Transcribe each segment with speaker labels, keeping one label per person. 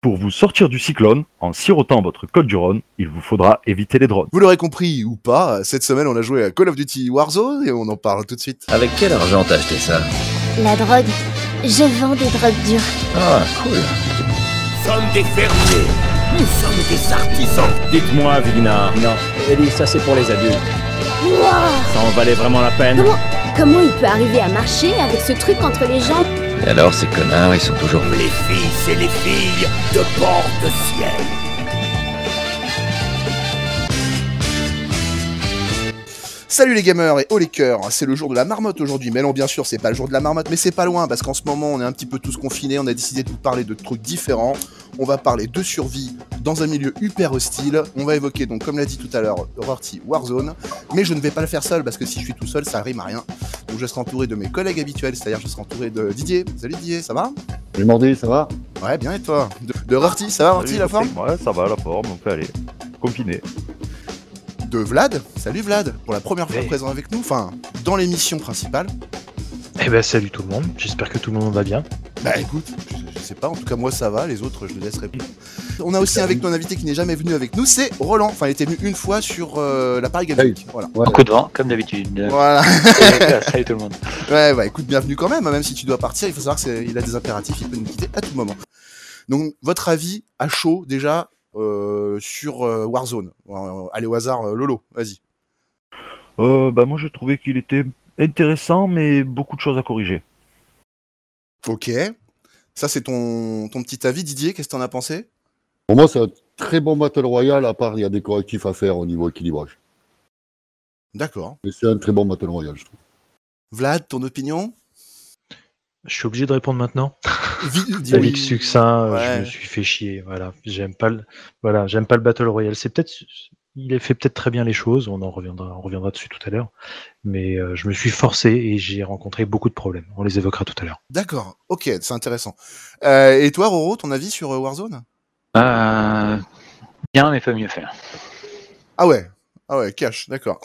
Speaker 1: Pour vous sortir du cyclone, en sirotant votre code du Rhône, il vous faudra éviter les drones.
Speaker 2: Vous l'aurez compris ou pas, cette semaine on a joué à Call of Duty Warzone et on en parle tout de suite.
Speaker 3: Avec quel argent t'as acheté ça
Speaker 4: La drogue. Je vends des drogues dures.
Speaker 3: Ah, cool.
Speaker 5: Nous sommes des fermiers. Nous sommes des artisans.
Speaker 6: Dites-moi, Vigna.
Speaker 7: Non, Ellie, ça c'est pour les adultes.
Speaker 4: Wow
Speaker 6: Ça en valait vraiment la peine
Speaker 4: Comment, comment il peut arriver à marcher avec ce truc entre les jambes
Speaker 3: Et alors, ces connards, ils sont toujours...
Speaker 5: Comme les fils et les filles de bord de ciel.
Speaker 2: Salut les gamers et oh les cœurs, c'est le jour de la marmotte aujourd'hui, mais non bien sûr c'est pas le jour de la marmotte, mais c'est pas loin, parce qu'en ce moment on est un petit peu tous confinés, on a décidé de vous parler de trucs différents, on va parler de survie dans un milieu hyper hostile, on va évoquer donc comme l'a dit tout à l'heure Rorty Warzone, mais je ne vais pas le faire seul, parce que si je suis tout seul ça rime à rien, donc je serai entouré de mes collègues habituels, c'est-à-dire je serai entouré de Didier, salut Didier, ça va
Speaker 8: J'ai demandé, ça va
Speaker 2: Ouais bien et toi De, de Rorty, ça va Rorty
Speaker 1: Salut,
Speaker 2: la forme
Speaker 1: Ouais, ça va, la forme, on peut aller. Confiné.
Speaker 2: De Vlad, salut Vlad, pour la première fois
Speaker 9: Hey.
Speaker 2: présent avec nous, enfin dans l'émission principale.
Speaker 9: Eh ben salut tout le monde, j'espère que tout le monde va bien.
Speaker 2: Bah écoute, je, je sais pas, en tout cas moi ça va, les autres je les laisse répondre. On a aussi avec nous un invité qui n'est jamais venu avec nous, c'est Roland. Enfin, il était venu une fois sur euh, la Paris Game
Speaker 8: Ah oui.
Speaker 2: Week. Voilà.
Speaker 8: Ouais.
Speaker 10: Coup de vent, comme d'habitude.
Speaker 2: Voilà.
Speaker 10: Salut tout le monde.
Speaker 2: Ouais, bah écoute, bienvenue quand même, hein, même si tu dois partir, il faut savoir qu'il a des impératifs, il peut nous quitter à tout moment. Donc, votre avis à chaud déjà euh, sur euh, Warzone Euh, Allez au hasard, euh, Lolo, vas-y.
Speaker 1: Euh, bah moi, je trouvais qu'il était intéressant, mais beaucoup de choses à corriger.
Speaker 2: Ok. Ça, c'est ton, ton petit avis, Didier, qu'est-ce que t'en as pensé
Speaker 8: Pour moi, c'est un très bon Battle Royale, à part il y a des correctifs à faire au niveau équilibrage.
Speaker 2: D'accord.
Speaker 8: Mais c'est un très bon Battle Royale, je trouve.
Speaker 2: Vlad, ton opinion
Speaker 9: Je suis obligé de répondre maintenant.
Speaker 2: Vi- dis
Speaker 9: Salut
Speaker 2: oui.
Speaker 9: succinct, euh,
Speaker 2: Ouais.
Speaker 9: je me suis fait chier. Voilà, j'aime pas le, voilà, j'aime pas le battle royale. C'est peut-être, il fait peut-être très bien les choses. On en reviendra, on reviendra dessus tout à l'heure. Mais euh, je me suis forcé et j'ai rencontré beaucoup de problèmes. On les évoquera tout à l'heure.
Speaker 2: D'accord, ok, c'est intéressant. Euh, et toi, Roro, ton avis sur euh, Warzone
Speaker 10: Euh, bien, mais pas mieux faire.
Speaker 2: Ah ouais, ah ouais, cash, d'accord.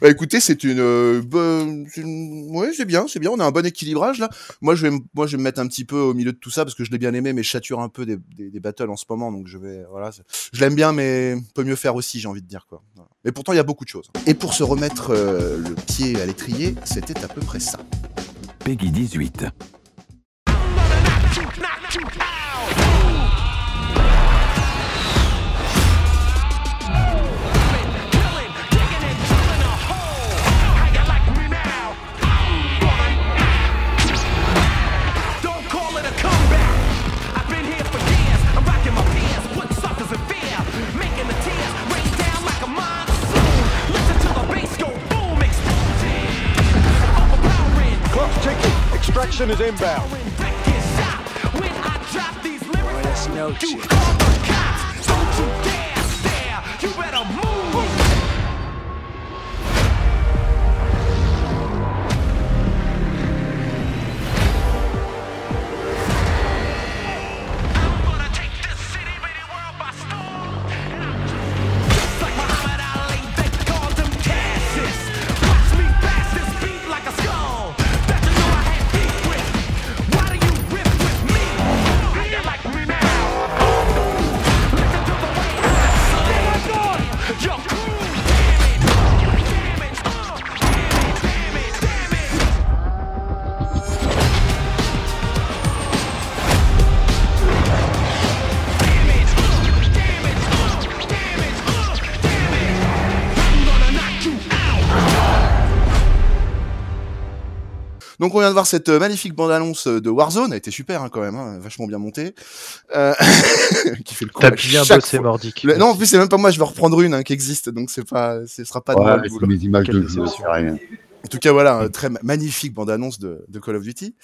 Speaker 2: bah écoutez, c'est une, euh, bonne- c'est une- ouais, c'est bien, c'est bien. On a un bon équilibrage là. Moi, je vais, me- moi, je vais me mettre un petit peu au milieu de tout ça parce que je l'ai bien aimé, mais je sature un peu des, des, des battles en ce moment, donc je vais, voilà, c'est- je l'aime bien, mais peut mieux faire aussi, j'ai envie de dire quoi. Voilà. Mais pourtant, il y a beaucoup de choses. Et pour se remettre euh, le pied à l'étrier, c'était à peu près ça.
Speaker 11: Peggy 18.
Speaker 5: Don't call it a comeback. I've been here for years. I'm rocking my peers, putting suckers in fear, making the tears rain down like a monsoon. Listen to the bass go boom, explosion. Overpowering,
Speaker 11: Clock's ticking. Extraction is inbound.
Speaker 5: reckless shot. When I drop these lyrics, you call the cops. Don't you dare stare. You better move. I'm gonna take this city, baby, world by storm. And I'm just like Muhammad Ali, they called him Cassius. Watch me pass this beat like a skull. That you know I had beef with. Why do you rip with me? How you like me now? Listen to the way I sound. Your crew, damn it, damn it, oh, damn it, damn it, damn it.
Speaker 2: Donc on vient de voir cette euh, magnifique bande-annonce euh, de Warzone, elle était super hein, quand même, hein, vachement bien montée, Euh, qui fait le coup
Speaker 9: T'as
Speaker 2: à
Speaker 9: bien
Speaker 2: chaque
Speaker 9: bossé,
Speaker 2: fois.
Speaker 9: Mordic.
Speaker 2: Le- non, en plus c'est même pas moi, je vais reprendre une hein, qui existe, donc c'est pas, ce sera pas de moi le
Speaker 8: Ouais,
Speaker 2: boulot.
Speaker 8: c'est mes images
Speaker 9: Quelle
Speaker 8: de jeu,
Speaker 9: déception.
Speaker 8: c'est rien.
Speaker 2: En tout cas voilà, un très ma- magnifique bande-annonce de, de Call of Duty.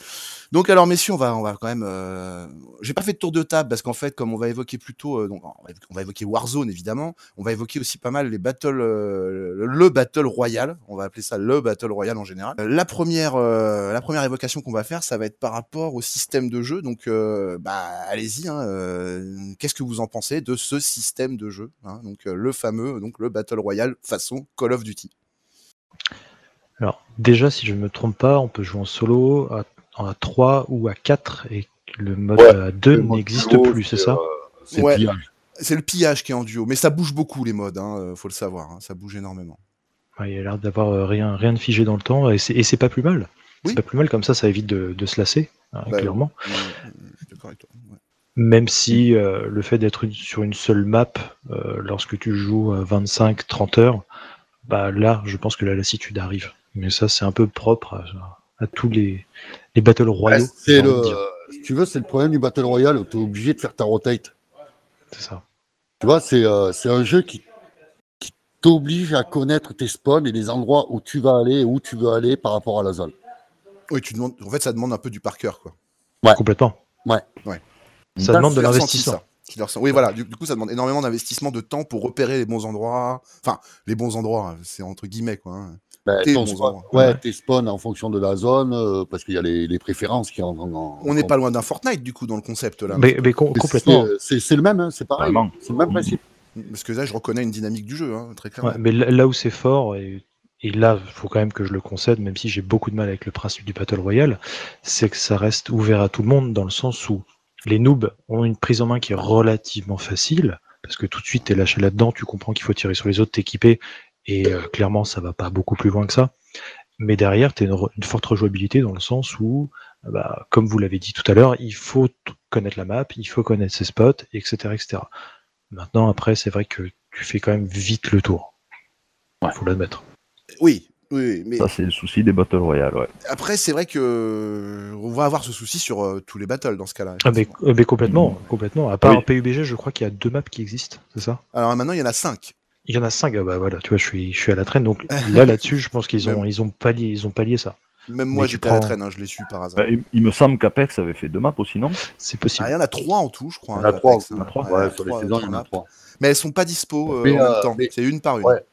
Speaker 2: Donc alors messieurs, on va, on va quand même, euh, j'ai pas fait de tour de table parce qu'en fait comme on va évoquer plutôt, euh, donc on va évoquer- on va évoquer Warzone évidemment, on va évoquer aussi pas mal les battles, euh, le- le battle royal, on va appeler ça le battle royal en général. Euh, La première, euh, la première évocation qu'on va faire, ça va être par rapport au système de jeu. Donc, euh, bah, allez-y. hein, euh, Qu'est-ce que vous en pensez de ce système de jeu hein Donc, euh, le fameux, donc le battle royal façon Call of Duty.
Speaker 9: Alors, déjà, si je ne me trompe pas, on peut jouer en solo, à, à 3 ou à 4, et Le mode à deux n'existe
Speaker 8: Oh,
Speaker 9: plus, c'est ça
Speaker 8: euh,
Speaker 2: Ouais. C'est le pillage qui est en duo, mais ça bouge beaucoup les modes, hein, euh, faut le savoir, hein, ça bouge énormément.
Speaker 9: Ouais, il a l'air d'avoir euh, rien, rien de figé dans le temps et c'est et c'est pas plus mal.
Speaker 2: Oui.
Speaker 9: C'est pas plus mal comme ça, ça évite de, de se lasser, hein,
Speaker 2: Bah,
Speaker 9: clairement.
Speaker 2: euh, euh, je suis d'accord avec toi.
Speaker 9: Même si euh, le fait d'être une- sur une seule map, euh, lorsque tu joues 25-30 heures, bah là, je pense que la lassitude arrive. Mais ça, c'est un peu propre à, à tous les, les battles royaux.
Speaker 8: Ah, c'est
Speaker 9: j'ai envie
Speaker 8: le,
Speaker 9: de dire.
Speaker 8: si tu veux, c'est le problème du Battle Royale, tu es obligé de faire ta rotate.
Speaker 9: C'est ça.
Speaker 8: Tu vois, c'est euh, c'est un jeu qui, qui t'oblige à connaître tes spawns et les endroits où tu vas aller, et où tu veux aller par rapport à la zone.
Speaker 2: Oui, tu demandes. En fait, ça demande un peu du par cœur, quoi.
Speaker 9: Complètement.
Speaker 8: Ouais.
Speaker 2: Ouais.
Speaker 9: Ça demande de
Speaker 2: Je l'ai ressenti,
Speaker 9: l'investissement.
Speaker 2: ça. Je l'ai ressenti. Oui, voilà. Du, du coup, ça demande énormément d'investissement, de temps pour repérer les bons endroits. Enfin, les bons endroits, hein, c'est entre guillemets, quoi. hein.
Speaker 8: Ben,
Speaker 2: Tes
Speaker 8: ton
Speaker 2: bons
Speaker 8: spawn-
Speaker 2: endroits.
Speaker 8: ouais, tes spawns en fonction de la zone, euh, parce qu'il y a les, les préférences qui rentrent en, en-
Speaker 2: On n'est pas loin d'un Fortnite, du coup, dans le concept là.
Speaker 9: Mais, mais com-
Speaker 8: C'est-
Speaker 9: complètement.
Speaker 8: C'est c'est le même, hein, c'est pareil.
Speaker 1: Vraiment.
Speaker 8: C'est le même principe.
Speaker 2: Parce que là, je reconnais une dynamique du jeu, hein, très clairement.
Speaker 9: Ouais, mais là, là où c'est fort, et, et là, il faut quand même que je le concède, même si j'ai beaucoup de mal avec le principe du Battle Royale, c'est que ça reste ouvert à tout le monde, dans le sens où les noobs ont une prise en main qui est relativement facile, parce que tout de suite, t'es lâché là-dedans, tu comprends qu'il faut tirer sur les autres, t'es équipé, et euh, clairement, ça va pas beaucoup plus loin que ça. Mais derrière, tu as une, re- une forte rejouabilité dans le sens où, euh, bah, comme vous l'avez dit tout à l'heure, il faut t- connaître la map, il faut connaître ses spots, etc. etc. Maintenant, après, c'est vrai que tu fais quand même vite le tour. Il faut l'admettre.
Speaker 2: Oui, oui, oui, mais
Speaker 1: Ça, c'est le souci des Battle Royale, ouais.
Speaker 2: après, c'est vrai que euh, on va avoir ce souci sur euh, tous les battles dans ce cas-là.
Speaker 9: Ah, mais, euh, mais complètement, complètement. À part
Speaker 1: Oui.
Speaker 9: PUBG, je crois qu'il y a deux maps qui existent, c'est ça
Speaker 2: Alors maintenant, il y en a 5.
Speaker 9: Il y en a cinq. Ah bah voilà, tu vois, je suis, je suis à la traîne. Donc là, là-dessus, je pense qu'ils ont,
Speaker 2: Même-
Speaker 9: ils ont pallié, ils ont pallié ça.
Speaker 2: Même moi,
Speaker 9: Mais tu
Speaker 2: j'étais à la
Speaker 9: prends-
Speaker 2: traîne, hein, je les suis par hasard.
Speaker 1: Bah, il, il me semble qu'Apex avait fait deux maps aussi, non
Speaker 9: C'est
Speaker 2: Ah,
Speaker 9: possible.
Speaker 2: il y en a 3 en tout, je crois.
Speaker 8: Il
Speaker 2: hein,
Speaker 8: y en a
Speaker 2: dans
Speaker 8: trois.
Speaker 2: Apex, hein. Ouais,
Speaker 8: Ouais,
Speaker 2: il y
Speaker 8: sur les
Speaker 2: trois-
Speaker 8: saisons, il y
Speaker 2: trois
Speaker 8: en a
Speaker 2: maps.
Speaker 8: trois.
Speaker 2: Mais elles sont pas dispo euh,
Speaker 8: Mais,
Speaker 2: en
Speaker 8: euh,
Speaker 2: même temps.
Speaker 8: mais-
Speaker 2: C'est une par une.
Speaker 8: Ouais.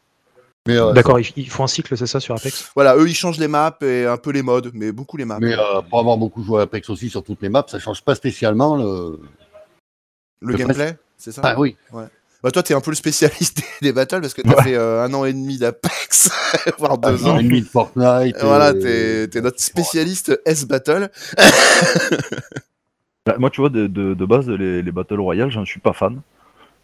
Speaker 8: Mais, euh,
Speaker 9: D'accord, ils, ils font un cycle, c'est ça, sur Apex
Speaker 2: Voilà, eux, ils changent les maps et un peu les modes, mais beaucoup les maps.
Speaker 8: Mais euh, pour avoir beaucoup joué à Apex aussi sur toutes les maps, ça change pas spécialement le.
Speaker 2: le
Speaker 8: le
Speaker 2: gameplay, c'est ça
Speaker 8: Ah oui.
Speaker 2: bah, Toi, t'es un peu le spécialiste des- des battles parce que t'as fait euh, un an et demi d'Apex, voire deux ans.
Speaker 8: Un ennemi de Fortnite.
Speaker 2: Ah, Et Voilà,
Speaker 8: euh,
Speaker 2: t'es t'es notre spécialiste S-Battle.
Speaker 1: Bah, Moi, tu vois, de, de- de base, les, les Battle Royale, j'en suis pas fan.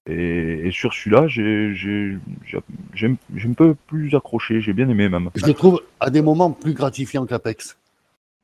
Speaker 1: Et, et sur celui-là, j'ai j'ai- j'ai- j'ai un- j'ai un peu plus accroché, j'ai bien aimé même.
Speaker 8: Je le trouve à des moments plus gratifiants qu'Apex.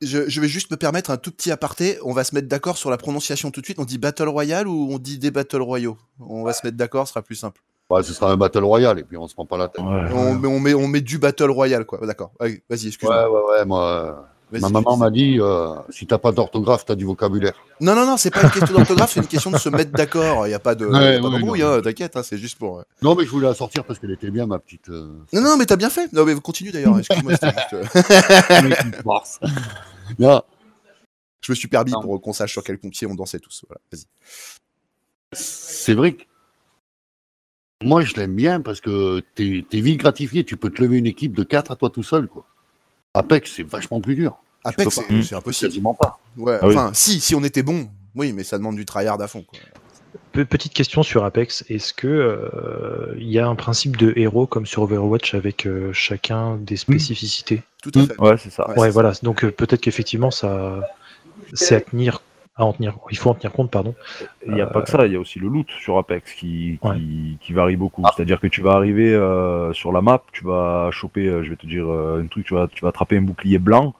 Speaker 2: Je, je vais juste me permettre un tout petit aparté. On va se mettre d'accord sur la prononciation tout de suite. On dit Battle Royale ou on dit des Battle Royaux On va se mettre d'accord, ce sera plus simple.
Speaker 8: Ouais, ce sera un battle royale et puis on se prend pas la tête.
Speaker 1: Ouais.
Speaker 2: On, met- on met, on met du Battle Royale, quoi. D'accord. Allez, Vas-y,
Speaker 8: Ouais,
Speaker 2: excuse-moi.
Speaker 8: ouais, ouais. Moi, euh,
Speaker 2: Vas-y,
Speaker 8: ma maman
Speaker 2: excuse-moi.
Speaker 8: m'a dit euh, si t'as pas d'orthographe, t'as du vocabulaire.
Speaker 2: Non, non, non, c'est pas une question d'orthographe, c'est une question de se mettre d'accord. Il n'y a pas de- y
Speaker 8: Ouais,
Speaker 2: a pas
Speaker 8: ouais,
Speaker 2: d'embrouille,
Speaker 8: non.
Speaker 2: hein, t'inquiète, hein, c'est juste pour. euh.
Speaker 8: Non, mais je voulais la sortir parce qu'elle était bien, ma petite. euh,
Speaker 2: Non, non, mais t'as bien fait. Non, mais continue d'ailleurs, excuse-moi, c'était juste, euh,
Speaker 8: Mars. Non,
Speaker 2: Je me suis permis
Speaker 10: Non.
Speaker 2: pour qu'on sache sur quel pompier on dansait tous. Voilà, vas-y.
Speaker 8: c'est vrai que moi, je l'aime bien parce que t'es es vite gratifié. Tu peux te lever une équipe de 4 à toi tout seul. quoi. Apex, c'est vachement plus dur.
Speaker 2: Apex,
Speaker 8: peux
Speaker 2: c'est c'est impossible.
Speaker 8: Quasiment pas.
Speaker 2: Ouais,
Speaker 1: Ah oui.
Speaker 2: enfin, si, si on était bon, oui, mais ça demande du tryhard à fond, quoi.
Speaker 9: Pe- Petite question sur Apex. Est-ce que euh, il y a un principe de héros comme sur Overwatch avec euh, chacun des spécificités
Speaker 2: Tout
Speaker 8: Mm.
Speaker 2: à fait.
Speaker 1: Ouais, c'est ça.
Speaker 2: Ouais,
Speaker 9: Ouais,
Speaker 2: c'est
Speaker 9: voilà. Donc euh, peut-être qu'effectivement, ça, c'est à tenir, à en tenir. Il faut en tenir compte, pardon.
Speaker 1: Il n'y a pas que ça, il y a aussi le loot sur Apex qui,
Speaker 9: Ouais.
Speaker 1: qui, qui varie beaucoup.
Speaker 2: Ah.
Speaker 1: C'est-à-dire que tu vas arriver euh, sur la map, tu vas choper, euh, je vais te dire euh, un truc, tu vas, tu vas attraper un bouclier blanc,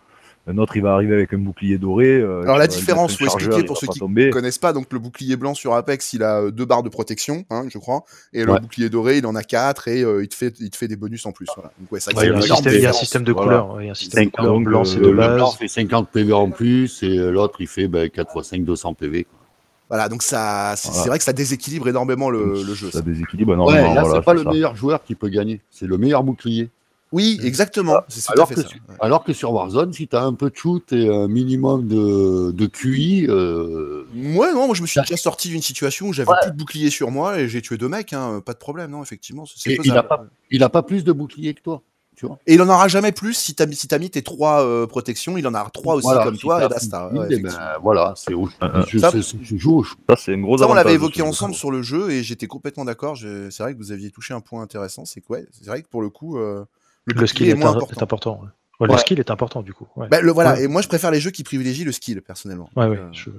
Speaker 1: un autre il va arriver avec un bouclier doré. euh,
Speaker 2: Alors
Speaker 1: tu
Speaker 2: la
Speaker 1: vas lui
Speaker 2: différence,
Speaker 1: mettre
Speaker 2: faut
Speaker 1: un chargeur,
Speaker 2: expliquer
Speaker 1: il
Speaker 2: pour
Speaker 1: va
Speaker 2: ceux
Speaker 1: pas
Speaker 2: qui
Speaker 1: tomber.
Speaker 2: connaissent pas, donc le bouclier blanc sur Apex, il a euh, deux barres de protection, hein, je crois, et le
Speaker 8: Ouais.
Speaker 2: bouclier doré, il en a quatre, et euh, il, te fait, il te fait des bonus en plus. Voilà. Donc ouais, ça
Speaker 9: Ouais, il, y a un
Speaker 8: énorme
Speaker 9: système, il y a un
Speaker 8: différence.
Speaker 9: système de
Speaker 1: Voilà.
Speaker 9: couleurs. ouais, Il y a un système de
Speaker 1: Cinq
Speaker 9: couleurs
Speaker 1: langues,
Speaker 9: blanc, c'est de
Speaker 1: euh,
Speaker 8: Le
Speaker 9: base.
Speaker 8: blanc fait 50 PV en plus et l'autre il fait ben, 4 x 5, 200 PV. quoi.
Speaker 2: Voilà, donc ça, c'est
Speaker 1: Voilà.
Speaker 2: c'est vrai que ça déséquilibre énormément le, le jeu.
Speaker 1: Ça
Speaker 2: ça.
Speaker 1: déséquilibre
Speaker 8: ouais,
Speaker 1: énormément.
Speaker 8: là
Speaker 1: voilà,
Speaker 8: c'est pas
Speaker 1: c'est
Speaker 8: le
Speaker 1: ça.
Speaker 8: meilleur joueur qui peut gagner, c'est le meilleur bouclier.
Speaker 2: Oui, exactement. C'est tout à
Speaker 8: Alors
Speaker 2: fait
Speaker 8: que,
Speaker 2: ça.
Speaker 8: sur,
Speaker 2: Ouais.
Speaker 8: alors que sur Warzone, si t'as un peu de shoot et un minimum de, de QI, euh,
Speaker 2: Ouais, non, moi je me suis déjà sorti d'une situation où j'avais plus de bouclier sur moi et j'ai tué deux mecs, hein, pas de problème, non, effectivement, c'est- c'est
Speaker 8: Et il
Speaker 2: faisable.
Speaker 8: a pas- il a pas plus de bouclier que toi. Tu vois
Speaker 2: Et il en aura jamais plus si t'as mis, si t'as mis tes trois euh, protections, il en aura trois aussi
Speaker 8: Voilà,
Speaker 2: comme
Speaker 8: si
Speaker 2: toi
Speaker 8: t'as
Speaker 2: et basta.
Speaker 8: plus de
Speaker 2: ouais,
Speaker 8: bouclier, ben,
Speaker 2: effectivement.
Speaker 8: voilà, c'est au- je,
Speaker 2: ça-
Speaker 8: c'est- c'est- je joue au shoot.
Speaker 1: Ça, c'est un gros
Speaker 2: Ça, on
Speaker 1: avantage.
Speaker 2: l'avait
Speaker 1: aussi.
Speaker 2: évoqué ensemble sur le jeu et j'étais complètement d'accord. je- C'est vrai que vous aviez touché un point intéressant. C'est que, ouais, c'est vrai que pour le coup, euh, le
Speaker 9: Le
Speaker 2: bouclier
Speaker 9: skill
Speaker 2: est
Speaker 9: est,
Speaker 2: moins
Speaker 9: un-
Speaker 2: important.
Speaker 9: est important. ouais. Ouais, Le
Speaker 8: Ouais.
Speaker 9: skill est important du coup. Ouais,
Speaker 2: Bah, le, voilà,
Speaker 9: Ouais.
Speaker 2: et moi je préfère les jeux qui privilégient le skill personnellement.
Speaker 9: ouais, ouais,
Speaker 2: Euh,
Speaker 9: je-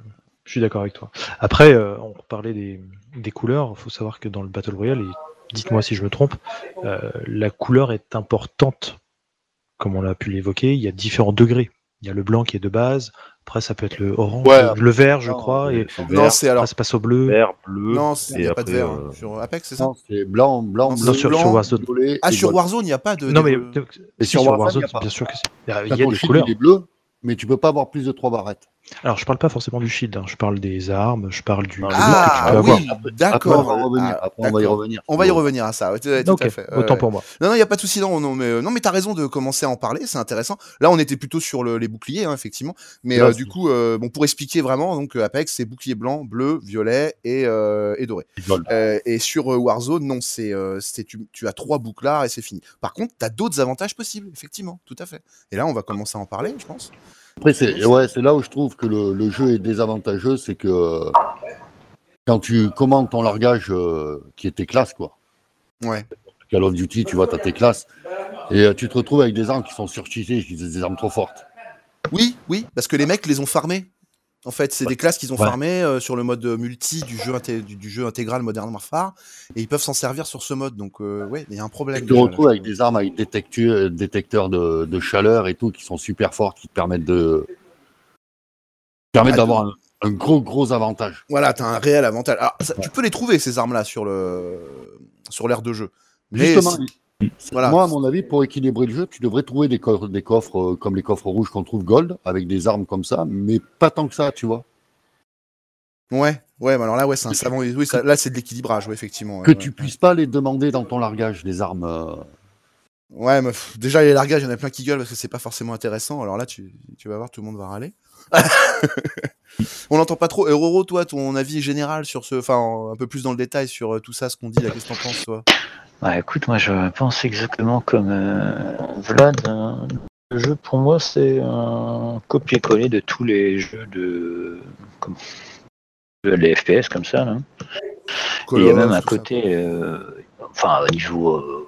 Speaker 9: Je suis d'accord avec toi. Après, euh, on parlait des, des couleurs. Il faut savoir que dans le Battle Royale, et dites-moi si je me trompe, euh, la couleur est importante, comme on l'a pu l'évoquer. Il y a différents degrés. Il y a le blanc qui est de base. Après, ça peut être le orange,
Speaker 2: Ouais.
Speaker 9: le, le vert, je
Speaker 2: Non,
Speaker 9: crois. Et
Speaker 2: c'est vert. Non, c'est alors-
Speaker 9: après, ça passe au bleu.
Speaker 1: Vert, bleu.
Speaker 2: Non, c'est- il n'y a pas de vert. hein. Sur Apex, c'est ça
Speaker 8: Non, c'est blanc, blanc,
Speaker 9: Non,
Speaker 8: bleu,
Speaker 9: sur- sur
Speaker 8: blanc,
Speaker 9: Warzone.
Speaker 8: violet
Speaker 2: Ah,
Speaker 8: et
Speaker 2: sur
Speaker 8: gold.
Speaker 2: Warzone, il n'y a pas de.
Speaker 9: Non, mais,
Speaker 2: de-
Speaker 8: Et
Speaker 9: si, sur Warzone,
Speaker 8: il y a pas.
Speaker 9: bien sûr que c'est- il y a- il y
Speaker 8: T'as
Speaker 9: a
Speaker 8: ton
Speaker 9: des
Speaker 8: shield,
Speaker 9: couleurs.
Speaker 8: Il est bleu, mais tu peux pas avoir plus de trois barrettes.
Speaker 9: Alors, je parle pas forcément du shield. hein. Je parle des armes. Je parle du.
Speaker 2: Ah,
Speaker 9: du look que tu peux
Speaker 2: oui,
Speaker 9: avoir.
Speaker 2: d'accord.
Speaker 8: Après, on va revenir,
Speaker 2: Ah,
Speaker 8: après, on va y
Speaker 2: d'accord.
Speaker 8: revenir. Euh,
Speaker 2: On va y revenir à ça, ouais, tout, tout
Speaker 9: Ok,
Speaker 2: à fait. ouais,
Speaker 9: autant
Speaker 2: ouais.
Speaker 9: pour moi.
Speaker 2: Non, non, il n'y a pas de souci. Non, non, mais, euh, non, mais t'as raison de commencer à en parler, c'est intéressant. Là, on était plutôt sur le- les boucliers, hein, effectivement. Mais
Speaker 9: Là,
Speaker 2: euh,
Speaker 9: c'est-
Speaker 2: du coup, euh, bon, pour expliquer vraiment, donc euh, Apex, c'est bouclier blanc, bleu, violet et, euh, et doré.
Speaker 8: Gold.
Speaker 2: Euh, et sur euh, Warzone, non, c'est euh, c'est- tu, tu as trois bouclards et c'est fini. Par contre, t'as d'autres avantages possibles, effectivement, tout à fait. Et là, on va commencer à en parler, je pense.
Speaker 8: Après, c'est ouais, c'est là où je trouve que le, le jeu est désavantageux, c'est que quand tu commandes ton largage euh, qui est tes classes, quoi.
Speaker 2: Ouais.
Speaker 8: Call of Duty, tu vois, t'as tes classes, et euh, tu te retrouves avec des armes qui sont surcheatées, qui sont des armes trop fortes.
Speaker 2: Oui, oui, parce que les mecs les ont farmés. En fait, c'est des classes qu'ils ont
Speaker 8: Ouais.
Speaker 2: farmées euh, sur le mode multi du jeu, inté- du, du jeu intégral Modern Warfare, et ils peuvent s'en servir sur ce mode. Donc, euh, ouais, il y a un problème.
Speaker 8: Tu te
Speaker 2: déjà, là.
Speaker 8: retrouves avec des armes avec détecteurs, détecteurs de, de chaleur et tout qui sont super fortes, qui te permettent de te permettent
Speaker 2: Ah,
Speaker 8: d'avoir un, un gros gros avantage.
Speaker 2: Voilà, t'as un réel avantage. Alors, ça- tu peux les trouver ces armes-là sur le sur l'aire de jeu. Mais
Speaker 8: Justement,
Speaker 2: c'est-
Speaker 8: il-
Speaker 2: voilà.
Speaker 8: moi à mon avis, pour équilibrer le jeu, tu devrais trouver des, co- des coffres euh, comme les coffres rouges qu'on trouve gold avec des armes comme ça, mais pas tant que ça, tu vois.
Speaker 2: ouais, ouais, mais alors là, ouais, c'est un savant. Oui, ça- là, c'est de l'équilibrage, ouais, effectivement. ouais,
Speaker 8: que
Speaker 2: ouais.
Speaker 8: tu puisses pas les demander dans ton largage les armes. euh,
Speaker 2: Ouais, mais pff, déjà les largages, il y en a plein qui gueulent parce que c'est pas forcément intéressant. Alors là, tu, tu vas voir, tout le monde va râler. On n'entend pas trop. Et Roro, toi, ton avis général sur ce, enfin, un peu plus dans le détail sur euh, tout ça, ce qu'on dit, là, qu'est-ce que t'en penses, toi
Speaker 10: Bah écoute, moi je pense exactement comme euh, Vlad. hein. Le jeu pour moi c'est un copier-coller de tous les jeux de, comment de- les FPS comme ça. là. Et Il y a
Speaker 2: Colosse,
Speaker 10: même un
Speaker 2: tout ça.
Speaker 10: côté, euh, enfin au niveau, euh,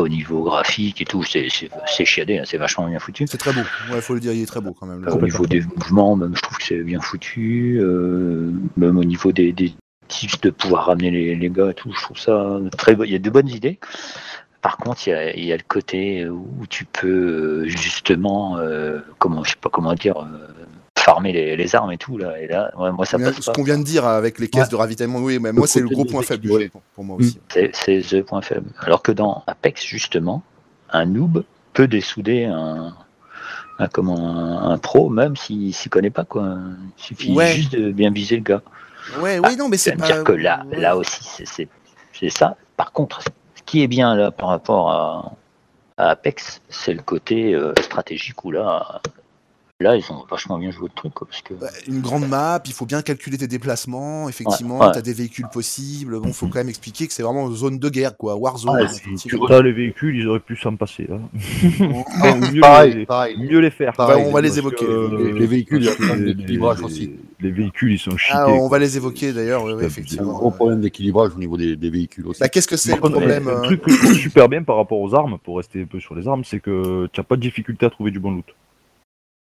Speaker 10: au niveau graphique et tout, c'est c'est- c'est chiadé, hein, c'est vachement bien foutu.
Speaker 2: C'est très beau. Ouais, faut le dire, il est très beau quand même. le
Speaker 10: Au
Speaker 2: jeu.
Speaker 10: niveau des mouvements, même je trouve que c'est bien foutu. euh, même au niveau des, des tips de pouvoir ramener les, les gars et tout, je trouve ça très bon. Il y a de bonnes idées. Par contre, il y a, il y a le côté où tu peux euh, justement, euh, comment je sais pas comment dire, euh, farmer les, les armes et tout là. Et là, ouais, moi ça
Speaker 2: Combien-
Speaker 10: passe
Speaker 2: ce
Speaker 10: pas.
Speaker 2: qu'on vient de dire avec les caisses de ravitaillement, oui, mais moi, c'est le
Speaker 8: côté
Speaker 2: gros
Speaker 8: des
Speaker 2: point faible du jeu, pour, pour moi aussi.
Speaker 10: C'est c'est le point faible. Alors que dans Apex, justement, un noob peut dessouder un, un, comment, un, un pro, même s'il s'y connaît pas. Quoi. Il suffit
Speaker 2: Ouais.
Speaker 10: juste de bien viser le gars.
Speaker 2: Ouais, ouais, non, mais c'est
Speaker 10: Ça veut
Speaker 2: pas.
Speaker 10: Mm. Ah, dire que là,
Speaker 2: ouais.
Speaker 10: là aussi, c'est- c'est c'est ça. Par contre, ce qui est bien là par rapport à, à Apex, c'est le côté euh, stratégique où là, là, ils ont vachement bien joué le truc. quoi, parce que...
Speaker 2: Ouais, une grande map, il faut bien calculer tes déplacements, effectivement,
Speaker 10: Ouais, ouais.
Speaker 2: t'as des véhicules possibles, bon, faut quand même expliquer que c'est vraiment une zone de guerre, quoi, Warzone.
Speaker 8: Ouais,
Speaker 2: hein,
Speaker 8: c'est-
Speaker 1: Tu
Speaker 2: effectivement.
Speaker 1: vois, les véhicules, ils auraient pu s'en passer. hein.
Speaker 2: Ah,
Speaker 1: Mieux les-
Speaker 8: pareil, pareil.
Speaker 1: mieux les faire.
Speaker 8: Pareil,
Speaker 2: on va les
Speaker 1: parce
Speaker 2: évoquer.
Speaker 1: que, euh,
Speaker 8: Les- les véhicules, il y a plein
Speaker 1: les-
Speaker 8: d'équilibrages
Speaker 1: les-
Speaker 8: aussi.
Speaker 1: Les véhicules, ils sont cheatés.
Speaker 2: Ah, on va
Speaker 1: quoi.
Speaker 2: les évoquer d'ailleurs, ouais, ouais,
Speaker 8: C'est un
Speaker 2: effectivement.
Speaker 8: gros problème d'équilibrage au niveau des, des véhicules aussi.
Speaker 2: Bah, qu'est-ce que c'est le
Speaker 1: Par contre,
Speaker 2: problème
Speaker 1: Un
Speaker 2: euh,
Speaker 1: truc que je trouve super bien par rapport aux armes, pour rester un peu sur les armes, c'est que tu n'as pas de difficulté à trouver du bon loot.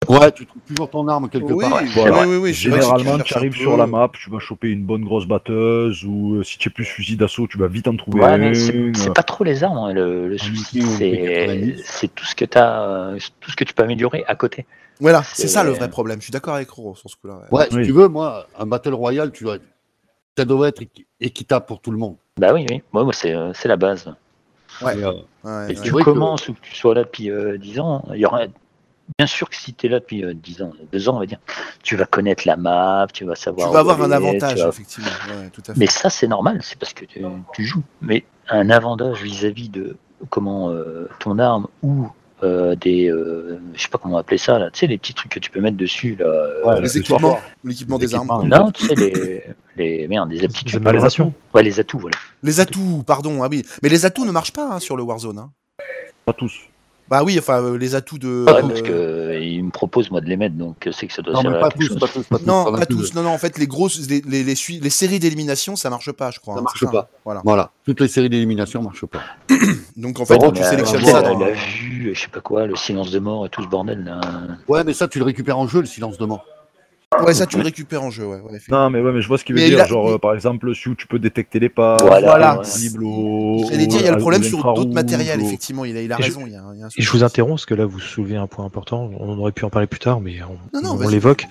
Speaker 8: Ouais, tu trouves toujours ton arme quelque
Speaker 2: Oui,
Speaker 8: part.
Speaker 1: Voilà.
Speaker 2: oui, oui, oui, je sais pas si tu
Speaker 1: Généralement,
Speaker 2: cherches
Speaker 1: tu
Speaker 2: un
Speaker 1: arrives
Speaker 2: peu.
Speaker 1: sur la map, tu vas choper une bonne grosse batteuse, ou euh, si tu es plus fusil d'assaut, tu vas vite en trouver
Speaker 10: Ouais,
Speaker 1: un.
Speaker 10: mais c'est c'est pas trop les armes, hein, le, le souci,
Speaker 8: outil, on fait
Speaker 10: c'est
Speaker 8: 90.
Speaker 10: c'est tout ce que t'as, euh, tout ce que tu peux améliorer à côté.
Speaker 2: Voilà, c'est
Speaker 10: C'est-
Speaker 2: ça le vrai problème. Je suis d'accord avec Roro sur ce coup-là. ouais.
Speaker 8: Ouais, si
Speaker 1: Oui.
Speaker 8: tu veux, moi, un Battle Royale, tu vois, ça devrait être équi- équitable pour tout le monde.
Speaker 10: Bah oui, oui, moi moi, c'est euh, c'est la base.
Speaker 8: Et, euh,
Speaker 2: Ouais,
Speaker 10: Et
Speaker 2: ouais.
Speaker 10: tu
Speaker 8: vrai que-
Speaker 10: commences ou que tu sois là depuis euh, 10 ans, il y aura bien sûr que si tu es là depuis euh, 10 ans, 2 ans on va dire, tu vas connaître la map, tu vas
Speaker 2: Tu
Speaker 10: savoir.
Speaker 2: vas
Speaker 10: où
Speaker 2: avoir un
Speaker 10: aller,
Speaker 2: avantage,
Speaker 10: tu vas-
Speaker 2: effectivement. Ouais, tout à fait.
Speaker 10: Mais ça c'est normal, c'est parce que tu, tu joues. Mais un avantage vis-à-vis de comment euh, ton arme ou euh, des, euh, je sais pas comment appeler ça là, tu sais les petits trucs que tu peux mettre dessus là. euh,
Speaker 8: Ouais,
Speaker 2: les
Speaker 8: le
Speaker 2: équipements,
Speaker 8: soir.
Speaker 2: l'équipement
Speaker 8: Les
Speaker 2: des armes.
Speaker 8: équipements.
Speaker 10: Non, tu sais, les, les merde, les
Speaker 9: Les
Speaker 10: aptitudes.
Speaker 9: améliorations.
Speaker 10: Ouais, les atouts, voilà.
Speaker 2: Les atouts, pardon. Ah oui, mais les atouts ne marchent pas hein, sur le Warzone. hein.
Speaker 1: Pas tous.
Speaker 2: Bah oui, enfin euh, les atouts de.
Speaker 10: Ouais, parce
Speaker 2: euh,
Speaker 10: que euh, il me propose moi de les mettre, donc euh, c'est que ça doit
Speaker 8: Non,
Speaker 10: servir
Speaker 8: mais
Speaker 10: à
Speaker 8: pas
Speaker 10: quelque
Speaker 8: tous,
Speaker 10: chose.
Speaker 8: pas tous, pas tous.
Speaker 2: Non,
Speaker 8: T'en as
Speaker 2: pas
Speaker 8: plus.
Speaker 2: tous. Non, non. En fait, les grosses, les, les, les, sui- les séries d'élimination, ça marche pas, je crois.
Speaker 8: Ça
Speaker 2: hein,
Speaker 8: marche
Speaker 2: c'est ça.
Speaker 8: pas.
Speaker 2: Voilà.
Speaker 8: Voilà, toutes les séries d'élimination marchent pas.
Speaker 2: Donc en fait,
Speaker 8: Bon,
Speaker 2: quand tu
Speaker 10: Mais, euh,
Speaker 2: sélectionnes
Speaker 10: tu
Speaker 8: bon,
Speaker 10: sais,
Speaker 2: ça,
Speaker 10: la,
Speaker 2: dans-
Speaker 10: la vue, je sais pas quoi, le silence de mort et tout ce bordel là.
Speaker 8: Ouais, mais ça, tu le récupères en jeu, le silence de mort.
Speaker 2: Ouais, ça, tu le récupères en jeu, ouais. ouais.
Speaker 1: Non, mais ouais, mais je vois ce qu'il veut
Speaker 2: Mais
Speaker 1: dire.
Speaker 2: là-
Speaker 1: Genre, euh, par exemple, si tu peux détecter les pas,
Speaker 2: Voilà,
Speaker 1: voilà.
Speaker 2: ouais.
Speaker 1: cible au.
Speaker 2: J'allais dire, il y a le
Speaker 1: au-
Speaker 2: problème
Speaker 1: au
Speaker 2: sur
Speaker 1: infrarouge,
Speaker 2: d'autres matériels,
Speaker 1: au-
Speaker 2: effectivement. Il a, il a
Speaker 9: Et je-
Speaker 2: raison. Il y a, un- il y a un
Speaker 9: Et
Speaker 2: souci.
Speaker 9: je vous interromps parce que là vous soulevez un point important. On aurait pu en parler plus tard, mais on,
Speaker 2: Non, non,
Speaker 9: on
Speaker 2: vas-y.
Speaker 9: l'évoque.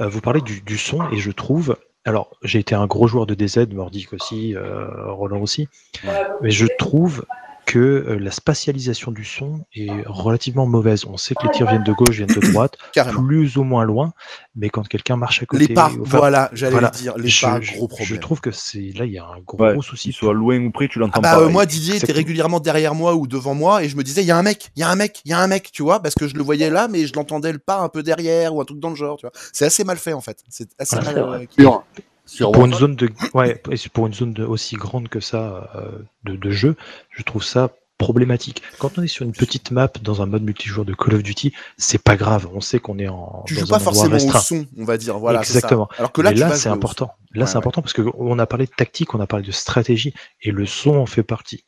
Speaker 9: Euh, vous parlez du, du son et je trouve. Alors j'ai été un gros joueur de DZ, Mordic aussi, euh, Roland aussi, mais je trouve que euh, la spatialisation du son est relativement mauvaise. On sait que les tirs viennent de gauche, viennent de droite,
Speaker 2: Carrément.
Speaker 9: plus ou moins loin, mais quand quelqu'un marche à côté,
Speaker 2: Les pas,
Speaker 9: enfin,
Speaker 2: voilà, j'allais le dire, les
Speaker 9: je-
Speaker 2: pas,
Speaker 9: je-
Speaker 2: gros
Speaker 9: Je
Speaker 2: problème.
Speaker 9: trouve que c'est là il y a un gros,
Speaker 1: Ouais,
Speaker 9: souci.
Speaker 1: Soit loin ou près, tu l'entends
Speaker 2: Ah bah,
Speaker 1: pas.
Speaker 2: euh, moi, Didier était
Speaker 1: Exactement.
Speaker 2: régulièrement derrière moi ou devant moi et je me disais, il y a un mec, il y a un mec, il y a un mec, tu vois, parce que je le voyais là, mais je l'entendais le pas un peu derrière ou un truc dans le genre, tu vois. C'est assez mal fait, en fait. C'est assez
Speaker 9: Voilà.
Speaker 2: mal. euh,
Speaker 8: Sur, sur
Speaker 9: pour une
Speaker 8: Warzone,
Speaker 9: zone de ouais et c'est pour une zone de- aussi grande que ça euh, de, de jeu je trouve ça problématique quand on est sur une petite map dans un mode multijoueur de Call of Duty c'est pas grave on sait qu'on est en
Speaker 2: tu
Speaker 9: dans
Speaker 2: joues
Speaker 9: un
Speaker 2: pas
Speaker 9: endroit
Speaker 2: forcément au
Speaker 9: restreint.
Speaker 2: son, on va dire. Voilà, c'est ça.
Speaker 9: exactement
Speaker 2: Alors que là,
Speaker 9: Mais
Speaker 2: tu
Speaker 9: là
Speaker 2: vas
Speaker 9: c'est
Speaker 2: jouer au son.
Speaker 9: important là
Speaker 2: Ouais,
Speaker 9: c'est important parce que on a parlé de tactique on a parlé de stratégie et le son en fait partie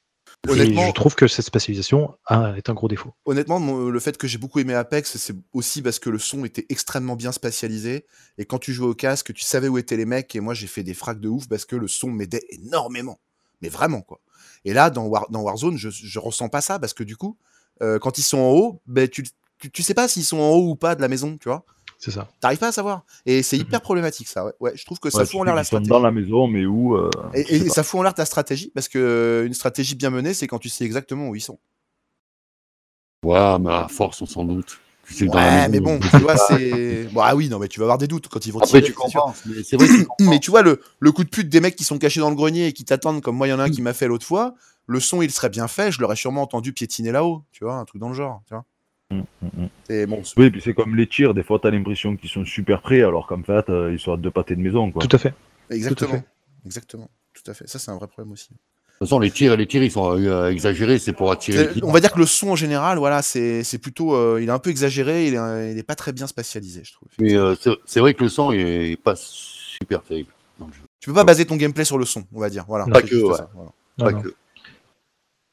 Speaker 9: et
Speaker 2: Honnêtement-
Speaker 9: je trouve que cette spatialisation a- est un gros défaut
Speaker 2: Honnêtement, mon- le fait que j'ai beaucoup aimé Apex, c'est aussi parce que le son était extrêmement bien spatialisé. Et quand tu jouais au casque, tu savais où étaient les mecs. Et moi, j'ai fait des fracs de ouf parce que le son m'aidait énormément. Mais vraiment, quoi. Et là, dans, War- dans Warzone, je, je ressens pas ça parce que du coup, euh, quand ils sont en haut, ben, tu, tu, tu sais pas s'ils sont en haut ou pas de la maison, tu vois.
Speaker 9: c'est ça
Speaker 2: T'arrives pas à savoir. Et
Speaker 9: Mm-hmm.
Speaker 2: c'est hyper problématique, ça. Ouais, Ouais, je trouve que ça
Speaker 1: Ouais,
Speaker 2: fout en l'air la
Speaker 1: ils sont
Speaker 2: stratégie.
Speaker 1: dans la maison, mais où euh,
Speaker 2: Et,
Speaker 1: je sais
Speaker 2: et
Speaker 1: pas.
Speaker 2: ça fout en l'air ta stratégie parce que euh, une stratégie bien menée, c'est quand tu sais exactement où ils sont.
Speaker 8: Ouais, mais à force, on s'en doute. Tu sais que dans la
Speaker 2: Ouais,
Speaker 8: maison,
Speaker 2: mais bon,
Speaker 8: on-
Speaker 2: tu vois, c'est. Bon, ah oui, non, mais tu vas avoir des doutes quand ils vont
Speaker 8: Après,
Speaker 2: tirer,
Speaker 8: tu
Speaker 2: c'est sûr.
Speaker 8: comprends. Mais c'est vrai que tu comprends.
Speaker 2: Mais tu vois, le, le coup de pute des mecs qui sont cachés dans le grenier et qui t'attendent, comme moi, il y en a un qui m'a fait l'autre fois, le son, il serait bien fait, je l'aurais sûrement entendu piétiner là-haut, tu vois, un truc dans le genre, tu vois.
Speaker 8: Mm,
Speaker 2: Et bon, c'est-
Speaker 1: Oui, et puis c'est comme les tirs, des fois t'as l'impression qu'ils sont super près, alors qu'en fait euh, ils sont à deux pâtés de maison. Quoi.
Speaker 9: tout à fait
Speaker 2: exactement. Exactement. Tout à fait. Ça, c'est un vrai problème aussi.
Speaker 8: De toute façon, les tirs, les tirs, ils sont euh, exagérés, c'est pour attirer. le
Speaker 2: C'est-
Speaker 8: client.
Speaker 2: On va dire que le son en général, voilà, c'est c'est plutôt. euh, il est un peu exagéré, il est, euh, il est pas très bien spatialisé, je trouve.
Speaker 8: Mais euh, c'est- c'est vrai que le sang est pas super terrible. dans le jeu.
Speaker 2: Tu peux pas baser ton gameplay sur le son, on va dire. Voilà.
Speaker 9: Non.
Speaker 8: Pas
Speaker 2: C'est
Speaker 8: que,
Speaker 2: juste
Speaker 8: ouais.
Speaker 2: ça, voilà.
Speaker 9: Non,
Speaker 8: Pas
Speaker 9: non.
Speaker 8: que.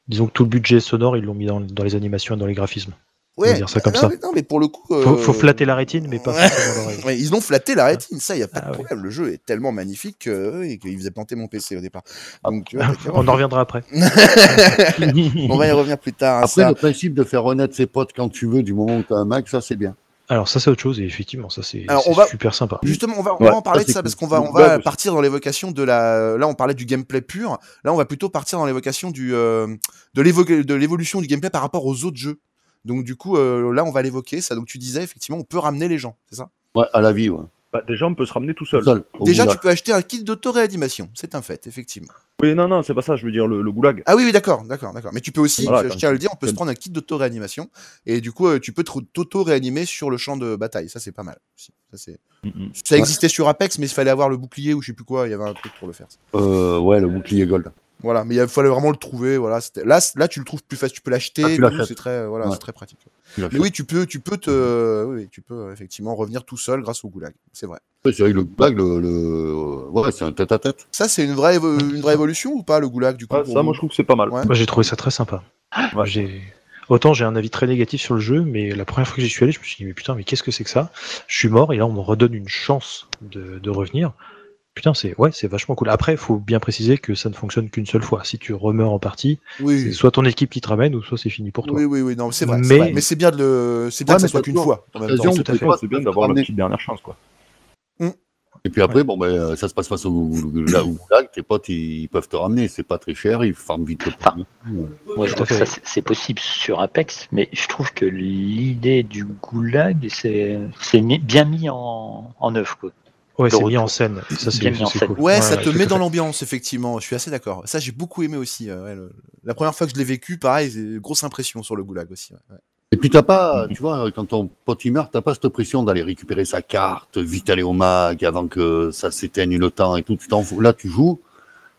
Speaker 9: disons que tout le budget sonore ils l'ont mis dans, dans les animations et dans les graphismes va
Speaker 2: Ouais,
Speaker 9: dire ça comme
Speaker 2: non,
Speaker 9: ça.
Speaker 2: Mais, non, mais pour le coup.
Speaker 9: faut,
Speaker 2: euh,
Speaker 9: faut flatter la rétine mais pas
Speaker 2: Ouais.
Speaker 9: forcément l'oreille
Speaker 2: Ouais, ils ont flatté la rétine, ça, il n'y a pas
Speaker 9: Ah
Speaker 2: de
Speaker 9: oui.
Speaker 2: problème. Le jeu est tellement magnifique que, euh, et qu'il faisait planter mon PC au départ. Donc, tu vois, t'as-
Speaker 9: Ah, on en reviendra après
Speaker 2: on va y revenir plus tard. à
Speaker 8: Après,
Speaker 2: ça.
Speaker 8: le principe de faire honnête ses potes quand tu veux, du moment où tu as un Mac, ça c'est bien.
Speaker 9: Alors ça c'est autre chose et effectivement ça c'est
Speaker 2: Alors,
Speaker 9: c'est
Speaker 2: on va-
Speaker 9: super sympa.
Speaker 2: Justement, on va, on
Speaker 1: Ouais,
Speaker 2: va en parler
Speaker 1: ça,
Speaker 2: de
Speaker 1: c'est
Speaker 2: ça parce
Speaker 1: cool.
Speaker 2: qu'on va, on
Speaker 1: Le
Speaker 2: va
Speaker 1: blog aussi.
Speaker 2: partir dans l'évocation de la. Là, on parlait du gameplay pur. Là, on va plutôt partir dans l'évocation du euh, de l'évo- de l'évolution du gameplay par rapport aux autres jeux. Donc, du coup, euh, là, on va l'évoquer. Ça, donc, tu disais effectivement, on peut ramener les gens, c'est ça
Speaker 8: Ouais, à la vie, ouais.
Speaker 1: Bah, déjà on peut se ramener tout
Speaker 8: Tout
Speaker 1: seul.
Speaker 8: seul. au
Speaker 2: Déjà,
Speaker 8: bout
Speaker 2: tu peux acheter un kit d'autoréanimation. C'est un fait, effectivement.
Speaker 1: Oui, non, non, c'est pas ça, je veux dire le, le goulag.
Speaker 2: Ah oui, oui, d'accord, d'accord, d'accord. Mais tu peux aussi,
Speaker 1: Voilà,
Speaker 2: je
Speaker 1: comme
Speaker 2: tiens à
Speaker 1: tu-
Speaker 2: le dire, on peut se
Speaker 1: comme-
Speaker 2: prendre un kit d'auto-réanimation et du coup, euh, tu peux te- t'auto-réanimer sur le champ de bataille. Ça, c'est pas mal. aussi. Ça, c'est-
Speaker 1: Mm, mm.
Speaker 2: ça existait sur Apex, mais il fallait avoir le bouclier ou je sais plus quoi. Il y avait un truc pour le faire. ça.
Speaker 8: d'un- Euh, ouais, le bouclier gold.
Speaker 2: Voilà, mais il fallait vraiment le trouver. Voilà, c'était- là, c- là, tu le trouves plus facile. Tu peux l'acheter.
Speaker 8: Ah, tu
Speaker 2: tout,
Speaker 8: l'achètes.
Speaker 2: c'est très, euh, voilà,
Speaker 8: Ouais.
Speaker 2: c'est très pratique.
Speaker 8: Tu l'achètes.
Speaker 2: Mais oui, tu peux, tu peux te, oui, oui, tu peux euh, effectivement revenir tout seul grâce au goulag. C'est vrai.
Speaker 8: Ouais, C'est vrai que le goulag, le, le- ouais, c'est un tête à tête.
Speaker 2: Ça, c'est une vraie, évo- une vraie évolution ou pas le goulag du coup
Speaker 1: Ah,
Speaker 2: pour
Speaker 1: ça,
Speaker 2: vous
Speaker 1: moi je trouve que c'est pas mal.
Speaker 2: Ouais.
Speaker 9: Moi j'ai trouvé ça très sympa. Moi, j'ai autant j'ai un avis très négatif sur le jeu mais la première fois que j'y suis allé je me suis dit mais putain mais qu'est-ce que c'est que ça Je suis mort et là on me redonne une chance de, de revenir. Putain c'est ouais c'est vachement cool. Après il faut bien préciser que ça ne fonctionne qu'une seule fois. Si tu remeurs en partie c'est
Speaker 2: Oui.
Speaker 9: soit ton équipe qui te ramène ou soit c'est fini pour toi.
Speaker 2: Oui, oui, oui, non, c'est vrai. c'est
Speaker 9: Mais-
Speaker 2: vrai. Mais c'est bien de le, c'est bien
Speaker 8: Ouais,
Speaker 2: que ça
Speaker 8: mais
Speaker 2: soit
Speaker 8: t'as
Speaker 2: qu'une
Speaker 8: toujours
Speaker 2: fois. en même temps.
Speaker 8: l'occasion
Speaker 9: tout à
Speaker 8: de
Speaker 9: fait.
Speaker 8: pouvoir
Speaker 1: Bah, C'est bien d'avoir la
Speaker 8: ramener.
Speaker 1: petite dernière chance quoi.
Speaker 8: Et puis après, bon, ben, euh, ça se passe face au au goulag, au goulag, tes potes, ils peuvent te ramener, c'est pas très cher, ils farment vite le
Speaker 10: Ah.
Speaker 8: produit.
Speaker 10: Moi, je
Speaker 9: Tout à
Speaker 10: trouve que
Speaker 9: fait.
Speaker 10: ça, c'est- c'est possible sur Apex, mais je trouve que l'idée du goulag, c'est c'est mis- bien mis en, en œuvre. Quoi.
Speaker 9: Ouais c'est
Speaker 10: De
Speaker 9: mis
Speaker 10: retour.
Speaker 9: en scène. Ça c'est
Speaker 10: Bien mis en
Speaker 9: c'est
Speaker 10: scène.
Speaker 9: cool.
Speaker 2: Ouais, ça te
Speaker 9: tout
Speaker 2: met
Speaker 9: à
Speaker 2: dans
Speaker 9: fait.
Speaker 2: l'ambiance, effectivement. Je suis assez d'accord. Ça, j'ai beaucoup aimé aussi. euh, ouais, le- La première fois que je l'ai vécu, pareil, c'est- grosse impression sur le goulag aussi. ouais, ouais.
Speaker 8: Et puis t'as pas, tu vois, quand ton pote il meurt, t'as pas cette pression d'aller récupérer sa carte, vite aller au mag avant que ça s'éteigne le temps et tout. Tu t'en fous. Là, tu joues,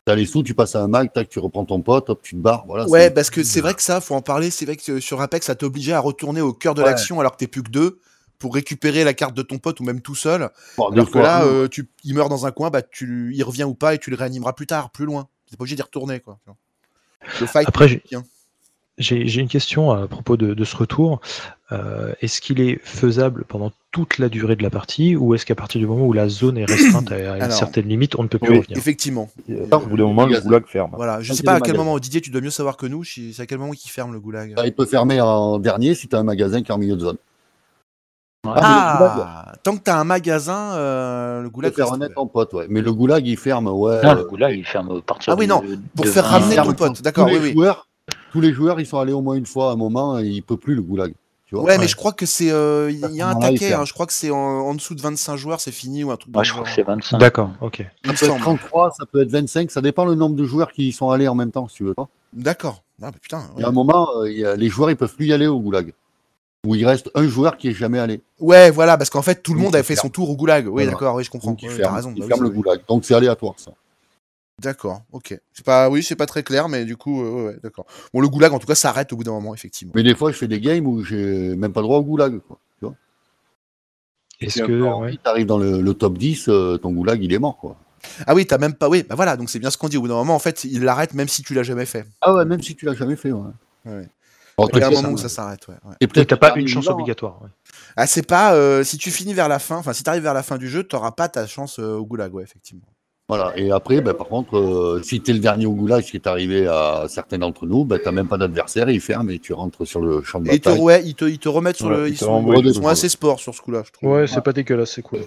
Speaker 8: t'as les sous, tu passes à un mag, tac, tu reprends ton pote, hop, tu te barres. Voilà.
Speaker 2: Ouais,
Speaker 8: Ah,
Speaker 2: bah,
Speaker 8: c'est-
Speaker 2: parce que c'est vrai que ça, faut en parler. C'est vrai que euh, sur Apex, ça t'obligeait à retourner au cœur de
Speaker 8: Ouais.
Speaker 2: l'action alors que t'es plus que deux pour récupérer la carte de ton pote ou même tout seul.
Speaker 8: Bon,
Speaker 2: Alors
Speaker 8: des
Speaker 2: que
Speaker 8: fois,
Speaker 2: là,
Speaker 8: non.
Speaker 2: euh, tu, il meurt dans un coin, bah tu, il revient ou pas et tu le réanimeras plus tard, plus loin. T'es pas obligé d'y retourner quoi. Le fight. hein.
Speaker 9: Après j'ai-
Speaker 2: Tiens.
Speaker 9: J'ai j'ai une question à propos de, de ce retour. Euh, est-ce qu'il est faisable pendant toute la durée de la partie ou est-ce qu'à partir du moment où la zone est restreinte à à une
Speaker 2: Alors,
Speaker 9: certaine limite, on ne peut plus
Speaker 2: oui,
Speaker 9: revenir
Speaker 2: Effectivement.
Speaker 1: Au bout d'un moment, le goulag ferme.
Speaker 2: Voilà, je
Speaker 8: Un
Speaker 2: sais pas à
Speaker 8: magasin.
Speaker 2: quel moment, Didier, tu dois mieux savoir que nous, je- c'est à quel moment qu'il ferme le goulag.
Speaker 8: Bah, il peut fermer en dernier si tu as un magasin qui est en milieu de zone.
Speaker 2: Ah, tant que t'as un magasin, euh, le goulag.
Speaker 8: euh, faire
Speaker 2: reste
Speaker 8: honnête en pote, ouais. Mais le goulag, il ferme, ouais.
Speaker 10: Non,
Speaker 8: euh,
Speaker 10: le goulag, il ferme au partir
Speaker 2: Ah oui,
Speaker 10: de-
Speaker 2: non,
Speaker 10: de-
Speaker 2: pour
Speaker 10: de
Speaker 2: Ah. faire
Speaker 10: vingt-
Speaker 2: ramener
Speaker 8: ferme
Speaker 2: ton
Speaker 8: quand
Speaker 2: pote, d'accord,
Speaker 8: Tous les
Speaker 2: oui, oui.
Speaker 8: joueurs, tous les joueurs, ils sont allés au moins une fois à un moment, et il peut plus le goulag. Tu vois
Speaker 2: Ouais, mais je crois que c'est. euh, Il y a un
Speaker 8: Voilà, il
Speaker 2: taquet,
Speaker 8: ferme.
Speaker 2: hein, je crois que c'est en, en dessous de 25 joueurs, c'est fini ou un truc.
Speaker 10: Ouais,
Speaker 2: dans
Speaker 10: je
Speaker 2: le
Speaker 10: crois que
Speaker 2: genre.
Speaker 10: c'est 25.
Speaker 9: D'accord, ok.
Speaker 2: Il me
Speaker 8: Ça peut être
Speaker 2: semble.
Speaker 8: 33, ça peut être 25, ça dépend le nombre de joueurs qui y sont allés en même temps, si tu veux. pas.
Speaker 2: D'accord. Ah, bah, putain.
Speaker 8: Il
Speaker 2: ouais.
Speaker 8: y a un moment, euh, il y a- les joueurs, ils peuvent plus y aller au goulag. Où il reste un joueur qui est jamais allé.
Speaker 2: Ouais, voilà, parce qu'en fait, tout le
Speaker 8: Donc,
Speaker 2: monde a
Speaker 8: il
Speaker 2: fait son
Speaker 8: ferme.
Speaker 2: tour au goulag. Oui,
Speaker 8: Voilà.
Speaker 2: d'accord, oui, je comprends.
Speaker 8: Donc, il
Speaker 2: Ouais, T'as
Speaker 8: ferme,
Speaker 2: raison.
Speaker 8: il
Speaker 2: bah oui,
Speaker 8: ferme
Speaker 2: oui,
Speaker 8: le goulag. Donc, c'est aléatoire, ça.
Speaker 2: D'accord, ok. C'est pas, oui, c'est pas très clair, mais du coup, euh, ouais, ouais, d'accord. Bon, le goulag, en tout cas, s'arrête au bout d'un moment, effectivement.
Speaker 8: Mais des fois, je fais des games où j'ai même pas le droit au goulag. Quoi, tu vois
Speaker 9: Est-ce
Speaker 8: Si
Speaker 9: que
Speaker 8: encore,
Speaker 9: ouais.
Speaker 8: si t'arrives dans le, le top 10, euh, ton goulag, il est mort, quoi.
Speaker 2: Ah oui, t'as même pas, oui, bah voilà, donc c'est bien ce qu'on dit. Au bout d'un moment, en fait, il l'arrête même si tu l'as jamais fait.
Speaker 8: Ah ouais, même si tu l'as jamais fait, ouais.
Speaker 2: Ouais.
Speaker 8: Alors,
Speaker 2: Il y a un
Speaker 8: t'es-
Speaker 2: moment où ça s'arrête, ouais. ouais.
Speaker 8: t'es
Speaker 9: Oui,
Speaker 8: peut-être
Speaker 9: t'as pas
Speaker 8: dernier
Speaker 9: une chance
Speaker 8: vivant,
Speaker 9: obligatoire ouais.
Speaker 2: Ah, c'est pas, euh, si tu finis vers la fin, enfin, si t'arrives vers la fin du jeu, t'auras pas ta chance euh, au goulag, ouais, effectivement.
Speaker 8: Voilà. Et après, ben, par contre, euh, si t'es le dernier au goulag qui est arrivé à certains d'entre nous, ben, t'as même pas d'adversaire, il ferme et tu rentres sur le champ de
Speaker 2: Et ils te,
Speaker 8: bataille.
Speaker 2: ouais, ils te, ils te remettent sur
Speaker 1: Bah, Ouais,
Speaker 2: le,
Speaker 1: ils
Speaker 2: ils
Speaker 1: te
Speaker 2: sont,
Speaker 1: renvoient
Speaker 2: ils
Speaker 8: de
Speaker 2: sont
Speaker 8: nouveau.
Speaker 2: assez sport sur ce coup-là, je trouve.
Speaker 9: c'est pas dégueulasse, c'est cool.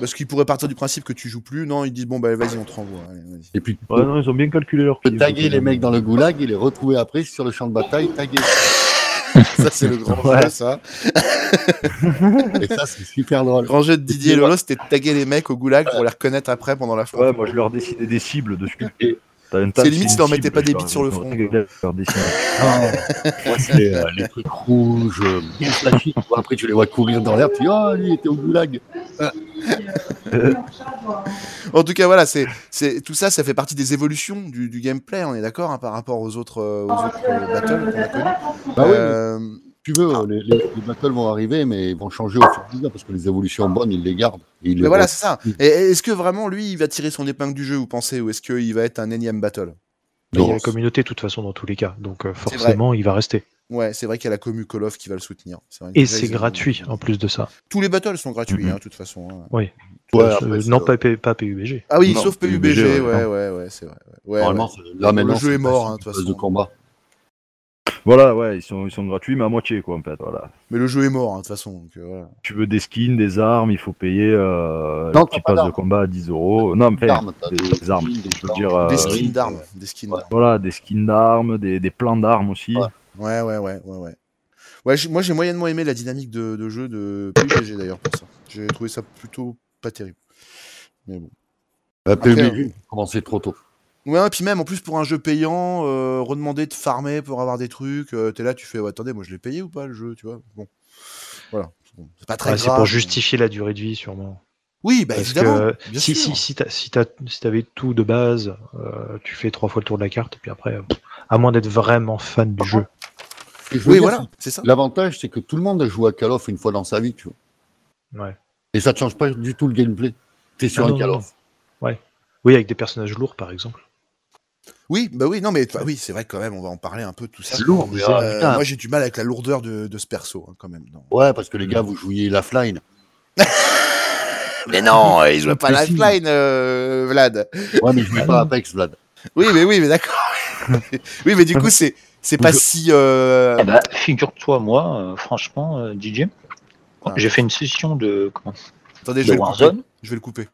Speaker 2: Parce qu'ils pourraient partir du principe que tu joues plus. Non, ils disent, bon, bah, vas-y, on te renvoie. allez, vas-y.
Speaker 8: Et puis, tu
Speaker 1: Ouais, non, ils ont bien calculé leur
Speaker 8: peux taguer les mecs dans le goulag et les retrouver après sur le champ de bataille, taguer.
Speaker 2: ça, c'est le grand jeu, ça.
Speaker 8: et ça, c'est super drôle.
Speaker 2: Grand jeu de Didier et Lolo, c'était de taguer les mecs au goulag pour les reconnaître après pendant la
Speaker 1: Ouais,
Speaker 2: frontière.
Speaker 1: moi je leur dessinais des cibles de sculpter. T'as une
Speaker 2: C'est
Speaker 1: table,
Speaker 2: limite
Speaker 1: une
Speaker 2: si t'en mettais
Speaker 1: cible,
Speaker 2: pas des
Speaker 1: je leur-
Speaker 2: bites sur le
Speaker 1: je leur-
Speaker 2: front.
Speaker 1: je leur dessinais.
Speaker 2: Ah.
Speaker 8: Moi, c'est euh, Ah, les trucs rouges, euh, bien flashy. tu vois. Après, tu les vois courir dans l'air, tu dis, oh, lui, il était au goulag.
Speaker 2: En tout cas, voilà, c'est, c'est, tout ça, ça fait partie des évolutions du, du gameplay, on est d'accord, hein, par rapport aux autres, euh, aux autres euh, battles qu'on a connus.
Speaker 1: Ah
Speaker 8: Bah oui,
Speaker 2: Euh,
Speaker 8: Tu veux, les, les- les battles vont arriver, mais ils vont changer au fur et à mesure parce que les évolutions bonnes, ils les gardent. Ils
Speaker 2: mais
Speaker 8: les
Speaker 2: voilà,
Speaker 8: refont.
Speaker 2: c'est ça. Et est-ce que vraiment, lui, il va tirer son épingle du jeu, vous pensez, ou est-ce qu'il va être un énième battle
Speaker 9: Mais il y a
Speaker 8: Non.
Speaker 9: la communauté de toute façon dans tous les cas, donc euh,
Speaker 2: C'est vrai.
Speaker 9: forcément il va rester.
Speaker 2: Ouais, c'est vrai qu'il y a la commu Call of qui va le soutenir. C'est vrai que
Speaker 9: Et
Speaker 2: déjà,
Speaker 9: c'est
Speaker 2: ils ont-
Speaker 9: gratuit en plus de ça.
Speaker 2: Tous les battles sont gratuits,
Speaker 1: Mhm.
Speaker 2: hein, de toute façon. hein.
Speaker 8: Ouais,
Speaker 9: Euh,
Speaker 8: après, c'est-
Speaker 9: non, pas, P- pas PUBG.
Speaker 2: Ah oui,
Speaker 1: Non,
Speaker 2: sauf PUBG, ouais, ouais, ouais, c'est vrai. Ouais, ouais.
Speaker 8: Normalement, c'est- là,
Speaker 2: Le
Speaker 8: maintenant,
Speaker 2: jeu est
Speaker 8: c'est
Speaker 2: mort, hein, de
Speaker 8: une
Speaker 2: toute
Speaker 8: phase de
Speaker 2: façon.
Speaker 8: combat.
Speaker 1: Voilà, ouais, ils sont, ils sont gratuits, mais à moitié quoi en fait. Voilà.
Speaker 2: Mais le jeu est mort, hein, de toute façon. donc, euh, voilà.
Speaker 1: Tu veux des skins, des armes, il faut payer euh,
Speaker 8: Non,
Speaker 1: la
Speaker 8: t'as
Speaker 1: petite
Speaker 8: pas
Speaker 1: passe de
Speaker 8: d'armes.
Speaker 1: combat à 10 euros. Non, mais enfin,
Speaker 8: Armes, t'as
Speaker 1: des, des armes.
Speaker 8: skins, des
Speaker 1: Je veux
Speaker 8: armes.
Speaker 1: dire, euh,
Speaker 2: des skins d'armes. Des skins
Speaker 8: Ouais.
Speaker 2: d'armes.
Speaker 1: voilà, des skins d'armes, des, des plans d'armes aussi.
Speaker 8: Ouais.
Speaker 2: Ouais, ouais, ouais, ouais, ouais. Ouais, j'ai- moi j'ai moyennement aimé la dynamique de, de jeu de PUBG d'ailleurs pour ça. J'ai trouvé ça plutôt pas terrible. Mais bon.
Speaker 8: Euh,
Speaker 2: Après,
Speaker 8: PUBG, commencé trop tôt.
Speaker 2: Ouais, et puis même en plus pour un jeu payant, euh, redemander de farmer pour avoir des trucs, euh, t'es là, tu fais, ouais, attendez, moi je l'ai payé ou pas le jeu, tu vois Bon, voilà. Bon, C'est pas très
Speaker 9: Ouais,
Speaker 2: grave.
Speaker 9: Ah, c'est pour
Speaker 2: mais-
Speaker 9: justifier la durée de vie sûrement.
Speaker 2: Oui, bah
Speaker 9: Parce
Speaker 2: évidemment.
Speaker 9: que
Speaker 2: bien
Speaker 9: si,
Speaker 2: sûr.
Speaker 9: si, si, t'as- si, t'as- si t'avais tout de base, euh, tu fais trois fois le tour de la carte, et puis après, euh, à moins d'être vraiment fan du jeu.
Speaker 8: Et je veux
Speaker 2: Oui,
Speaker 8: dire,
Speaker 2: voilà, c'est ça.
Speaker 8: L'avantage, c'est que tout le monde a joué à Call of une fois dans sa vie, tu vois.
Speaker 9: Ouais.
Speaker 8: Et ça ne change pas du tout le gameplay. T'es sur
Speaker 9: Ah,
Speaker 8: un
Speaker 9: non,
Speaker 8: Call
Speaker 9: non,
Speaker 8: of.
Speaker 9: Oui, avec des personnages lourds, par exemple.
Speaker 2: Oui, bah oui, non, mais bah oui, c'est vrai que quand même, on va en parler un peu de tout ça.
Speaker 8: Lourd, mais, ah,
Speaker 2: Euh,
Speaker 8: putain.
Speaker 2: moi j'ai du mal avec la lourdeur de, de ce perso, hein, quand même. Non.
Speaker 8: Ouais, parce que les gars, vous jouiez la flyne.
Speaker 2: Mais non, euh, il joue pas à
Speaker 8: Mais si.
Speaker 2: Lifeline, euh, Vlad.
Speaker 8: Ouais, mais je jouais pas à Apex, Vlad.
Speaker 2: Oui, mais oui, mais d'accord. oui, mais du coup, c'est c'est pas si. euh,
Speaker 10: Eh ben, figure-toi, moi, euh, franchement, euh, DJ,
Speaker 2: Ah.
Speaker 10: j'ai fait une session de, comment,
Speaker 2: Attendez, je
Speaker 10: de
Speaker 2: vais, le couper.
Speaker 10: Warzone,
Speaker 2: je vais le couper.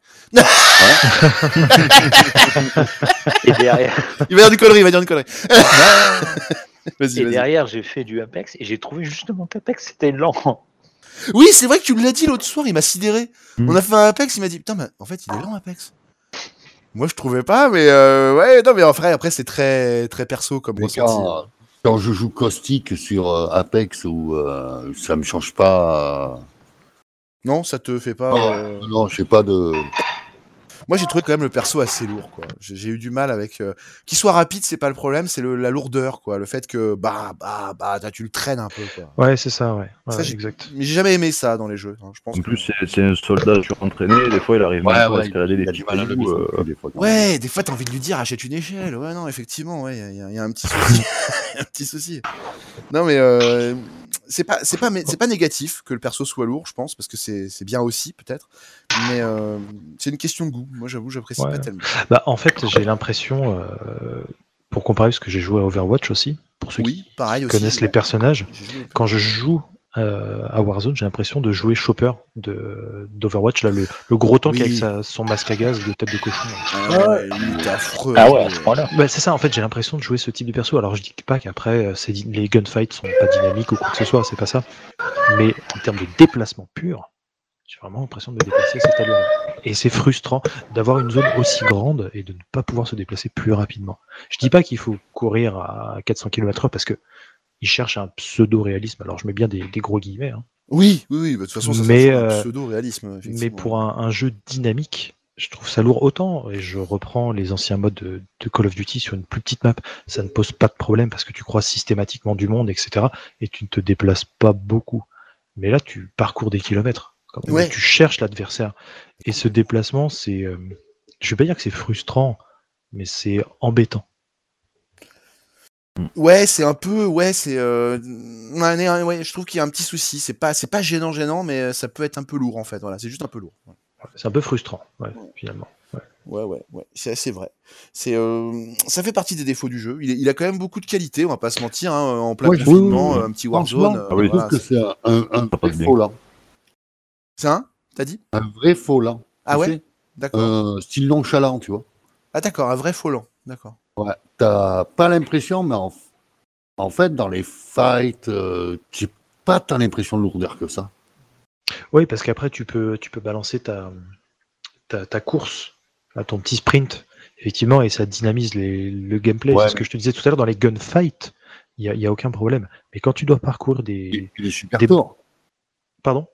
Speaker 10: et derrière,
Speaker 2: Il va dire une connerie, il va dire une connerie.
Speaker 10: et
Speaker 2: Vas-y, vas-y.
Speaker 10: derrière j'ai fait du Apex, et j'ai trouvé justement qu'Apex c'était lent.
Speaker 2: Oui, c'est vrai que tu me l'as dit l'autre soir, il m'a sidéré.
Speaker 1: Hmm.
Speaker 2: On a fait un Apex, il m'a dit Putain, mais en fait, il est lent, Apex. Moi, je trouvais pas, mais euh, ouais, non, mais en vrai, après, c'est très, très perso comme
Speaker 8: Mais
Speaker 2: ressenti. hein.
Speaker 8: quand, euh, quand je joue caustique sur euh, Apex, ou euh, ça me change pas. euh,
Speaker 2: Non, ça te fait pas. euh,
Speaker 8: Non, je sais pas de.
Speaker 2: Moi, j'ai trouvé quand même le perso assez lourd, quoi. J'ai j'ai eu du mal avec. euh, Qu'il soit rapide, c'est pas le problème, c'est le- la lourdeur, quoi. Le fait que, bah, bah, bah, t'as- tu le traînes un peu, quoi.
Speaker 9: Ouais, c'est ça, ouais.
Speaker 2: Ça,
Speaker 9: Ouais,
Speaker 2: j'ai-
Speaker 9: exact.
Speaker 2: Mais j'ai jamais aimé ça dans les jeux. hein, je pense.
Speaker 1: En plus, c'est- c'est un soldat surentraîné. Des fois, il arrive
Speaker 2: Ouais,
Speaker 1: même pas
Speaker 2: ouais,
Speaker 1: à escalader des
Speaker 8: a
Speaker 1: petits
Speaker 8: du mal à
Speaker 1: cailloux,
Speaker 8: lever son
Speaker 1: euh,
Speaker 2: Ouais, des fois, t'as envie de lui dire, achète une échelle. Ouais, non, effectivement, ouais, il y, a- y a un petit souci. Y a un petit souci. Non, mais euh, c'est pas, c'est pas, mais c'est pas négatif que le perso soit lourd, je pense, parce que c'est c'est bien aussi, peut-être. Mais euh, c'est une question de goût. Moi, j'avoue, j'apprécie
Speaker 9: Ouais.
Speaker 2: pas tellement.
Speaker 9: Bah, en fait, j'ai l'impression, euh, pour comparer, parce que j'ai joué à Overwatch aussi, pour ceux qui
Speaker 2: pareil aussi,
Speaker 9: connaissent
Speaker 2: ouais.
Speaker 9: les personnages,
Speaker 2: J'ai joué au-
Speaker 9: quand je joue euh, à Warzone, j'ai l'impression de jouer Chopper de- d'Overwatch, là, le, le gros tank
Speaker 2: Oui.
Speaker 9: avec sa- son masque à gaz de tête de cochon.
Speaker 2: Ah ouais, lui, il est affreux.
Speaker 10: Ah
Speaker 9: Bah, c'est ça, en fait, j'ai l'impression de jouer ce type de perso. Alors, je dis pas qu'après, euh, c'est di- les gunfights sont pas dynamiques ou quoi que ce soit, c'est pas ça. Mais en termes de déplacement pur, j'ai vraiment l'impression de me déplacer à cette allure Et c'est frustrant d'avoir une zone aussi grande et de ne pas pouvoir se déplacer plus rapidement. Je dis pas qu'il faut courir à 400 km/h parce que ils cherchent un pseudo-réalisme. Alors, je mets bien des, des gros guillemets. hein.
Speaker 2: Oui, oui, oui, bah, de toute façon, ça,
Speaker 9: Mais,
Speaker 2: c'est
Speaker 9: euh,
Speaker 2: un pseudo-réalisme.
Speaker 9: Mais pour un, un jeu dynamique, je trouve ça lourd autant. Et je reprends les anciens modes de, de Call of Duty sur une plus petite map. Ça ne pose pas de problème parce que tu croises systématiquement du monde, etc. Et tu ne te déplaces pas beaucoup. Mais là, tu parcours des kilomètres. Quand même,
Speaker 2: Ouais.
Speaker 9: Tu cherches l'adversaire. Et ce déplacement, c'est. euh, je vais pas dire que c'est frustrant, mais c'est embêtant.
Speaker 2: Ouais, c'est un peu, ouais, c'est, euh, ouais, ouais, ouais, je trouve qu'il y a un petit souci. C'est pas, c'est pas gênant, gênant, mais euh, ça peut être un peu lourd en fait. Voilà, c'est juste un peu lourd.
Speaker 9: C'est un peu frustrant, ouais, finalement. Ouais.
Speaker 2: Ouais, ouais, ouais, c'est assez vrai. C'est, euh, ça fait partie des défauts du jeu. Il, est- il a quand même beaucoup de qualité, on va pas se mentir. hein, en plein
Speaker 8: Ouais, je-
Speaker 2: confinement,
Speaker 8: oui,
Speaker 2: un petit
Speaker 8: franchement,
Speaker 2: Warzone. euh,
Speaker 8: Ah oui. je trouve que
Speaker 2: c'est-
Speaker 8: c'est un, un, un vrai
Speaker 2: bien.
Speaker 8: faux là.
Speaker 2: C'est un T'as dit
Speaker 8: Un vrai faux là.
Speaker 2: Ah
Speaker 8: Tu
Speaker 2: ouais
Speaker 8: sais
Speaker 2: D'accord.
Speaker 8: Euh, Style nonchalant, tu vois.
Speaker 2: Ah d'accord, un vrai Folan. D'accord.
Speaker 8: Ouais, t'as pas l'impression, mais en, en fait, dans les fights, euh, j'ai pas tant l'impression de lourdeur que ça.
Speaker 9: Oui, parce qu'après, tu peux, tu peux balancer ta, ta, ta course, là, ton petit sprint, effectivement, et ça dynamise les- le gameplay.
Speaker 8: Ouais,
Speaker 9: c'est ce
Speaker 8: mais-
Speaker 9: que je te disais tout à l'heure, dans les gunfights, il n'y a, il y a aucun problème. Mais quand tu dois parcourir des...
Speaker 8: Il est super
Speaker 9: des-
Speaker 8: fort.
Speaker 9: Pardon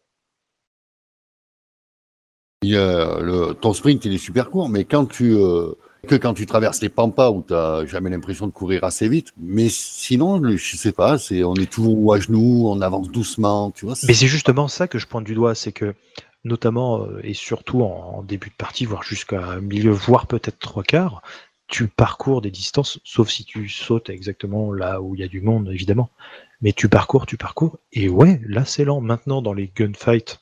Speaker 8: Il, euh, le, ton sprint, il est super court, mais quand tu, euh, que quand tu traverses les pampas où tu n'as jamais l'impression de courir assez vite, mais sinon, le- je sais pas, c'est on est toujours à genoux, on avance doucement, tu vois.
Speaker 9: Mais c'est justement ça que je pointe du doigt, c'est que notamment euh, et surtout en, en début de partie, voire jusqu'à milieu, voire peut-être trois quarts, tu parcours des distances, sauf si tu sautes exactement là où il y a du monde, évidemment. Mais tu parcours, tu parcours, et ouais, là c'est lent. Maintenant, dans les gunfights,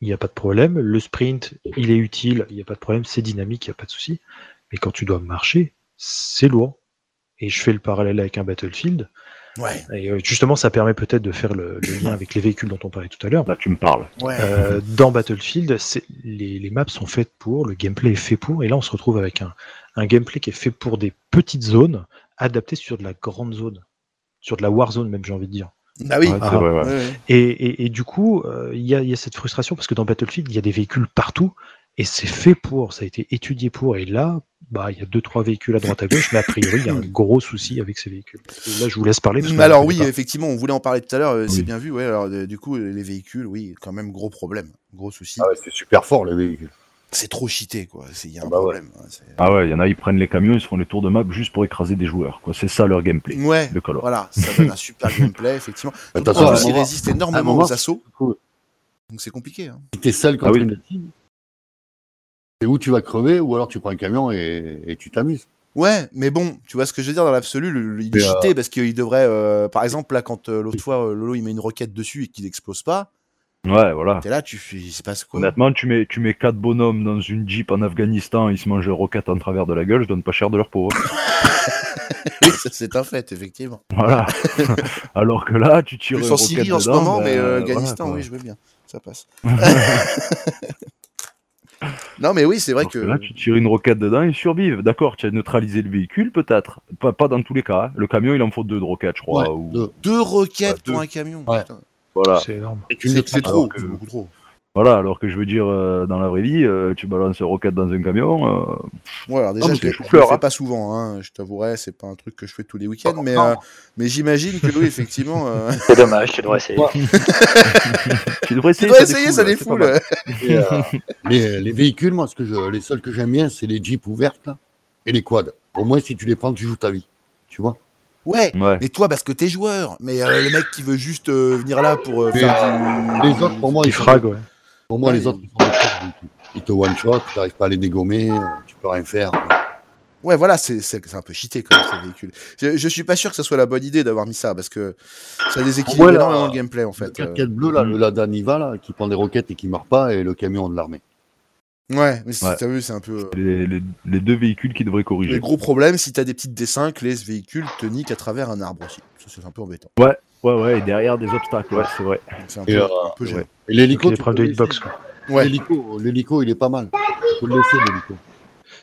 Speaker 9: il n'y a pas de problème. Le sprint, il est utile, il n'y a pas de problème, c'est dynamique, il n'y a pas de souci. Mais quand tu dois marcher, c'est lourd. Et je fais le parallèle avec un Battlefield.
Speaker 2: Ouais.
Speaker 9: Et euh, justement, ça permet peut-être de faire le, le lien avec les véhicules dont on parlait tout à l'heure.
Speaker 1: Là, tu me parles.
Speaker 2: Ouais.
Speaker 9: Euh, dans Battlefield, c'est- les, les maps sont faites pour, le gameplay est fait pour, et là on se retrouve avec un, un gameplay qui est fait pour des petites zones, adaptées sur de la grande zone, sur de la warzone même j'ai envie de dire.
Speaker 2: Bah oui.
Speaker 9: Ah
Speaker 1: Ouais, c'est vrai, ouais.
Speaker 9: Et, et- et du coup, euh, il y, a, il y a cette frustration parce que dans Battlefield, il y a des véhicules partout et c'est fait pour, ça a été étudié pour. Et là, bah, il y a deux trois véhicules à droite à gauche, mais a priori, il y a un gros souci avec ces véhicules. Et là, je vous laisse parler. parce que je
Speaker 2: Mm, Alors
Speaker 9: ne
Speaker 2: oui,
Speaker 9: connais pas.
Speaker 2: effectivement, on voulait en parler tout à l'heure. euh, C'est bien vu. Ouais. Alors euh, du coup, euh, les véhicules, oui, quand même gros problème, gros souci.
Speaker 8: Ah ouais, c'est super fort, le véhicule.
Speaker 2: C'est trop cheaté, quoi. C'est- Il y a un
Speaker 8: bah ouais.
Speaker 2: problème. hein, c'est-
Speaker 1: Ah ouais, il y en a, ils prennent les camions, ils se font les tours de map juste pour écraser des joueurs. quoi. C'est ça leur gameplay.
Speaker 2: Ouais,
Speaker 1: de Call of.
Speaker 2: voilà, ça donne un super gameplay, effectivement.
Speaker 8: Bah, De toute
Speaker 2: Surtout
Speaker 8: façon,
Speaker 2: qu'en
Speaker 8: à un
Speaker 2: plus, il
Speaker 8: moment-
Speaker 2: résiste
Speaker 8: à un
Speaker 2: énormément
Speaker 8: moment,
Speaker 2: aux assauts, donc c'est compliqué. hein.
Speaker 8: Si t'es seul
Speaker 1: Ah
Speaker 8: contre
Speaker 1: oui.
Speaker 8: une team, c'est où tu vas crever, ou alors tu prends un camion et, et tu t'amuses.
Speaker 2: Ouais, mais bon, tu vois ce que je veux dire dans l'absolu, le- le- il est
Speaker 8: Mais, euh,
Speaker 2: cheaté parce qu'il devrait, euh, par exemple, là, quand euh, l'autre fois euh, Lolo il met une roquette dessus et qu'il n'explose pas,
Speaker 1: Ouais, voilà.
Speaker 2: t'es là, tu fais, il se passe quoi
Speaker 1: Honnêtement, tu mets, tu mets quatre bonhommes dans une Jeep en Afghanistan, ils se mangent roquette en travers de la gueule, je donne pas cher de leur peau. hein.
Speaker 2: Oui, ça, c'est un fait, effectivement.
Speaker 1: voilà. Alors que là, tu tires
Speaker 2: Plus
Speaker 1: une
Speaker 2: en
Speaker 1: roquette
Speaker 2: Syrie en ce
Speaker 1: dedans,
Speaker 2: moment,
Speaker 1: ben,
Speaker 2: mais euh,
Speaker 1: voilà,
Speaker 2: Afghanistan,
Speaker 1: quoi.
Speaker 2: oui, je veux bien, ça passe. non, mais oui, c'est vrai
Speaker 1: Parce
Speaker 2: que.
Speaker 1: que là, tu tires une roquette dedans, ils survivent. D'accord, tu as neutralisé le véhicule, peut-être. Pas, pas dans tous les cas. hein. Le camion, il en faut deux de roquettes, je crois.
Speaker 8: Ouais,
Speaker 1: ou-
Speaker 8: deux.
Speaker 2: Deux roquettes
Speaker 1: deux.
Speaker 2: pour un camion,
Speaker 8: Bah, Ouais.
Speaker 2: putain.
Speaker 1: Voilà.
Speaker 9: C'est énorme.
Speaker 8: Et tu ne
Speaker 2: C'est
Speaker 8: le
Speaker 2: c'est
Speaker 8: prends pas.
Speaker 2: trop,
Speaker 1: que-
Speaker 2: c'est beaucoup trop.
Speaker 1: Voilà, alors que je veux dire, euh, dans la vraie vie, euh, tu balances Rocket dans un camion. euh,
Speaker 2: Ouais, alors déjà,
Speaker 1: mais
Speaker 2: je
Speaker 1: c'est
Speaker 2: ne le
Speaker 1: chou-fleur,
Speaker 2: fais
Speaker 1: hein.
Speaker 2: pas souvent, hein, je t'avouerai, c'est pas un truc que je fais tous les week-ends, mais,
Speaker 1: non.
Speaker 2: euh, mais j'imagine que oui, effectivement. euh,
Speaker 10: C'est dommage, tu devrais essayer.
Speaker 1: tu devrais
Speaker 2: Tu
Speaker 1: essayer,
Speaker 2: devrais
Speaker 1: ça
Speaker 2: essayer,
Speaker 1: défoule,
Speaker 2: ça
Speaker 1: c'est
Speaker 2: défoule.
Speaker 1: pas mal.
Speaker 8: Et, euh, les, les véhicules, moi, ce que je, les seuls que j'aime bien, c'est les jeeps ouvertes là, et les quads. Au moins, si tu les prends, tu joues ta vie. Tu vois
Speaker 2: Ouais,
Speaker 1: Ouais.
Speaker 2: mais toi, parce que t'es joueur, mais euh, le mec qui veut juste euh, venir là pour euh,
Speaker 8: Mais,
Speaker 2: faire du.
Speaker 8: Les autres, pour moi,
Speaker 9: Qui
Speaker 8: ils sont-
Speaker 9: frague, ouais.
Speaker 8: Pour moi,
Speaker 2: Ouais,
Speaker 8: les autres, ils sont des chefs du tout. Ils te one-shot, tu n'arrives pas à les dégommer, euh, tu peux rien faire.
Speaker 2: Ouais, voilà, c'est c'est- c'est un peu cheaté quand même, ces véhicules. Je, je suis pas sûr que ce soit la bonne idée d'avoir mis ça, parce que ça déséquilibre
Speaker 8: Ouais, là,
Speaker 2: énormément le gameplay, en
Speaker 8: Le
Speaker 2: fait. euh.
Speaker 8: 4 bleu, là, le Ladan Niva, là, qui prend des roquettes et qui meurt pas, et le camion de l'armée.
Speaker 2: Euh, Ouais, mais si
Speaker 1: Ouais.
Speaker 2: t'as vu, c'est un peu. euh,
Speaker 1: Les, les- les deux véhicules qui devraient
Speaker 2: Le
Speaker 1: corriger.
Speaker 2: gros problème, si t'as des petites dessins, que les véhicules te niquent à travers un arbre aussi. Ça, c'est un peu embêtant.
Speaker 1: Ouais, ouais, et derrière des obstacles, ouais, c'est vrai.
Speaker 2: C'est un peu,
Speaker 8: Et, euh,
Speaker 2: un peu gênant.
Speaker 8: Et l'hélico,
Speaker 9: Donc,
Speaker 8: tu
Speaker 9: l'épreuve
Speaker 8: peux
Speaker 9: de
Speaker 8: le laisser.
Speaker 9: hitbox. quoi.
Speaker 2: Ouais.
Speaker 8: L'hélico, l'hélico, il est pas mal. Tu peux le laisser, l'hélico.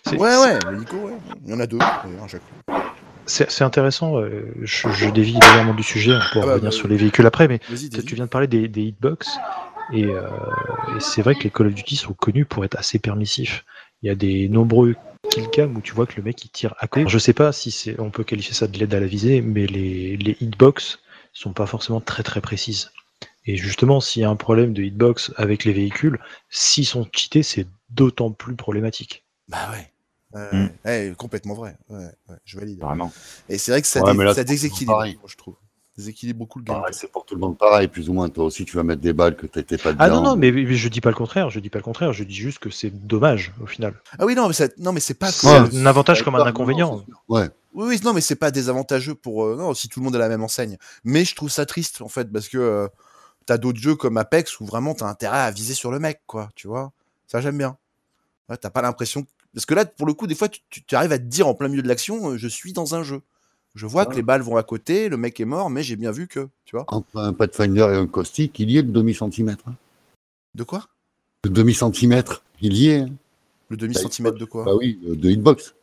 Speaker 9: C'est-
Speaker 2: Ouais, ouais, le Nico, ouais. Il y en a deux, d'ailleurs, à chaque fois.
Speaker 9: C'est c'est intéressant, euh, je, je dévie légèrement du sujet, on pourra
Speaker 2: Ah bah,
Speaker 9: revenir
Speaker 2: bah,
Speaker 9: sur les véhicules après, mais
Speaker 2: Vas-y,
Speaker 9: tu-
Speaker 2: vas-y.
Speaker 9: tu viens de parler des, des hitbox, et, euh, et c'est vrai que les Call of Duty sont connus pour être assez permissifs. Il y a des nombreux killcams où tu vois que le mec il tire à côté. Alors, je sais pas si c'est- on peut qualifier ça de l'aide à la visée, mais les, les hitbox sont pas forcément très très précises. Et justement, s'il y a un problème de hitbox avec les véhicules, s'ils sont cheatés, c'est d'autant plus problématique.
Speaker 2: Bah ouais. Euh,
Speaker 1: Mm.
Speaker 2: ouais, complètement vrai. Ouais, ouais, je valide.
Speaker 1: Vraiment.
Speaker 2: Et c'est vrai que ça,
Speaker 8: Ouais,
Speaker 2: dé-
Speaker 8: mais là,
Speaker 2: ça
Speaker 8: c'est
Speaker 2: déséquilibre,
Speaker 8: pareil.
Speaker 2: moi, je trouve. Déséquilibre beaucoup le game.
Speaker 8: Pareil, Bah, c'est pour tout le monde pareil, plus ou moins. Toi aussi, tu vas mettre des balles que t'étais pas dedans.
Speaker 9: Ah non, non, mais, mais je dis pas le contraire, je dis pas le contraire, je dis juste que c'est dommage au final.
Speaker 2: Ah oui, non, mais, ça- non, mais c'est pas.
Speaker 9: C'est
Speaker 2: que-
Speaker 9: un avantage
Speaker 8: Ouais,
Speaker 9: comme
Speaker 8: non,
Speaker 9: un
Speaker 8: non,
Speaker 9: inconvénient.
Speaker 8: c'est sûr. Ouais.
Speaker 2: Oui, oui, non, mais c'est pas désavantageux pour. euh, non, si tout le monde a la même enseigne. Mais je trouve ça triste, en fait, parce que euh, t'as d'autres jeux comme Apex où vraiment t'as intérêt à viser sur le mec, quoi. Tu vois Ça, j'aime bien. Ouais, t'as pas l'impression. que- Parce que là, pour le coup, des fois, tu, tu- tu arrives à te dire en plein milieu de l'action, euh, je suis dans un jeu. Je vois que les balles vont à côté, le mec est mort, mais j'ai bien vu que. Tu vois
Speaker 8: Entre un Pathfinder et un caustique, il y est le demi-centimètre. hein.
Speaker 2: De quoi
Speaker 8: Le demi-centimètre, il y est. hein.
Speaker 2: Le demi-centimètre de quoi
Speaker 8: Bah oui, euh, de hitbox.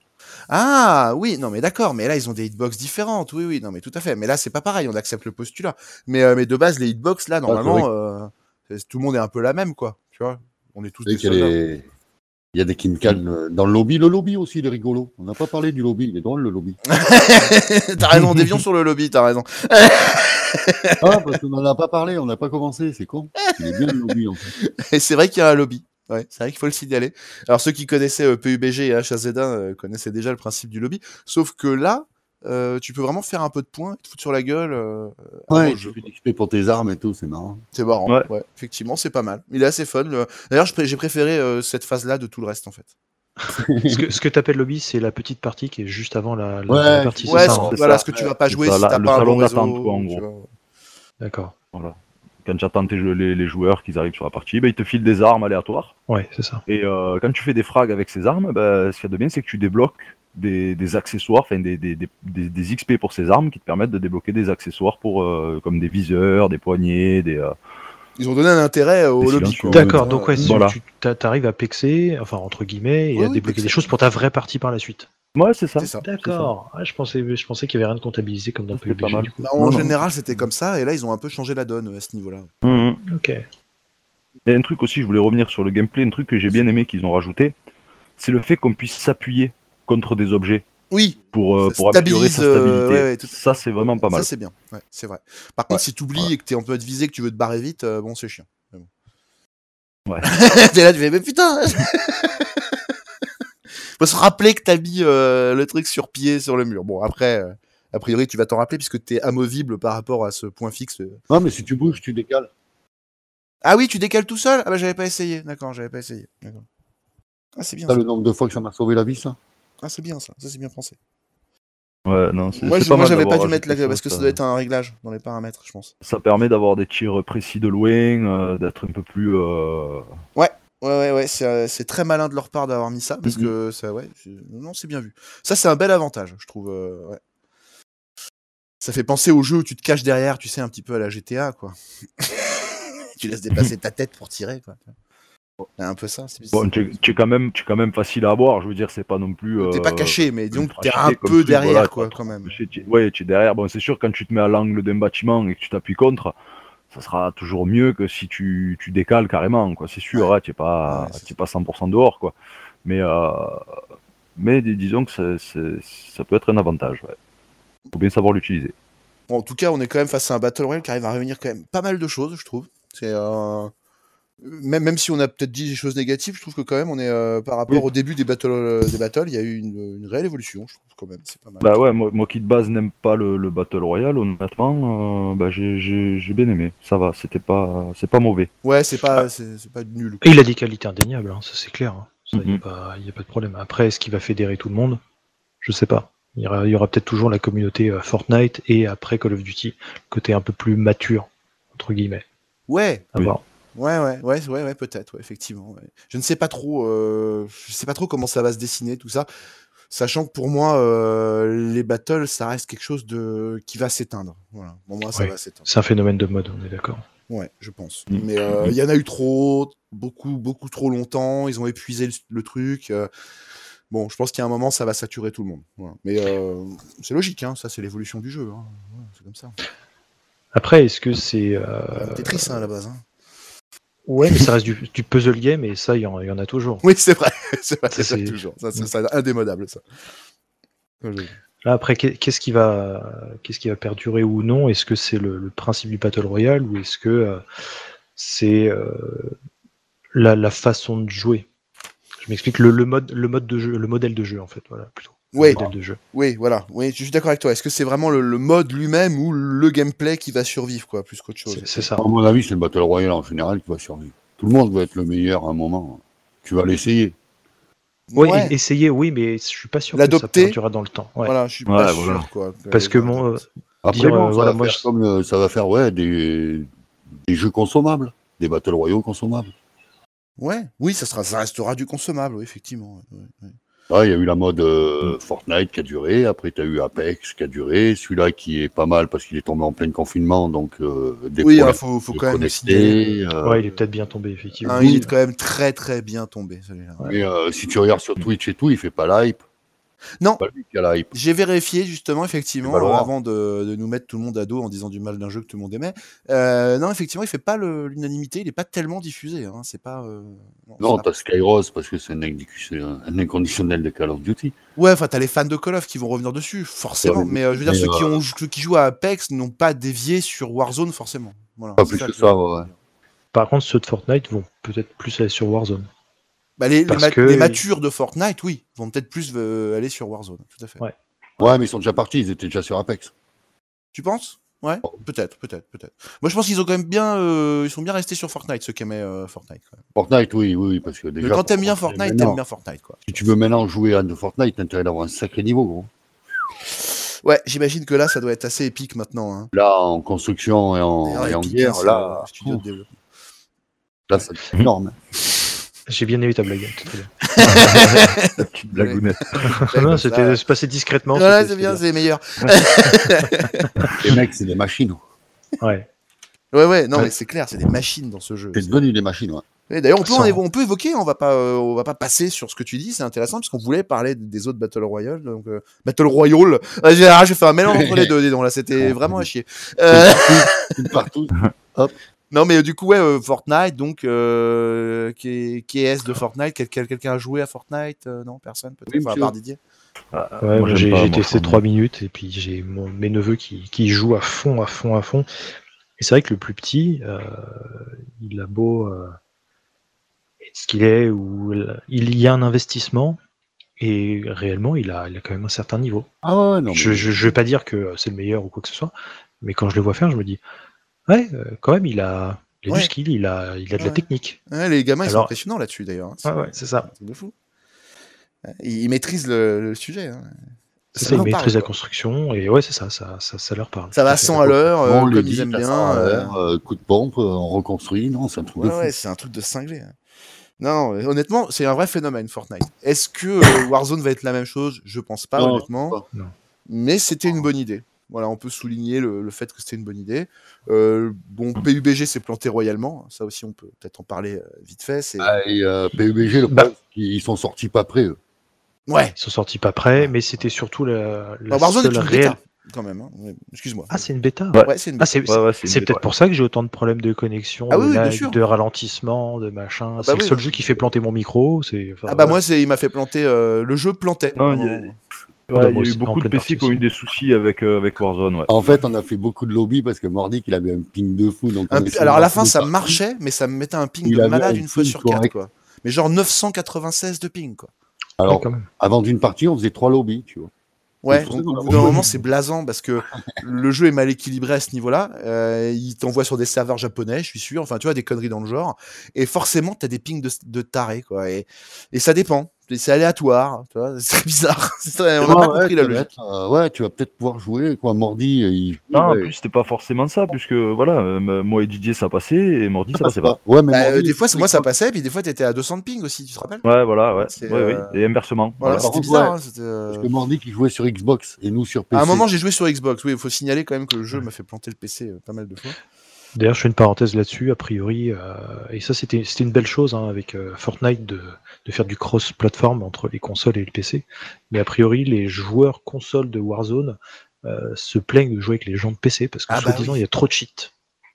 Speaker 2: Ah oui, non mais d'accord, mais là ils ont des hitbox différentes, oui oui, non mais tout à fait, mais là c'est pas pareil, on accepte le postulat. Mais, euh, mais de base les hitbox là normalement euh, c'est- tout le monde est un peu la même quoi, tu vois, on est tous
Speaker 8: Vous
Speaker 2: des
Speaker 8: savez qu'il y a
Speaker 2: soldats.
Speaker 8: des- Il y a des Kinkan euh, dans le lobby. Le lobby aussi, il est rigolo. On n'a pas parlé du lobby. Il est drôle, le lobby.
Speaker 2: t'as raison, dévions sur le lobby, t'as raison.
Speaker 8: Ah, parce qu'on n'en a pas parlé. On n'a pas commencé. C'est con. Il est bien, le lobby, en fait.
Speaker 2: Et c'est vrai qu'il y a un lobby, ouais, c'est vrai qu'il faut le signaler. Alors ceux qui connaissaient euh, PUBG et HAZ1 euh, connaissaient déjà le principe du lobby, sauf que là euh, tu peux vraiment faire un peu de points, te foutre sur la gueule. euh,
Speaker 9: Ah,
Speaker 2: avant
Speaker 8: Ouais,
Speaker 2: le
Speaker 8: je
Speaker 2: jeu,
Speaker 8: suis équipé pour tes armes et tout. C'est marrant.
Speaker 2: C'est marrant. Ouais.
Speaker 1: Ouais.
Speaker 2: effectivement, c'est pas mal. Il est assez fun. le- D'ailleurs, je pré- j'ai préféré euh, cette phase-là de tout le reste, en fait.
Speaker 9: Ce que, ce que t'appelles lobby, c'est la petite partie qui est juste avant la, la
Speaker 8: Ouais,
Speaker 9: vraie partie.
Speaker 2: ouais,
Speaker 9: c'est
Speaker 2: ce-
Speaker 9: ça, hein
Speaker 1: c'est ça.
Speaker 2: voilà, ce que tu vas pas
Speaker 1: C'est
Speaker 2: jouer
Speaker 1: ça,
Speaker 2: si
Speaker 1: la-
Speaker 2: t'as
Speaker 1: le
Speaker 2: pas un
Speaker 1: salon
Speaker 2: bon
Speaker 1: d'attente,
Speaker 2: réseau,
Speaker 1: quoi, en
Speaker 2: tu
Speaker 1: gros.
Speaker 2: vois.
Speaker 9: D'accord.
Speaker 1: Quand tu attends tes jeux- les, les joueurs qu'ils arrivent sur la partie, bah, ils te filent des armes aléatoires.
Speaker 9: Ouais, c'est ça.
Speaker 1: Et euh, quand tu fais des frags avec ces armes, bah, ce qu'il y a de bien, c'est que tu débloques des, des accessoires, enfin des, des, des, des- des XP pour ces armes qui te permettent de débloquer des accessoires pour euh, comme des viseurs, des poignées, des. euh,
Speaker 2: Ils ont donné un intérêt au
Speaker 1: Des
Speaker 2: lobby.
Speaker 1: silencieux.
Speaker 2: quoi.
Speaker 9: D'accord, donc
Speaker 2: Ouais,
Speaker 9: ouais, tu-
Speaker 1: euh, Voilà.
Speaker 9: tu t'a- t'arrives à pexer, enfin entre guillemets, et
Speaker 2: Oui,
Speaker 9: à
Speaker 2: oui,
Speaker 9: débloquer
Speaker 2: pexer.
Speaker 9: des choses pour ta vraie partie par la suite.
Speaker 1: Ouais, c'est ça.
Speaker 2: C'est ça.
Speaker 9: D'accord. Ah, je pensais, je pensais qu'il y avait rien de comptabilisé comme dans
Speaker 1: Ça, c'est
Speaker 9: PUBG.
Speaker 1: pas mal.
Speaker 9: du coup.
Speaker 2: Bah, en
Speaker 1: Non, non.
Speaker 2: général, c'était comme ça, et là, ils ont un peu changé la donne euh, à ce niveau-là.
Speaker 1: Mhm.
Speaker 9: Ok.
Speaker 1: Et un truc aussi, je voulais revenir sur le gameplay, un truc que j'ai bien aimé qu'ils ont rajouté, c'est le fait qu'on puisse s'appuyer contre des objets
Speaker 2: Oui,
Speaker 1: pour, euh,
Speaker 2: Ça
Speaker 1: pour améliorer sa
Speaker 2: stabilise, euh,
Speaker 1: stabilité.
Speaker 2: ouais, ouais, tout-
Speaker 1: Ça, c'est vraiment pas mal.
Speaker 2: ça c'est bien. Ouais, c'est vrai. Par contre, si t'oublies et que t'es un peu visé, que tu veux te barrer vite, euh, bon, c'est chiant. Mais bon.
Speaker 1: Ouais.
Speaker 2: t'es là, tu fais, mais putain hein. Faut se rappeler que t'as mis euh, le truc sur pied, sur le mur. Bon, après, euh, a priori, tu vas t'en rappeler puisque t'es amovible par rapport à ce point fixe. euh,
Speaker 8: Non, mais si tu bouges, tu décales.
Speaker 2: Ah oui, tu décales tout seul Ah bah j'avais pas essayé, d'accord, j'avais pas essayé. D'accord. Ah c'est bien
Speaker 8: T'as
Speaker 2: ça.
Speaker 8: le nombre de fois que ça m'a sauvé la vie, ça
Speaker 2: Ah c'est bien ça, ça c'est bien pensé.
Speaker 1: Ouais, non, c'est-
Speaker 2: Moi,
Speaker 1: c'est
Speaker 2: je-
Speaker 1: pas
Speaker 2: moi
Speaker 1: mal
Speaker 2: j'avais pas
Speaker 1: d'avoir
Speaker 2: dû mettre la
Speaker 1: rajouté
Speaker 2: parce que ça doit être un réglage dans les paramètres, je pense.
Speaker 1: ça permet d'avoir des tirs précis de loin, euh, d'être un peu plus. euh,
Speaker 2: Ouais ouais ouais, c'est, euh, c'est très malin de leur part d'avoir mis
Speaker 1: Mm-hmm.
Speaker 2: ça parce que ça ouais, c'est- non, c'est bien vu. Ça c'est un bel avantage, je trouve euh, ouais. Ça fait penser au jeu où tu te caches derrière, tu sais un petit peu à la GTA quoi. tu laisses dépasser ta tête pour tirer quoi. C'est Un peu ça, c'est
Speaker 1: Bon, tu es, tu es quand même, tu es quand même facile à avoir. Je veux dire, c'est pas non plus.
Speaker 2: T'es
Speaker 1: euh,
Speaker 2: pas caché, mais disons que
Speaker 1: ultra
Speaker 2: t'es
Speaker 1: cheaté
Speaker 2: un
Speaker 1: comme
Speaker 2: peu
Speaker 1: truc,
Speaker 2: derrière,
Speaker 1: voilà,
Speaker 2: quoi,
Speaker 1: t'as-
Speaker 2: quand même.
Speaker 1: tu sais, tu- ouais, tu es derrière. Bon, c'est sûr quand tu te mets à l'angle d'un bâtiment et que tu t'appuies contre, ça sera toujours mieux que si tu, tu décales carrément, quoi. C'est sûr, hein, tu n'es pas, t'es pas 100% dehors, quoi. Mais, euh, mais dis- disons que ça- c'est- ça peut être un avantage. Il faut bien savoir l'utiliser.
Speaker 2: Bon, en tout cas, on est quand même face à un Battle Royale qui arrive à réunir quand même pas mal de choses, je trouve. C'est euh, même, même si on a peut-être dit des choses négatives, je trouve que quand même, on est euh, par rapport au début des battles, des battles, il y a eu une, une réelle évolution, je trouve quand même. C'est pas mal.
Speaker 1: Bah ouais, moi, moi qui de base n'aime pas le, le Battle Royale, honnêtement, euh, bah j'ai j'ai- j'ai bien aimé. Ça va, c'était pas, c'est pas mauvais.
Speaker 2: Ouais, c'est pas, c'est c'est pas nul.
Speaker 9: Et il a des qualités indéniables, hein, ça c'est clair. hein. Ça,
Speaker 1: Mhm.
Speaker 9: Il n'y a, pas- il y a pas de problème. Après, est-ce qu'il va fédérer tout le monde Je sais pas. Il y aura, il y aura peut-être toujours la communauté euh, Fortnite et après Call of Duty, le côté un peu plus mature, entre guillemets.
Speaker 2: Ouais.
Speaker 9: À voir.
Speaker 2: Ouais, ouais, ouais, ouais, ouais, peut-être, ouais, effectivement. ouais. Je ne sais pas trop, euh, je sais pas trop comment ça va se dessiner tout ça, sachant que pour moi, euh, les battles, ça reste quelque chose de qui va s'éteindre. Voilà, pour moi, ça
Speaker 9: Ouais.
Speaker 2: va s'éteindre.
Speaker 9: C'est un phénomène de mode, on est d'accord.
Speaker 2: Ouais, je pense.
Speaker 9: Mm.
Speaker 2: Mais euh, il y en a eu trop, beaucoup, beaucoup trop longtemps. Ils ont épuisé le, le truc. euh, bon, je pense qu'il y a un moment, ça va saturer tout le monde. Voilà. Mais euh, c'est logique, hein, ça, c'est l'évolution du jeu. hein. Ouais, c'est comme ça.
Speaker 9: Après, est-ce que c'est. euh,
Speaker 2: Tetris hein, à la base. hein.
Speaker 9: Ouais, mais ça reste du, du puzzle game et ça, il y, en il y en a toujours.
Speaker 2: Oui, c'est vrai. c'est vrai,
Speaker 9: Ça,
Speaker 2: c'est ça,
Speaker 9: c'est- Mm.
Speaker 2: toujours. Ça, c'est ça, indémodable, ça. Oui.
Speaker 9: Là, après, qu'est- qu'est-ce qui va, qu'est-ce qui va perdurer ou non Est-ce que c'est le, le principe du battle royale ou est-ce que euh, c'est euh, la, la façon de jouer Je m'explique le, le mode, le mode de jeu, le modèle de jeu en fait, voilà plutôt. Le
Speaker 2: Oui.
Speaker 9: modèle de jeu.
Speaker 2: Oui, voilà. Oui, je suis d'accord avec toi. Est-ce que c'est vraiment le, le mode lui-même ou le gameplay qui va survivre, quoi, plus qu'autre chose
Speaker 8: À mon avis, c'est le Battle Royale en général qui va survivre. Tout le monde va être le meilleur à un moment. Tu vas l'essayer.
Speaker 9: Oui,
Speaker 2: Ouais.
Speaker 9: et- essayer, oui, mais je suis pas sûr que ça
Speaker 8: L'adopter
Speaker 9: perdurera dans le temps. Ouais.
Speaker 2: Voilà, je suis pas sûr, quoi.
Speaker 9: Parce que mon, euh,
Speaker 8: Après,
Speaker 9: dire,
Speaker 8: bon,
Speaker 9: euh,
Speaker 8: ça,
Speaker 9: voilà,
Speaker 8: va
Speaker 9: moi,
Speaker 8: faire comme, euh, ça va faire ouais, des, des jeux consommables, des Battle Royale consommables.
Speaker 2: Ouais, oui, ça, sera, ça restera du consommable, oui, effectivement. ouais, ouais, ouais.
Speaker 8: Là, Bah, Il y a eu la mode euh,
Speaker 2: Mm.
Speaker 8: Fortnite qui a duré, après tu as eu Apex qui a duré, celui-là qui est pas mal parce qu'il est tombé en plein confinement, donc euh, des
Speaker 2: Oui,
Speaker 8: problèmes
Speaker 2: alors, faut- faut
Speaker 8: de
Speaker 2: quand même le
Speaker 8: connecter,
Speaker 2: signaler.
Speaker 8: euh,
Speaker 9: ouais, il est peut-être bien tombé effectivement.
Speaker 2: Hein, il est quand même très très bien tombé celui-là.
Speaker 8: mais, euh, si tu regardes sur Twitch et tout, il fait pas l'hype.
Speaker 2: Non.
Speaker 8: Pas lui qui a l'hype.
Speaker 2: J'ai vérifié justement, effectivement,
Speaker 8: C'est pas
Speaker 2: euh,
Speaker 8: loin.
Speaker 2: avant de, de nous mettre tout le monde à dos en disant du mal d'un jeu que tout le monde aimait. Euh, non, effectivement, il fait pas le- l'unanimité, il est pas tellement diffusé. hein, C'est pas. euh, non,
Speaker 8: Non,
Speaker 2: c'est pas-
Speaker 8: t'as Skyros parce que c'est un, incondition- un inconditionnel de Call of Duty.
Speaker 2: Ouais, enfin, t'as les fans de Call of qui vont revenir dessus, forcément.
Speaker 8: Ouais,
Speaker 2: mais euh, je veux dire,
Speaker 8: mais,
Speaker 2: ceux, qui
Speaker 8: euh,
Speaker 2: ont, ceux qui jouent à Apex n'ont pas dévié sur Warzone, forcément. Voilà,
Speaker 8: Pas
Speaker 2: c'est
Speaker 8: plus que
Speaker 2: je-
Speaker 8: ça, ouais.
Speaker 9: Par contre, ceux de Fortnite vont peut-être plus aller sur Warzone.
Speaker 2: Bah, les, les
Speaker 9: Parce
Speaker 2: ma-
Speaker 9: que-
Speaker 2: les matures de Fortnite, oui, vont peut-être plus euh, aller sur Warzone, tout à fait.
Speaker 9: Ouais.
Speaker 8: Ouais, mais ils sont déjà partis, ils étaient déjà sur Apex.
Speaker 2: Tu penses Ouais, peut-être, peut-être, peut-être. Moi, je pense qu'ils ont quand même bien, euh, ils sont bien restés sur Fortnite, ceux qui aimaient euh, Fortnite. Quand même.
Speaker 8: Fortnite, oui, oui, oui, parce que déjà.
Speaker 2: Mais quand t'aimes bien
Speaker 8: pour-
Speaker 2: Fortnite,
Speaker 8: maintenant,
Speaker 2: t'aimes bien Fortnite, quoi.
Speaker 8: Si tu veux maintenant jouer à de Fortnite, t'as intérêt d'avoir un sacré niveau, gros.
Speaker 2: Ouais, j'imagine que là, ça doit être assez épique maintenant. Hein.
Speaker 8: Là, en construction et en,
Speaker 2: Ah,
Speaker 8: Oh, et en
Speaker 2: épique, hein,
Speaker 8: guerre,
Speaker 2: c'est
Speaker 8: là,
Speaker 2: le studio de développement.
Speaker 8: là, c'est énorme.
Speaker 9: J'ai bien aimé ta blague. tout à l'heure.
Speaker 1: Petite blagounette.
Speaker 9: Ah non,
Speaker 2: Ouais, bah,
Speaker 9: c'était
Speaker 2: ça-
Speaker 9: c'est passé discrètement.
Speaker 2: Ouais,
Speaker 9: c'était-
Speaker 2: c'est bien,
Speaker 9: c'était
Speaker 2: c'est meilleur.
Speaker 8: Les mecs, c'est des machines.
Speaker 9: bien. Ouais.
Speaker 2: ouais, ouais, non, mais c'est clair, c'est des machines dans ce jeu.
Speaker 8: C'est devenu des machines, ouais.
Speaker 2: Et D'ailleurs, on peut, en
Speaker 9: Sans-
Speaker 2: évo- on peut évoquer, on va pas, euh, on va pas passer sur ce que tu dis, c'est intéressant parce qu'on voulait parler des autres Battle Royale, donc euh, Battle Royale. Ah, j'ai ah, j'ai fait un mélange entre les deux, dis donc là, c'était vraiment à chier. Euh,
Speaker 8: Tout partout.
Speaker 2: non, mais euh, du coup, ouais, euh, Fortnite, donc euh, qui, est, qui est S de Fortnite Quel- quel- Quelqu'un a joué à Fortnite Euh, Non, personne peut-être.
Speaker 8: Oui,
Speaker 2: Enfin, à
Speaker 8: monsieur.
Speaker 2: part Didier.
Speaker 9: Ouais,
Speaker 1: Moi,
Speaker 9: moi,
Speaker 1: j'aime
Speaker 9: j'ai
Speaker 1: pas,
Speaker 9: j'ai
Speaker 1: moi,
Speaker 9: testé
Speaker 1: Fortnite.
Speaker 9: 3 minutes et puis j'ai mon- mes neveux qui, qui jouent à fond, à fond, à fond. Et c'est vrai que le plus petit, euh, il a beau euh, être ce qu'il est, ou il- il y a un investissement, et réellement, il a, il a quand même un certain niveau.
Speaker 8: Ah ouais, ouais, non. mais-
Speaker 9: Je, je, je vais pas dire que c'est le meilleur ou quoi que ce soit, mais quand je le vois faire, je me dis, ouais, euh, quand même, il a, il a
Speaker 2: Ouais.
Speaker 9: du skill, il a, il a de la
Speaker 2: Ouais.
Speaker 9: technique.
Speaker 2: Ouais, les gamins, ils sont
Speaker 9: Alors-
Speaker 2: impressionnants là-dessus d'ailleurs. hein.
Speaker 8: ah.
Speaker 9: Ouais, ouais, c'est ça.
Speaker 2: C'est un truc de fou. Ouais, Ils ils maîtrisent le, le sujet. hein.
Speaker 9: C'est
Speaker 2: Ça
Speaker 9: ça, il
Speaker 2: leur parle,
Speaker 9: maîtrise la
Speaker 2: quoi.
Speaker 9: construction, et ouais, c'est ça, ça, ça, ça leur parle.
Speaker 2: Ça va à
Speaker 8: Ah,
Speaker 9: Tout à fait.
Speaker 2: 100 à l'heure, euh,
Speaker 8: Bon, on le
Speaker 2: comme
Speaker 8: dit,
Speaker 2: ils aiment
Speaker 8: t'as
Speaker 2: bien.
Speaker 8: ça,
Speaker 2: euh,
Speaker 8: euh, coup de pompe, euh, on reconstruit, non, c'est un truc de
Speaker 2: Ouais,
Speaker 8: fou.
Speaker 2: ouais, c'est un truc de cinglé. hein. Non, non, honnêtement, c'est un vrai phénomène, Fortnite. Est-ce que euh, Warzone va être la même chose Je pense pas,
Speaker 8: Non,
Speaker 2: honnêtement.
Speaker 8: je pense
Speaker 9: pas. Non.
Speaker 2: Mais c'était une bonne idée. Voilà, on peut souligner le, le fait que c'était une bonne idée. Euh, bon, PUBG s'est planté royalement. Ça aussi, on peut peut-être en parler euh, vite fait. C'est...
Speaker 8: Ah, et euh, PUBG, le
Speaker 9: Bah.
Speaker 8: problème, c'est qu'ils sont sortis pas prêts, eux.
Speaker 2: Ouais.
Speaker 9: Ils sont sortis pas prêts, mais c'était surtout la, la
Speaker 2: Bah, Warzone est
Speaker 9: seule
Speaker 2: une
Speaker 9: réelle.
Speaker 2: bêta. quand même. hein. Ouais, Excuse-moi.
Speaker 9: Ah, c'est une bêta
Speaker 2: Ouais, c'est une
Speaker 9: Ah, c'est
Speaker 2: bêta. Ouais, ouais, c'est une
Speaker 9: c'est
Speaker 2: bêta,
Speaker 9: peut-être
Speaker 2: ouais.
Speaker 9: pour ça que j'ai autant de problèmes de connexion,
Speaker 2: Ah
Speaker 9: de,
Speaker 2: oui, oui, bien
Speaker 9: lag,
Speaker 2: sûr.
Speaker 9: de ralentissement, de machin.
Speaker 2: bah
Speaker 9: c'est le
Speaker 2: oui,
Speaker 9: seul
Speaker 2: oui.
Speaker 9: jeu qui fait planter mon micro. c'est- enfin,
Speaker 2: Ah bah
Speaker 9: voilà.
Speaker 2: moi, c'est il m'a fait planter. euh, le jeu plantait.
Speaker 1: Non, il y a-
Speaker 9: Ouais,
Speaker 1: Ouais, il y
Speaker 9: moi
Speaker 1: a eu
Speaker 9: aussi, en
Speaker 1: beaucoup de
Speaker 9: pleine
Speaker 1: PC qui ont eu des soucis avec, euh, avec Warzone. Ouais.
Speaker 8: En fait, on a fait beaucoup de lobby parce que Mordic, il avait un ping de fou. Donc on
Speaker 2: Un-
Speaker 8: essayait
Speaker 2: alors à la
Speaker 8: de
Speaker 2: fin, ça
Speaker 8: partout.
Speaker 2: marchait, mais ça me mettait un ping
Speaker 8: Il
Speaker 2: de
Speaker 8: avait
Speaker 2: malade
Speaker 8: un
Speaker 2: une fois
Speaker 8: ping
Speaker 2: sur quatre,
Speaker 8: correct.
Speaker 2: quoi. Mais genre 996 de ping, quoi.
Speaker 8: Alors,
Speaker 9: Ouais, quand même.
Speaker 8: avant d'une partie, on faisait trois lobbies, tu vois.
Speaker 2: Ouais,
Speaker 8: C'est
Speaker 2: donc,
Speaker 8: pour ça
Speaker 2: au
Speaker 8: qu'on
Speaker 2: bout d'un
Speaker 8: a-
Speaker 2: moment, c'est blasant parce que le jeu est mal équilibré à ce niveau-là. Euh, il t'envoie sur des serveurs japonais, je suis sûr. Enfin, tu vois, des conneries dans le genre. Et forcément, t'as des pings de, de taré, quoi. Et, et ça dépend. Et C'est aléatoire, tu vois. C'est très bizarre. C'est très- on n'a
Speaker 8: Ouais,
Speaker 2: pas
Speaker 8: ouais,
Speaker 2: compris la
Speaker 8: ça va
Speaker 2: logique.
Speaker 8: être, euh, ouais, tu vas peut-être pouvoir jouer, quoi. Mordi, il.
Speaker 1: Non, en
Speaker 8: Ouais.
Speaker 1: plus, c'était pas forcément ça, puisque voilà, euh, m- moi et DJ ça passait, et Mordi ça
Speaker 8: Ça passe
Speaker 1: passait pas.
Speaker 8: pas. Ouais, mais
Speaker 2: Bah,
Speaker 8: Mordi,
Speaker 2: euh, des fois,
Speaker 8: il-
Speaker 2: moi, ça passait, puis des fois, t'étais à 200 de ping aussi, tu te rappelles
Speaker 1: Ouais, voilà, ouais.
Speaker 2: C'est,
Speaker 1: Ouais,
Speaker 2: euh,
Speaker 1: oui. Et inversement. voilà.
Speaker 2: Voilà,
Speaker 8: par
Speaker 2: c'était
Speaker 8: contre,
Speaker 2: bizarre.
Speaker 8: ouais,
Speaker 2: hein, c'était, euh,
Speaker 8: Parce que Mordi qui jouait sur Xbox et nous sur PC.
Speaker 2: À un moment, j'ai joué sur Xbox. Oui, il faut signaler quand même que le jeu m'a fait planter le PC euh, pas mal de fois.
Speaker 9: D'ailleurs, je fais une parenthèse là-dessus, a priori, euh, et ça c'était c'était une belle chose hein, avec euh, Fortnite de, de faire du cross-platform entre les consoles et le PC, mais a priori, les joueurs consoles de Warzone euh, se plaignent de jouer avec les gens de PC parce que
Speaker 2: Ah bah
Speaker 9: soi-disant,
Speaker 2: oui.
Speaker 9: il y a trop de cheats.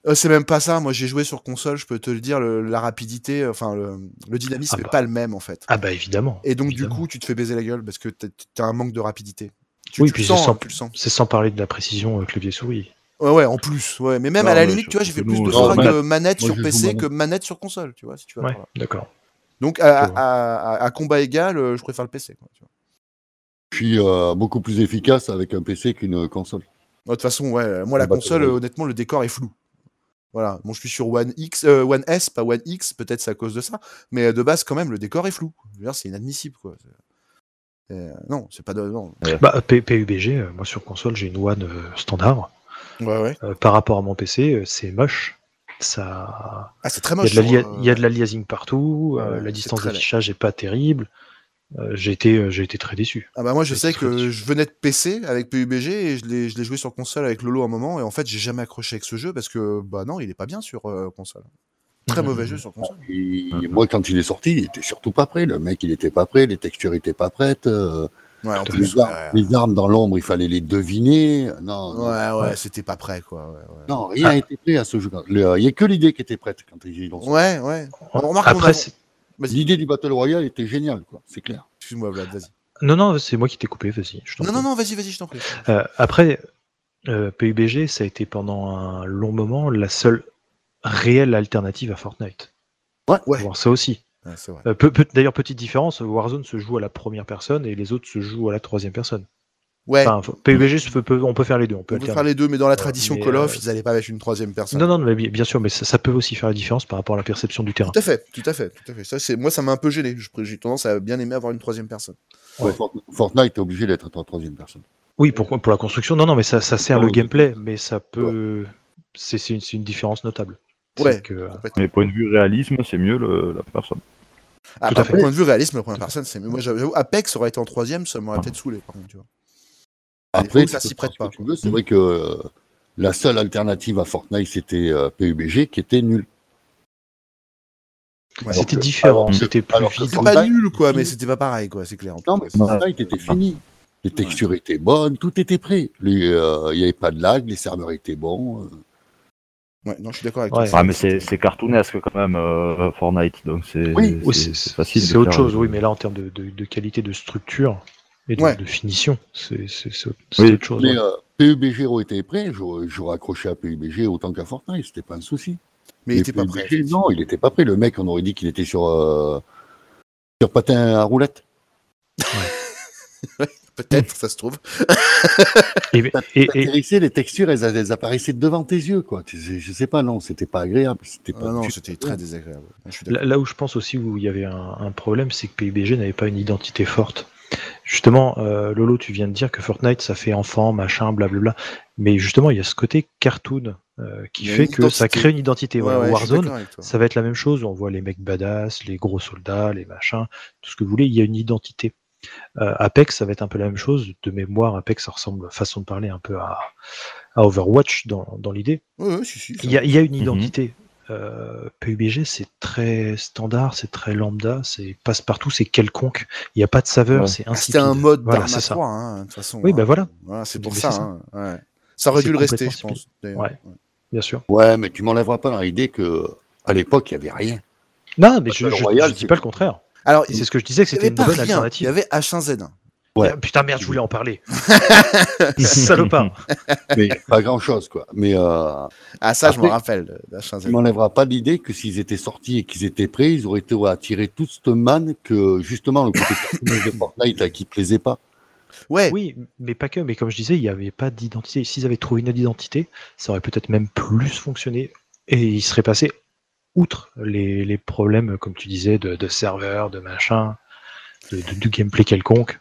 Speaker 2: Euh, c'est même pas ça. Moi, j'ai joué sur console. Je peux te le dire, le- la rapidité, euh, enfin, le, le dynamisme
Speaker 9: Ah
Speaker 2: n'est
Speaker 9: bah.
Speaker 2: pas le même en fait.
Speaker 9: Ah bah évidemment.
Speaker 2: Et donc,
Speaker 9: évidemment.
Speaker 2: du coup, tu te fais baiser la gueule parce que t'as t'as un manque de rapidité. Tu,
Speaker 9: oui,
Speaker 2: tu
Speaker 9: puis
Speaker 2: le
Speaker 9: c'est
Speaker 2: sens,
Speaker 9: sans,
Speaker 2: hein, tu le sens.
Speaker 9: c'est sans parler de la précision euh, clavier-souris.
Speaker 2: Ouais, ouais, en plus. Ouais. Mais même
Speaker 1: Non,
Speaker 2: à la
Speaker 1: mais
Speaker 2: limite,
Speaker 1: je-
Speaker 2: tu vois, j'ai fait
Speaker 1: nous,
Speaker 2: plus de
Speaker 1: euh,
Speaker 2: frags
Speaker 1: manette.
Speaker 2: de manette
Speaker 8: Moi,
Speaker 2: sur
Speaker 8: je joue
Speaker 2: PC
Speaker 8: manette.
Speaker 2: que manette sur console, tu vois. Si tu veux,
Speaker 9: Ouais,
Speaker 2: voilà.
Speaker 9: d'accord.
Speaker 2: Donc, à,
Speaker 9: Je
Speaker 2: à- à- à combat égal, euh, je préfère le PC. quoi, tu vois.
Speaker 8: Puis euh, beaucoup plus efficace avec un PC qu'une console.
Speaker 2: De toute façon, ouais, euh, moi, la
Speaker 8: Combat
Speaker 2: console,
Speaker 8: Terrorisme.
Speaker 2: euh, honnêtement, le décor est flou. Voilà. Bon, je suis sur One X, euh, One S, pas One X, peut-être c'est à cause de ça. Mais euh, de base, quand même, le décor est flou. Je veux dire, c'est inadmissible, quoi. C'est- euh, non, c'est pas de. Non.
Speaker 9: Bah, P- PUBG, euh, moi sur console, j'ai une One euh, standard.
Speaker 2: Ouais, ouais.
Speaker 9: Euh, par rapport à mon PC, euh, c'est moche. Ça,
Speaker 2: Ah, c'est très
Speaker 9: Il
Speaker 2: moche.
Speaker 9: y, a de la lia-
Speaker 2: hein,
Speaker 9: il y a de la liasing partout, euh,
Speaker 2: ouais,
Speaker 9: la
Speaker 2: c'est
Speaker 9: distance
Speaker 2: très laid.
Speaker 9: d'affichage n'est pas terrible. Euh, j'ai été, euh, j'ai été très déçu.
Speaker 2: Ah bah moi je
Speaker 9: C'est
Speaker 2: sais
Speaker 9: très
Speaker 2: que
Speaker 9: dur.
Speaker 2: je venais de PC avec PUBG et je l'ai je l'ai joué sur console avec Lolo un moment et en fait j'ai jamais accroché avec ce jeu parce que bah non il est pas bien sur euh, console. Très
Speaker 9: Mhm.
Speaker 2: mauvais jeu sur console.
Speaker 8: Et
Speaker 2: Mhm.
Speaker 8: moi, quand il est sorti, il était surtout pas prêt. Le mec, il était pas prêt. Les textures étaient pas prêtes. euh,
Speaker 2: Ouais en plus ouais
Speaker 8: les, ar- les armes dans l'ombre, il fallait les deviner. Non, non,
Speaker 2: ouais, ouais, c'était pas prêt quoi. Ouais Ah. ouais.
Speaker 8: non, rien n'était prêt à ce jeu. Le- euh, Il n'y a que l'idée qui était prête quand ils l'ont sorti.
Speaker 2: Ouais ouais. On remarque qu'on a-
Speaker 9: Hein? Après, c'est-
Speaker 2: vas-y.
Speaker 8: L'idée du Battle Royale était géniale, quoi. C'est clair.
Speaker 2: Excuse-moi Vlad vas-y.
Speaker 9: non, non, c'est moi qui t'ai coupé, vas-y. je t'en
Speaker 2: Non non
Speaker 9: prie.
Speaker 2: non vas-y vas-y je t'en prie.
Speaker 9: Euh, après, euh, PUBG, ça a été pendant un long moment la seule réelle alternative à Fortnite.
Speaker 8: Ouais,
Speaker 9: Faut
Speaker 2: ouais.
Speaker 9: voir ça aussi.
Speaker 2: Ouais, c'est vrai.
Speaker 9: Euh, peu- peu- D'ailleurs, petite différence, Warzone se joue à la première personne et les autres se jouent à la troisième personne.
Speaker 2: Ouais.
Speaker 9: Enfin, faut- PUBG, se peut- peut- on peut faire les deux. On peut,
Speaker 2: on peut
Speaker 9: alterner.
Speaker 2: faire les deux mais dans la tradition
Speaker 9: mais,
Speaker 2: Call of
Speaker 9: euh,
Speaker 2: ils allaient pas avec une troisième personne.
Speaker 9: Non, non, mais bi- bien sûr, mais ça, ça peut aussi faire la différence par rapport à la perception du terrain.
Speaker 2: Tout à fait, tout à fait, tout à fait. Ça, c'est moi, ça m'a un peu gêné. Je- J'ai tendance à bien aimer avoir une troisième personne.
Speaker 8: Ouais, Fort- Fortnite est obligé d'être en troisième personne.
Speaker 9: Oui, pour, pour la construction, non, non, mais ça, ça sert
Speaker 8: Oh,
Speaker 9: le
Speaker 2: Euh,
Speaker 8: oui.
Speaker 9: gameplay, mais ça peut. C'est c'est une, c'est une différence notable. C'est
Speaker 2: Ouais.
Speaker 9: que-
Speaker 1: Mais point de vue réalisme, c'est mieux le- la personne.
Speaker 2: Ah,
Speaker 9: Tout
Speaker 2: par
Speaker 9: à fait.
Speaker 2: point de vue réalisme, la première personne, c'est. Moi, j'avoue, Apex aurait été en troisième, ça m'aurait peut-être saoulé, par contre, tu vois.
Speaker 8: Après,
Speaker 2: Ah, ça
Speaker 8: tu
Speaker 2: s'y
Speaker 8: peux faire
Speaker 2: prête
Speaker 8: ce que
Speaker 2: pas.
Speaker 8: tu veux. C'est vrai que euh, la seule alternative à Fortnite, c'était euh, PUBG, qui était nul.
Speaker 2: Ouais.
Speaker 9: C'était
Speaker 8: que-
Speaker 9: différent,
Speaker 8: alors que-
Speaker 9: c'était plus
Speaker 8: alors que
Speaker 9: vite.
Speaker 2: C'était
Speaker 8: Fortnite-
Speaker 2: pas nul, quoi, mais c'était pas pareil, quoi, c'est clair. en tout
Speaker 8: Non,
Speaker 2: cas.
Speaker 8: mais Fortnite était fini. Les textures étaient bonnes, tout était prêt. Les, euh, Il n'y avait pas de lag, les serveurs étaient bons. euh.
Speaker 2: Ouais, non, je suis d'accord avec
Speaker 9: Ouais.
Speaker 2: toi.
Speaker 1: Ah, mais c'est c'est cartoonesque quand même, euh, Fortnite, donc c'est
Speaker 8: Oui,
Speaker 9: Oui,
Speaker 1: c'est-
Speaker 9: c'est-
Speaker 1: c'est facile. de
Speaker 9: C'est autre
Speaker 1: faire- euh,
Speaker 9: chose, oui, mais là, en termes de, de- de qualité de structure et de,
Speaker 2: Ouais.
Speaker 9: de finition, c'est c'est- c'est autre c'est
Speaker 1: Oui.
Speaker 9: autre chose.
Speaker 8: Mais
Speaker 9: ouais.
Speaker 8: euh, PUBG aurait été prêt, j'aurais j'aurais accroché à PUBG autant qu'à Fortnite, c'était pas un souci.
Speaker 2: Mais il
Speaker 8: Mais
Speaker 2: était pas prêt.
Speaker 8: PUBG, Non, il n'était pas prêt. Le mec, on aurait dit qu'il était sur, euh, sur patin à roulette.
Speaker 2: Peut-être, ça se trouve.
Speaker 9: Et, et- et-
Speaker 8: T'atterrissais, les textures, elles, elles apparaissaient devant tes yeux, quoi. Tu sais, Je sais pas, non, c'était pas agréable. C'était
Speaker 2: Ah
Speaker 8: pas
Speaker 2: non,
Speaker 8: tu-
Speaker 2: c'était très désagréable. Je suis d'accord.
Speaker 9: là, là où je pense aussi où il y avait un, un problème, c'est que PUBG n'avait pas une identité forte. Justement, euh, Lolo, tu viens de dire que Fortnite, ça fait enfant, machin, blablabla. Mais justement, il y a ce côté cartoon euh, qui
Speaker 2: Il y a
Speaker 9: fait
Speaker 2: une
Speaker 9: que ça
Speaker 2: identité.
Speaker 9: crée une identité. Voilà,
Speaker 2: Ouais, ouais, je suis
Speaker 9: Warzone,
Speaker 2: d'accord avec toi.
Speaker 9: ça va être la même chose. On voit les mecs badass, les gros soldats, les machins, tout ce que vous voulez. Il y a une identité. Euh, Apex, ça va être un peu la même chose. De mémoire, Apex, ça ressemble, façon de parler, un peu à, à Overwatch dans, dans l'idée.
Speaker 2: Ouais, ouais, si, si. ça
Speaker 9: Il y, a, il y a une
Speaker 1: Mhm.
Speaker 9: identité. euh, PUBG, c'est très standard, c'est très lambda, c'est passe-partout, c'est quelconque. Il n'y a pas de saveur,
Speaker 2: Ouais.
Speaker 9: c'est
Speaker 2: Ah,
Speaker 9: insipide.
Speaker 2: C'était un mode
Speaker 9: Voilà,
Speaker 2: d'arme à
Speaker 9: c'est ça.
Speaker 2: trois, hein, de toute façon.
Speaker 9: Oui,
Speaker 2: hein.
Speaker 9: ben voilà.
Speaker 2: c'est pour
Speaker 9: Mais
Speaker 2: ça. hein, ouais. Ça aurait
Speaker 9: C'est
Speaker 2: dû le rester, je
Speaker 9: complètement
Speaker 2: pense. d'ailleurs.
Speaker 9: Ouais, bien sûr.
Speaker 8: Ouais, mais tu m'enlèveras pas dans l'idée que à l'époque, il n'y avait rien.
Speaker 2: Ah,
Speaker 9: Non,
Speaker 2: bah,
Speaker 9: mais je
Speaker 8: Battle
Speaker 9: je-
Speaker 8: Royale,
Speaker 9: je dis
Speaker 8: c'est-
Speaker 9: pas le contraire.
Speaker 2: Alors,
Speaker 9: Et c'est ce que je disais, que
Speaker 2: il y
Speaker 9: c'était
Speaker 2: avait
Speaker 9: une
Speaker 2: pas
Speaker 9: bonne
Speaker 2: rien. Il y
Speaker 9: alternative. Ah,
Speaker 2: avait H1Z1.
Speaker 8: Ouais.
Speaker 9: Putain, merde, je voulais en parler. Salopard.
Speaker 8: Mais pas grand-chose, quoi. Mais euh,
Speaker 2: Ah, ça, je
Speaker 8: Après-
Speaker 2: m'en rappelle, de H1Z1.
Speaker 8: tu m'enlèveras pas de l'idée que s'ils étaient sortis et qu'ils étaient prêts, ils auraient été attirés tout cette manne que justement le côté personnage de Fortnite là, qui plaisait pas.
Speaker 2: Ouais,
Speaker 9: Oui, mais pas que. Mais comme je disais, il n'y avait pas d'identité. S'ils avaient trouvé une autre identité, ça aurait peut-être même plus fonctionné et ils seraient passés outre les, les problèmes, comme tu disais, de, de serveur, de machin, de, de- du gameplay quelconque.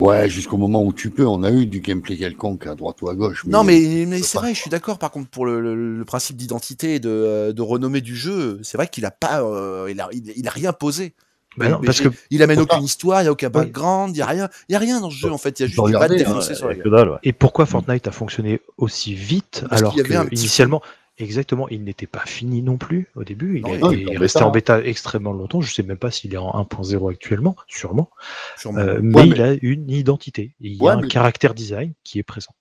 Speaker 8: Ouais, jusqu'au moment où tu peux, on a eu du gameplay quelconque à droite ou à gauche.
Speaker 2: Non, mais, mais
Speaker 8: peut
Speaker 2: c'est
Speaker 8: pas.
Speaker 2: vrai, je suis d'accord. Par contre, pour le, le- le principe d'identité et de, euh, de renommée du jeu, c'est vrai qu'il a pas, euh, il, a, il, il a rien posé.
Speaker 9: Bah non,
Speaker 2: Mais
Speaker 9: parce
Speaker 2: j'ai-
Speaker 9: que
Speaker 2: Il amène
Speaker 8: Pourtant-
Speaker 2: aucune histoire, il n'y a aucun
Speaker 9: Ouais.
Speaker 2: background, il n'y a rien, il y a rien dans ce jeu en fait. Il y a juste des
Speaker 8: regardez,
Speaker 2: balles
Speaker 8: hein,
Speaker 2: défoncées sur la gueule.
Speaker 1: Que dalle, ouais.
Speaker 9: et pourquoi Fortnite a fonctionné aussi vite
Speaker 2: Parce
Speaker 9: alors
Speaker 2: qu'il y avait un
Speaker 9: que
Speaker 2: petit-
Speaker 9: initialement, exactement, il n'était pas fini non plus au début. Il,
Speaker 2: Non,
Speaker 9: a-
Speaker 2: non,
Speaker 8: il
Speaker 9: il
Speaker 8: est en
Speaker 9: est resté
Speaker 8: bêta,
Speaker 9: en bêta extrêmement longtemps. Je sais même pas s'il est en 1.0 actuellement, sûrement.
Speaker 2: Sûrement.
Speaker 9: Euh, mais,
Speaker 8: Ouais, mais-
Speaker 9: il a une identité. Il y
Speaker 8: Ouais,
Speaker 9: a un
Speaker 8: mais-
Speaker 9: caractère design qui est présent.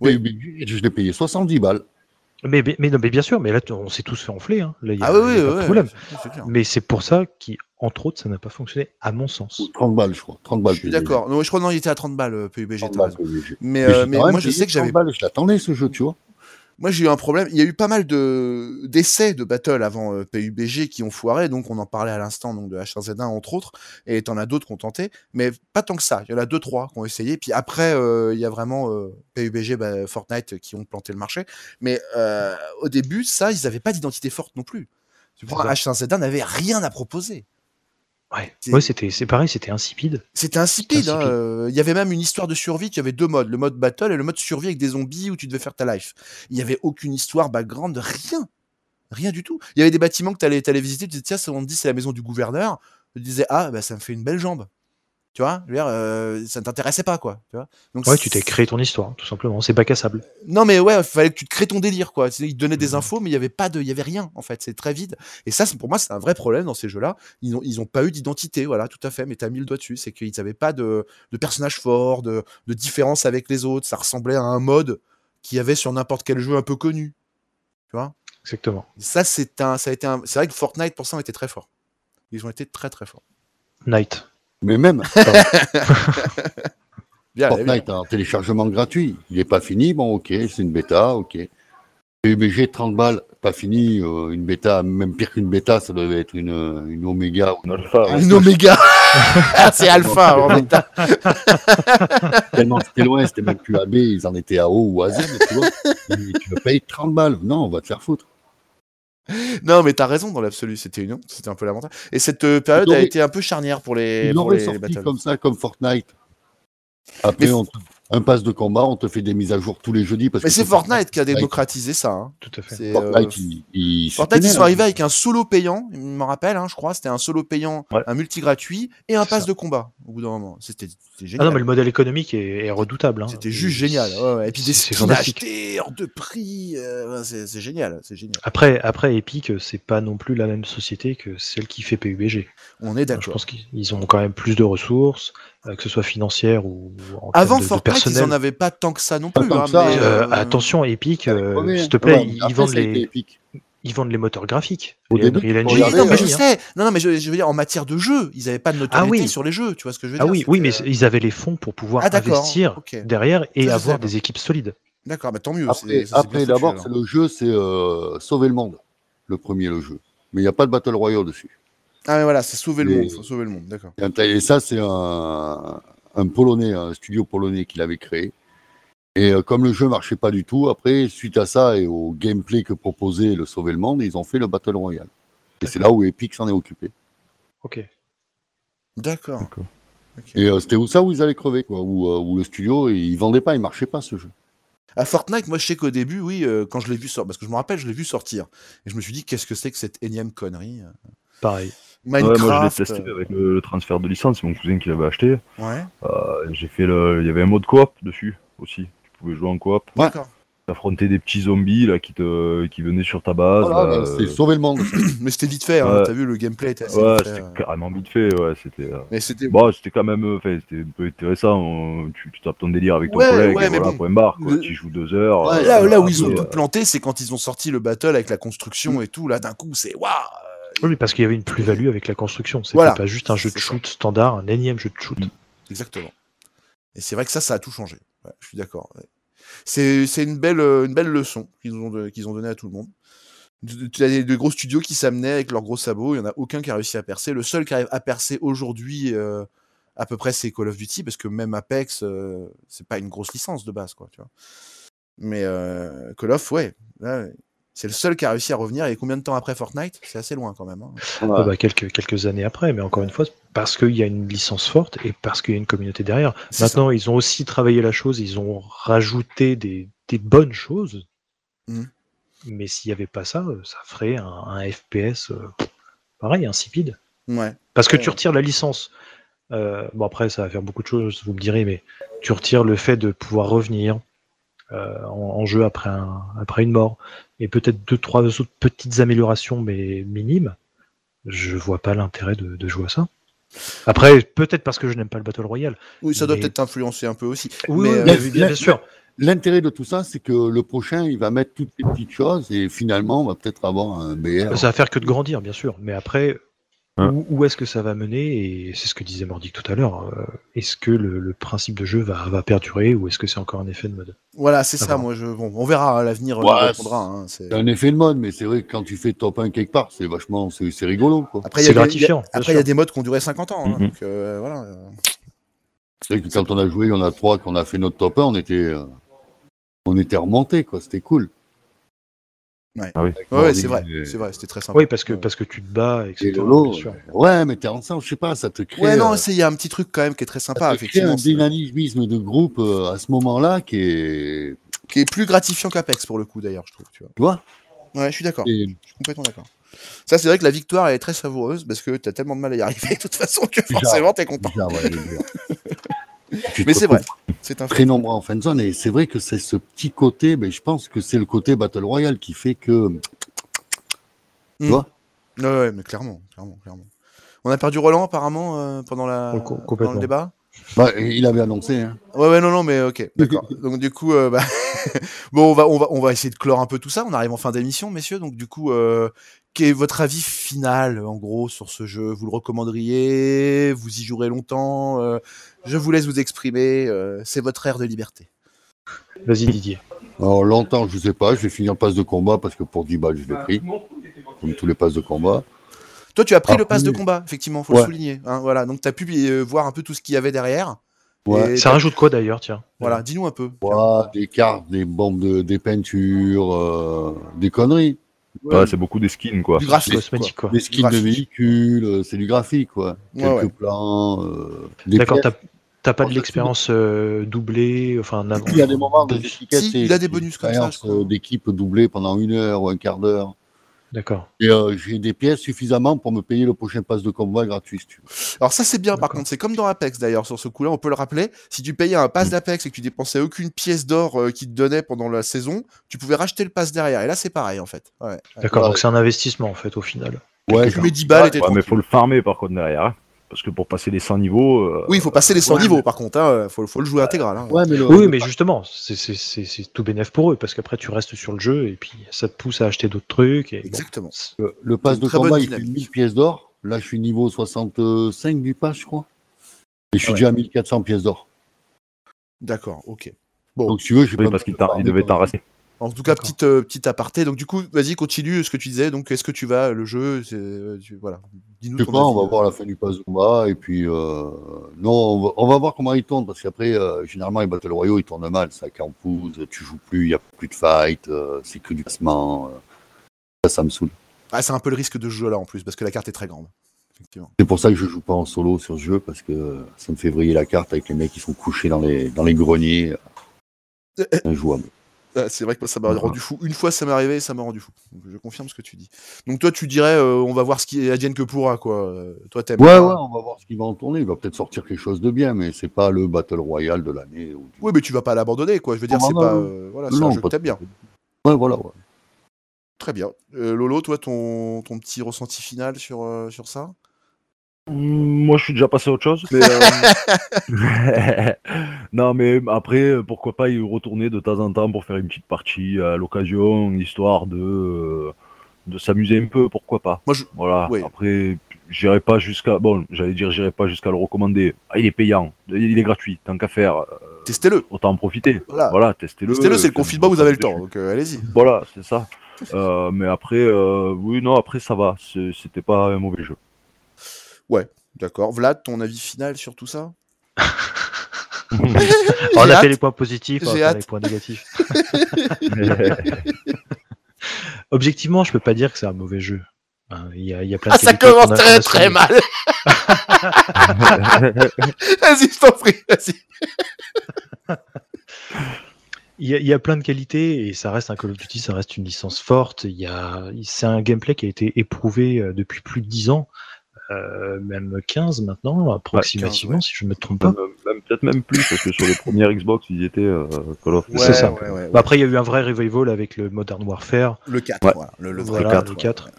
Speaker 8: Oui, mais je l'ai payé 70 balles.
Speaker 9: Mais, mais, mais non, mais bien sûr, mais là, t- on s'est tous fait enfler. Hein. Là, il y a,
Speaker 2: ah oui, oui,
Speaker 9: il y a pas de
Speaker 2: oui.
Speaker 9: problème.
Speaker 2: c'est clair.
Speaker 9: Mais c'est pour ça qu'entre autres, ça n'a pas fonctionné, à mon sens.
Speaker 8: Ou 30 balles, je crois. 30 balles.
Speaker 2: Je suis d'accord. Non, je crois non, il était à 30 balles euh, PUBG.
Speaker 8: 30
Speaker 2: t'as
Speaker 8: balles
Speaker 2: raison.
Speaker 8: que j'ai payé.
Speaker 2: Mais,
Speaker 8: Mais
Speaker 2: euh,
Speaker 8: j'ai
Speaker 2: mais
Speaker 8: quand même
Speaker 2: moi, je
Speaker 8: payé
Speaker 2: sais que
Speaker 8: 30
Speaker 2: j'avais,
Speaker 8: balles, je l'attendais ce jeu, tu vois.
Speaker 2: moi, j'ai eu un problème. Il y a eu pas mal de d'essais de battle avant euh, PUBG qui ont foiré. Donc, on en parlait à l'instant, donc de H1Z1 entre autres. Et t'en as d'autres qui ont tenté, mais pas tant que ça. Il y en a deux trois qui ont essayé. Puis après, euh, il y a vraiment euh, PUBG, bah, Fortnite qui ont planté le marché. Mais euh, au début, ça, ils n'avaient pas d'identité forte non plus. Tu prends
Speaker 9: ça.
Speaker 2: H1Z1 n'avait rien à proposer.
Speaker 9: Ouais,
Speaker 2: C'est-
Speaker 9: Ouais, c'était c'est pareil, c'était insipide.
Speaker 2: C'était insipide. hein,
Speaker 9: Insipide.
Speaker 2: euh, Il y avait même une histoire de survie qui avait deux modes, le mode battle et le mode survie avec des zombies où tu devais faire ta life. Il n'y avait aucune histoire background, rien. Rien du tout. Il y avait des bâtiments que tu allais, visiter, tu disais, tiens, ça, on me dit c'est la maison du gouverneur. Tu disais, ah, bah, ça me fait une belle jambe. Tu vois, je veux dire, euh, ça ne t'intéressait pas, quoi. Tu vois Donc,
Speaker 9: Ouais, tu t'es
Speaker 2: c'est-
Speaker 9: créé ton histoire, tout simplement. C'est bac à sable.
Speaker 2: Non, mais ouais, il fallait que tu te crées ton délire, quoi. C'est- Ils te donnaient des
Speaker 8: Mmh.
Speaker 9: Mhm.
Speaker 2: infos, mais il n'y avait pas de, il y avait rien, en fait. C'est très vide. Et ça, c'est- pour moi, c'est un vrai problème dans ces jeux-là. Ils n'ont ils ont pas eu d'identité, voilà, tout à fait. Mais t'as mis le doigt dessus. C'est qu'ils n'avaient pas de, de personnage fort, de, de différence avec les autres. Ça ressemblait à un mode qu'il y avait sur n'importe quel jeu un peu connu.
Speaker 9: Exactement.
Speaker 2: Ça, c'est un, ça a été un- c'est vrai que Fortnite, pour ça, ont été très forts. Ils ont été très, très forts.
Speaker 9: Night.
Speaker 8: Mais même
Speaker 2: Bien, allez, Ah, bien.
Speaker 8: Fortnite, un téléchargement gratuit. Il n'est pas fini, bon, ok, c'est une bêta, ok. PUBG, 30 balles, pas fini. euh, une bêta, même pire qu'une bêta, ça devait être une, euh, une Oméga. ou-
Speaker 1: Ah, Une alpha, ouais.
Speaker 2: Un oméga Ah, C'est alpha, en fait.
Speaker 8: Tellement c'était loin, c'était même plus AB, ils en étaient à O ou à Z, tu vois. Et tu me payes 30 balles. Non, on va te faire foutre.
Speaker 2: Non, mais t'as raison dans l'absolu, c'était une honte, c'était un peu lamentable. Et cette euh, période
Speaker 8: Ils
Speaker 2: a
Speaker 8: auraient-
Speaker 2: été un peu charnière pour les,
Speaker 8: Ils
Speaker 2: pour
Speaker 8: l'auraient
Speaker 2: les, les
Speaker 8: sorti
Speaker 2: battles.
Speaker 8: comme ça, comme Fortnite. Après,
Speaker 2: Mais-
Speaker 8: on te- un pass de combat, on te fait des mises à jour tous les jeudis. Parce
Speaker 2: Mais
Speaker 8: que
Speaker 2: c'est Fortnite qui a
Speaker 8: Fortnite.
Speaker 2: démocratisé ça. hein.
Speaker 9: Tout à fait.
Speaker 2: C'est, euh,
Speaker 8: Fortnite, ils,
Speaker 2: Fortnite, ils
Speaker 8: ils s'étonnaient,
Speaker 2: sont
Speaker 8: hein.
Speaker 2: arrivés avec un solo payant, je me rappelle, hein, je crois, c'était un solo payant,
Speaker 1: Ouais.
Speaker 2: un multi gratuit et un
Speaker 9: C'est
Speaker 2: pass
Speaker 9: ça.
Speaker 2: de combat au bout d'un moment. C'était c'était
Speaker 9: Ah
Speaker 2: génial.
Speaker 9: non, mais le modèle économique est, est redoutable. hein.
Speaker 2: C'était juste génial. ouais, ouais. Et puis des
Speaker 9: C'est
Speaker 2: skins
Speaker 9: fantastique.
Speaker 2: achetés hors de prix, euh, ouais, c'est c'est génial, c'est génial.
Speaker 9: Après, après Epic, c'est pas non plus la même société que celle qui fait PUBG.
Speaker 2: On est
Speaker 9: Je
Speaker 2: d'accord.
Speaker 9: pense qu'ils ils ont quand même plus de ressources, euh, que ce soit financières ou en termes
Speaker 2: Avant
Speaker 9: de, de
Speaker 2: Fortnite, ils
Speaker 9: personnel.
Speaker 2: en avaient pas tant que ça non plus.
Speaker 8: tant
Speaker 2: hein,
Speaker 8: que ça,
Speaker 2: mais,
Speaker 9: Euh,
Speaker 2: euh,
Speaker 9: attention, Epic, euh,
Speaker 8: hein. Ouais,
Speaker 9: s'il te plaît,
Speaker 8: ouais,
Speaker 9: ils,
Speaker 8: après,
Speaker 9: vendent
Speaker 8: ça a été
Speaker 9: les,
Speaker 8: épique.
Speaker 9: ils vendent les moteurs graphiques.
Speaker 8: Au
Speaker 9: Les
Speaker 8: début,
Speaker 9: Unreal
Speaker 8: quand
Speaker 9: Engine,
Speaker 2: Oui,
Speaker 8: Regardez,
Speaker 2: non, mais je
Speaker 9: hein.
Speaker 2: sais. Non, non, mais je, je veux dire, en matière de jeu, ils n'avaient pas de
Speaker 9: Ah oui.
Speaker 2: notoriété sur les jeux. Tu vois ce que je veux
Speaker 9: Ah
Speaker 2: dire
Speaker 9: oui, oui, mais
Speaker 2: c'était, euh,
Speaker 9: ils avaient les fonds pour pouvoir
Speaker 2: Ah, d'accord,
Speaker 9: investir
Speaker 2: ok.
Speaker 9: derrière
Speaker 2: Ça,
Speaker 9: et
Speaker 2: je
Speaker 9: avoir
Speaker 2: sais pas.
Speaker 9: des équipes solides.
Speaker 2: D'accord, bah, tant mieux. c'est-
Speaker 8: Après,
Speaker 2: ça, c'est bien
Speaker 8: après,
Speaker 2: hein. foutu,
Speaker 8: d'abord,
Speaker 2: alors.
Speaker 8: c'est le jeu, c'est euh, sauver le monde. Le premier, le jeu. Mais il n'y a pas de Battle Royale dessus.
Speaker 2: Ah, mais voilà, c'est sauver le
Speaker 8: Mais-
Speaker 2: monde. Faut sauver le monde, d'accord.
Speaker 8: Et un- Et ça, c'est un, un Polonais, un studio polonais qui l'avait créé. Et euh, comme le jeu marchait pas du tout, après, suite à ça et au gameplay que proposait le Sauver le Monde, ils ont fait le Battle Royale. Et c'est là où Epic s'en est occupé.
Speaker 9: Ok.
Speaker 2: D'accord.
Speaker 8: Et euh, c'était où ça où ils allaient crever, quoi. Où, euh, où le studio, ils vendaient pas, il marchait pas ce jeu.
Speaker 2: À Fortnite, moi, je sais qu'au début, oui, euh, quand je l'ai vu sortir, parce que je me rappelle, je l'ai vu sortir. Et je me suis dit, qu'est-ce que c'est que cette énième connerie euh,
Speaker 9: Pareil.
Speaker 1: Ouais,
Speaker 2: Minecraft.
Speaker 1: moi, je l'ai testé
Speaker 2: euh,
Speaker 1: avec le, le transfert de licence, c'est mon cousin qui l'avait acheté.
Speaker 2: Ouais,
Speaker 1: Euh, J'ai fait le, il y avait un mode coop dessus aussi. Tu pouvais jouer en coop.
Speaker 8: Ouais.
Speaker 2: d'accord.
Speaker 1: affronter des petits zombies là qui te qui venaient sur ta base.
Speaker 2: Voilà,
Speaker 1: là,
Speaker 2: Oh c'est
Speaker 1: euh,
Speaker 2: sauver le monde. mais c'était vite fait, hein,
Speaker 1: Ouais.
Speaker 2: t'as vu, le gameplay était assez
Speaker 1: Ouais,
Speaker 2: vite fait,
Speaker 1: c'était
Speaker 2: euh.
Speaker 1: carrément vite fait, ouais, c'était. euh,
Speaker 2: Mais c'était.
Speaker 1: Bon, c'était quand même, euh, enfin, c'était un peu intéressant. on- Tu, tu tapes ton délire avec ton
Speaker 2: Ouais,
Speaker 1: collègue,
Speaker 2: ouais,
Speaker 1: et
Speaker 2: mais
Speaker 1: voilà,
Speaker 2: bon.
Speaker 1: point barre. Quoi. Tu y joues deux heures.
Speaker 2: Ouais,
Speaker 1: euh,
Speaker 2: là, là où
Speaker 1: après,
Speaker 2: ils ont
Speaker 1: euh,
Speaker 2: tout planté, c'est quand ils ont sorti le battle avec la construction et tout. Là, d'un coup, c'est waouh!
Speaker 9: Oui, mais parce qu'il y avait une plus-value avec la construction. C'était
Speaker 2: Voilà.
Speaker 9: pas juste un jeu de shoot standard, un énième jeu de shoot.
Speaker 2: Exactement. Et c'est vrai que ça, ça a tout changé. Ouais, je suis d'accord. ouais. C'est c'est une belle, euh, une belle leçon qu'ils ont, don- qu'ils ont donnée à tout le monde. Tu tu as des, des gros studios qui s'amenaient avec leurs gros sabots. Il n'y en a aucun qui a réussi à percer. Le seul qui arrive à percer aujourd'hui, euh, à peu près, c'est Call of Duty, parce que même Apex, euh, c'est pas une grosse licence de base, quoi. Tu vois. Mais euh, Call of, ouais. là, c'est le seul qui a réussi à revenir. Et combien de temps après Fortnite C'est assez loin quand même. hein.
Speaker 9: Ah bah, quelques, quelques années après, mais encore une fois, parce qu'il y a une licence forte et parce qu'il y a une communauté derrière.
Speaker 2: C'est
Speaker 9: Maintenant, ils ont aussi travaillé la chose, ils ont rajouté des, des bonnes choses,
Speaker 2: Mhm.
Speaker 9: mais s'il n'y avait pas ça, euh, ça ferait un, un FPS euh, pareil, insipide.
Speaker 2: Ouais.
Speaker 9: Parce que
Speaker 2: Ouais.
Speaker 9: tu retires la licence. Euh, bon, après, ça va faire beaucoup de choses, vous me direz, mais tu retires le fait de pouvoir revenir euh, en, en jeu après, un- après une mort et peut-être deux, trois autres petites améliorations, mais minimes. Je vois pas l'intérêt de, de jouer à ça. Après, peut-être parce que je n'aime pas le Battle Royale.
Speaker 2: Oui, ça doit
Speaker 9: mais-
Speaker 2: peut-être t'influencer un peu aussi.
Speaker 9: Oui,
Speaker 2: Mais,
Speaker 9: oui,
Speaker 2: euh,
Speaker 9: bien- bien- bien sûr.
Speaker 8: L'intérêt de tout ça, c'est que le prochain, il va mettre toutes les petites choses et finalement, on va peut-être avoir un BR.
Speaker 9: Ça va faire que de grandir, bien sûr. Mais après,
Speaker 2: Hein.
Speaker 9: où, où est-ce que ça va mener Et c'est ce que disait Mordic tout à l'heure. euh, Est-ce que le, le principe de jeu va, va perdurer ou est-ce que c'est encore un effet de mode
Speaker 2: Voilà, c'est
Speaker 9: À
Speaker 2: ça.
Speaker 9: voir.
Speaker 2: Moi, je, bon, on verra à l'avenir. on
Speaker 8: Ouais,
Speaker 2: répondra, hein, c'est-
Speaker 8: c'est un effet de mode, mais c'est vrai que quand tu fais top 1 quelque part, c'est vachement, c'est c'est rigolo. quoi.
Speaker 2: Après, il y a des- il y a- Après, il y a des modes qui ont duré 50 ans. hein,
Speaker 8: Mhm.
Speaker 2: donc, euh, voilà. euh,
Speaker 8: C'est vrai que quand on a joué, il y en a trois, qu'on a fait notre top 1, on était, euh, on était remonté, quoi. C'était cool.
Speaker 2: Ouais,
Speaker 1: Ah oui.
Speaker 2: Ouais, ouais,
Speaker 8: Mordi,
Speaker 2: c'est vrai.
Speaker 8: euh,
Speaker 2: C'est vrai, c'était très sympa.
Speaker 9: Oui, parce que, parce que tu te bats,
Speaker 8: Et
Speaker 9: etc.
Speaker 8: Lolo,
Speaker 9: bien sûr.
Speaker 2: euh,
Speaker 8: ouais, mais t'es ensemble, je sais pas, ça te crée.
Speaker 2: Ouais, non,
Speaker 8: euh,
Speaker 2: c'est- il y a un petit truc quand même qui est très sympa,
Speaker 8: ça te crée un
Speaker 2: effectivement. c'est-
Speaker 8: dynamisme de groupe euh, à ce moment-là qui est.
Speaker 2: Qui est plus gratifiant qu'Apex pour le coup, d'ailleurs, je trouve. Tu vois.
Speaker 8: Tu vois
Speaker 2: Ouais, je suis d'accord.
Speaker 8: Et-
Speaker 2: Je suis complètement d'accord. Ça, c'est vrai que la victoire, elle est très savoureuse parce que t'as tellement de mal à y arriver, de toute façon, que forcément, t'es content.
Speaker 8: Bizarre, ouais, bizarre. Tu te
Speaker 2: Mais c'est vrai.
Speaker 8: retrouves
Speaker 2: C'est un fait.
Speaker 8: Très nombreux en fin de zone, et c'est vrai que c'est ce petit côté, mais je pense que c'est le côté Battle Royale qui fait que. Tu vois
Speaker 2: Ouais, ouais, mais clairement, clairement, clairement. On a perdu Roland, apparemment, euh, pendant, la...
Speaker 8: Oh, co-
Speaker 2: pendant
Speaker 8: complètement.
Speaker 2: le débat
Speaker 8: Bah, Il avait annoncé, hein.
Speaker 2: Ouais, ouais, non, non, mais ok, d'accord. donc du coup, euh, bah, bon, on va, on va, on va essayer de clore un peu tout ça. On arrive en fin d'émission, messieurs. Donc du coup, euh, quel est votre avis final, en gros, sur ce jeu Vous le recommanderiez Vous y jouerez longtemps Euh, Je vous laisse vous exprimer. euh, c'est votre ère de liberté.
Speaker 9: Vas-y, Didier.
Speaker 8: Alors, longtemps, je sais pas, je vais finir passe de combat parce que pour 10 balles, je l'ai pris. Comme tous les passes de combat.
Speaker 2: Toi, tu as pris
Speaker 8: Ah,
Speaker 2: le pass de
Speaker 8: oui.
Speaker 2: combat, effectivement, faut le
Speaker 8: Ouais.
Speaker 2: souligner. hein, voilà, donc tu as pu euh, voir un peu tout ce qu'il y avait derrière.
Speaker 8: Ouais.
Speaker 2: Et
Speaker 9: Ça
Speaker 2: t'as-
Speaker 9: rajoute quoi d'ailleurs, tiens
Speaker 2: Voilà, dis-nous un peu.
Speaker 8: Ouais, des cartes, des bombes, de, des peintures, euh, des conneries.
Speaker 1: Ouais, c'est beaucoup des skins, quoi.
Speaker 2: Du graphisme,
Speaker 9: Cosmétique, quoi.
Speaker 8: Des skins de
Speaker 2: Graphique.
Speaker 8: véhicules, euh, c'est du graphique, quoi.
Speaker 2: Ouais,
Speaker 8: Quelques
Speaker 2: ouais.
Speaker 8: plans. euh, des
Speaker 9: D'accord,
Speaker 8: pièces.
Speaker 9: t'as t'as pas de l'expérience euh, doublée, enfin, en avant-
Speaker 8: Il y a des moments de
Speaker 2: Si, il a des bonus comme ça, je crois.
Speaker 8: euh, d'équipe doublée pendant une heure ou un quart d'heure.
Speaker 9: D'accord.
Speaker 8: Et euh, j'ai des pièces suffisamment pour me payer le prochain pass de combat gratuit. si tu veux.
Speaker 2: Alors ça c'est bien par contre, c'est comme dans Apex d'ailleurs, sur ce coup-là, on peut le rappeler, si tu payais un pass
Speaker 8: Mmh.
Speaker 2: d'Apex et que tu dépensais aucune pièce d'or euh, qui te donnait pendant la saison, tu pouvais racheter le pass derrière. Et là c'est pareil en fait. Ouais.
Speaker 9: D'accord,
Speaker 8: Ouais.
Speaker 9: donc c'est un investissement en fait au final.
Speaker 8: Ouais,
Speaker 2: Tu mets 10 balles et t'es
Speaker 1: Ouais, mais
Speaker 2: tranquille.
Speaker 1: faut le farmer par contre derrière. hein. Parce que pour passer les 100 niveaux. euh,
Speaker 2: Oui, il faut passer les 100 niveaux par contre, hein, faut, faut le jouer intégral. hein.
Speaker 8: Ouais, mais le-
Speaker 9: Oui, mais justement, c'est- c'est c'est- c'est tout bénéf pour eux parce qu'après tu restes sur le jeu et puis ça te pousse à acheter d'autres trucs. Et bon.
Speaker 2: Exactement.
Speaker 8: le, le pass
Speaker 2: une
Speaker 8: de
Speaker 2: très bonne
Speaker 8: combat, il fait
Speaker 2: dynamique.
Speaker 8: 1000 pièces d'or. Là, je suis niveau 65 du pass, je crois. Et je suis déjà à 1400 pièces d'or.
Speaker 2: D'accord, ok.
Speaker 8: Donc, si tu veux, je vais
Speaker 1: oui,
Speaker 8: pas
Speaker 1: parce
Speaker 8: me
Speaker 1: qu'il t'en- il devait t'en rester.
Speaker 2: En tout cas,
Speaker 9: D'accord.
Speaker 2: petite, euh, petite aparté. Donc du coup, vas-y, continue ce que tu disais. Donc est-ce que tu vas, le jeu, c'est- euh, tu- voilà. Dis-nous
Speaker 8: Je sais
Speaker 2: ton
Speaker 8: pas, on
Speaker 2: avis,
Speaker 8: va
Speaker 2: euh.
Speaker 8: voir la fin du pass de combat et puis euh, non, on va, on va voir comment il tourne parce qu'après euh, généralement les battle royale ils tournent mal, ça campouse, tu joues plus, il y a plus de fight, euh, c'est que du placement, euh, ça, ça me saoule.
Speaker 2: Ah, c'est un peu le risque de ce jeu là en plus, parce que la carte est très grande. Effectivement.
Speaker 8: C'est pour ça que je joue pas en solo sur ce jeu parce que euh, ça me fait vriller la carte avec les mecs qui sont couchés dans les dans les greniers,
Speaker 2: Euh, euh,
Speaker 8: injouable.
Speaker 2: Ah, c'est vrai que moi, ça m'a rendu fou. Une fois, ça m'est arrivé et ça m'a rendu fou. Donc, je confirme ce que tu dis. Donc toi, tu dirais, euh, on va voir ce qui advienne que pourra, quoi. Euh, Toi, t'aimes.
Speaker 8: Ouais, ouais, on va voir ce qu'il va en tourner. Il va peut-être sortir quelque chose de bien, mais c'est pas le Battle Royale de l'année. Ou...
Speaker 2: Oui, mais tu vas pas l'abandonner, quoi. Je veux dire,
Speaker 8: Ah,
Speaker 2: c'est
Speaker 8: non,
Speaker 2: pas.
Speaker 8: non.
Speaker 2: euh, voilà,
Speaker 8: Non,
Speaker 2: c'est un
Speaker 8: non,
Speaker 2: jeu que
Speaker 8: pas-
Speaker 2: t'aimes bien.
Speaker 8: Ouais, voilà. ouais.
Speaker 2: Très bien. Euh, Lolo, toi, ton, ton petit ressenti final sur, euh, sur ça
Speaker 1: Moi, je suis déjà passé à autre chose. mais, euh, non, mais après, euh, pourquoi pas y retourner de temps en temps pour faire une petite partie à l'occasion, histoire de, euh, de s'amuser un peu, pourquoi pas.
Speaker 2: Moi, je...
Speaker 1: Voilà. Après, j'irai pas jusqu'à. Bon, j'allais dire, j'irai pas jusqu'à le recommander. Ah, il est payant, il est gratuit, tant qu'à faire.
Speaker 2: Testez-le.
Speaker 1: Autant en profiter.
Speaker 2: Voilà,
Speaker 1: testez-le.
Speaker 2: Ah. Testez-le, c'est le
Speaker 1: Faites-
Speaker 2: confinement, vous avez le temps. Donc euh, allez-y.
Speaker 1: Voilà, c'est ça. Euh, mais après, euh, oui, non, après ça va. C'est- C'était pas un mauvais jeu.
Speaker 2: Ouais, d'accord. Vlad, ton avis final sur tout ça
Speaker 9: on
Speaker 2: J'ai
Speaker 9: a fait
Speaker 2: hâte.
Speaker 9: les points positifs, on a
Speaker 2: J'ai
Speaker 9: fait
Speaker 2: hâte.
Speaker 9: les points négatifs. Objectivement, je peux pas dire que c'est un mauvais jeu. Hein, Il y a, il y a plein
Speaker 2: Ah,
Speaker 9: de
Speaker 2: ça
Speaker 9: qualités qu'on a-
Speaker 2: commence
Speaker 9: qu'on
Speaker 2: très
Speaker 9: a
Speaker 2: très
Speaker 9: soignées.
Speaker 2: mal. vas-y, je t'en prie, vas-y.
Speaker 9: Il y, a, il y a plein de qualités et ça reste un Call of Duty, ça reste une licence forte. Il y a, c'est un gameplay qui a été éprouvé euh, depuis plus de 10 ans, euh, même 15 maintenant, approximativement, si je ne me trompe pas.
Speaker 1: Même, même- peut-être même plus parce que sur les premières Xbox, ils étaient euh, Call of.
Speaker 9: c'est ça. Bah, après, il y a eu un vrai revival avec le Modern Warfare.
Speaker 2: Le 4, voilà, le- le vrai
Speaker 9: Voilà,
Speaker 2: 4,
Speaker 9: le
Speaker 2: ouais,
Speaker 9: 4.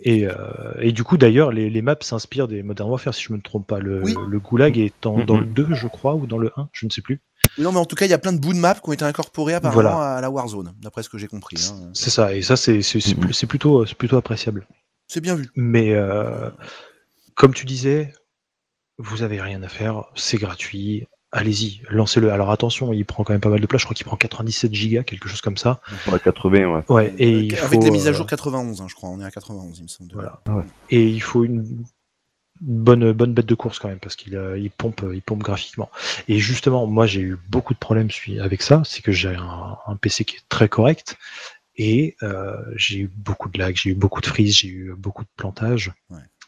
Speaker 9: Et, euh, et du coup, d'ailleurs, les, les maps s'inspirent des Modern Warfare, si je me trompe pas. Le, le goulag est en- dans le 2, je crois, ou dans le 1, je ne sais plus.
Speaker 2: Non, mais en tout cas, il y a plein de bouts de maps qui ont été incorporés apparemment
Speaker 9: Voilà.
Speaker 2: à la Warzone, d'après ce que j'ai compris. hein.
Speaker 9: C'est ça, et ça, c'est c'est- c'est plus- c'est plutôt, c'est plutôt appréciable.
Speaker 2: C'est bien vu.
Speaker 9: Mais euh, comme tu disais, vous avez rien à faire, c'est gratuit, allez-y, lancez-le. Alors attention, il prend quand même pas mal de place, je crois qu'il prend 97 gigas, quelque chose comme ça.
Speaker 1: On a 80, ouais.
Speaker 9: Ouais, et il
Speaker 2: Avec
Speaker 9: faut,
Speaker 2: la mise à jour
Speaker 9: euh,
Speaker 2: 91, hein, je crois. On est à 91, il me semble. Voilà.
Speaker 9: et il faut une bonne bonne bête de course quand même parce qu'il euh, il pompe il pompe graphiquement et justement moi j'ai eu beaucoup de problèmes sui- avec ça c'est que j'ai un, un PC qui est très correct et euh, j'ai eu beaucoup de lag j'ai eu beaucoup de freeze j'ai eu beaucoup de plantage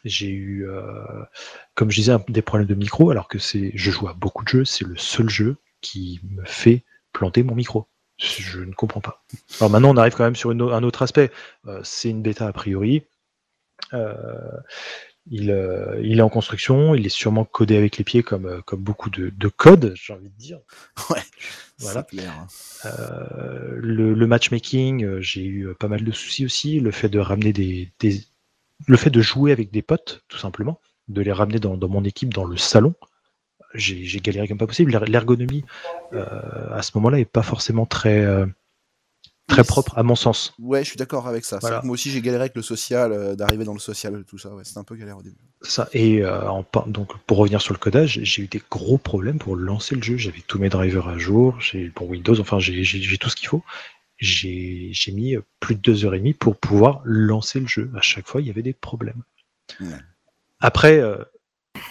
Speaker 9: j'ai eu euh, comme je disais un- des problèmes de micro alors que c'est je joue à beaucoup de jeux c'est le seul jeu qui me fait planter mon micro je ne comprends pas alors maintenant on arrive quand même sur une au- un autre aspect Euh, c'est une bêta a priori euh, il, euh, il est en construction, il est sûrement codé avec les pieds comme, euh, comme beaucoup de, de codes, j'ai envie de dire.
Speaker 2: Ouais,
Speaker 9: Voilà.
Speaker 2: c'est clair. hein.
Speaker 9: Euh, le, le matchmaking, euh, j'ai eu euh, pas mal de soucis aussi. Le fait de ramener des, des- le fait de jouer avec des potes, tout simplement, de les ramener dans, dans mon équipe, dans le salon, j'ai j'ai galéré comme pas possible. L'er- L'ergonomie, euh, à ce moment-là, est pas forcément très, euh, très propre, à mon sens.
Speaker 2: Ouais, je suis d'accord avec ça. C'est
Speaker 9: Voilà.
Speaker 2: vrai que Moi aussi, j'ai galéré avec le social, euh, d'arriver dans le social, tout ça. Ouais, c'était un peu galère au début.
Speaker 9: ça et euh, en par- donc pour revenir sur le codage j'ai eu des gros problèmes pour lancer le jeu j'avais tous mes drivers à jour j'ai pour Windows enfin j'ai j'ai- j'ai tout ce qu'il faut j'ai j'ai mis euh, plus de deux heures et demie pour pouvoir lancer le jeu à chaque fois il y avait des problèmes après euh,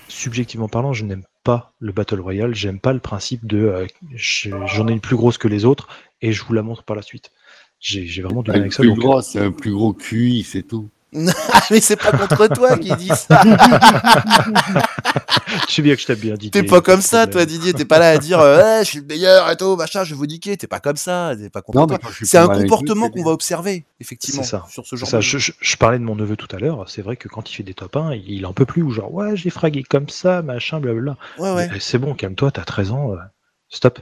Speaker 9: subjectivement parlant je n'aime pas le battle royale j'aime pas le principe de euh, je- j'en ai une plus grosse que les autres et je vous la montre par la suite j'ai j'ai vraiment du mal
Speaker 8: Un
Speaker 9: avec ça
Speaker 8: plus
Speaker 9: donc-
Speaker 8: gros, c'est un plus gros QI, c'est tout.
Speaker 9: Ah,
Speaker 2: mais c'est pas contre toi qui dis ça.
Speaker 9: je sais bien que je t'aime bien dit
Speaker 2: T'es pas comme ça, toi, Didier. T'es pas là à dire, euh, Ouais, je suis le meilleur et tout, machin, je vais vous niquer. T'es pas comme ça. T'es pas contre
Speaker 9: Non,
Speaker 2: toi.
Speaker 9: mais quand je suis
Speaker 2: C'est
Speaker 9: pas
Speaker 2: un
Speaker 9: mal avec eux,
Speaker 2: comportement
Speaker 9: c'est
Speaker 2: qu'on va observer, effectivement,
Speaker 9: C'est ça.
Speaker 2: sur ce
Speaker 9: C'est
Speaker 2: genre
Speaker 9: ça.
Speaker 2: de
Speaker 9: Je, je- je parlais de mon neveu tout à l'heure. C'est vrai que quand il fait des top 1, il, il en peut plus. Ou genre, ouais, j'ai fragué comme ça, machin, blablabla.
Speaker 2: Ouais, Ah ouais.
Speaker 9: Mais, euh, C'est bon, calme-toi, t'as 13 ans. euh, Stop.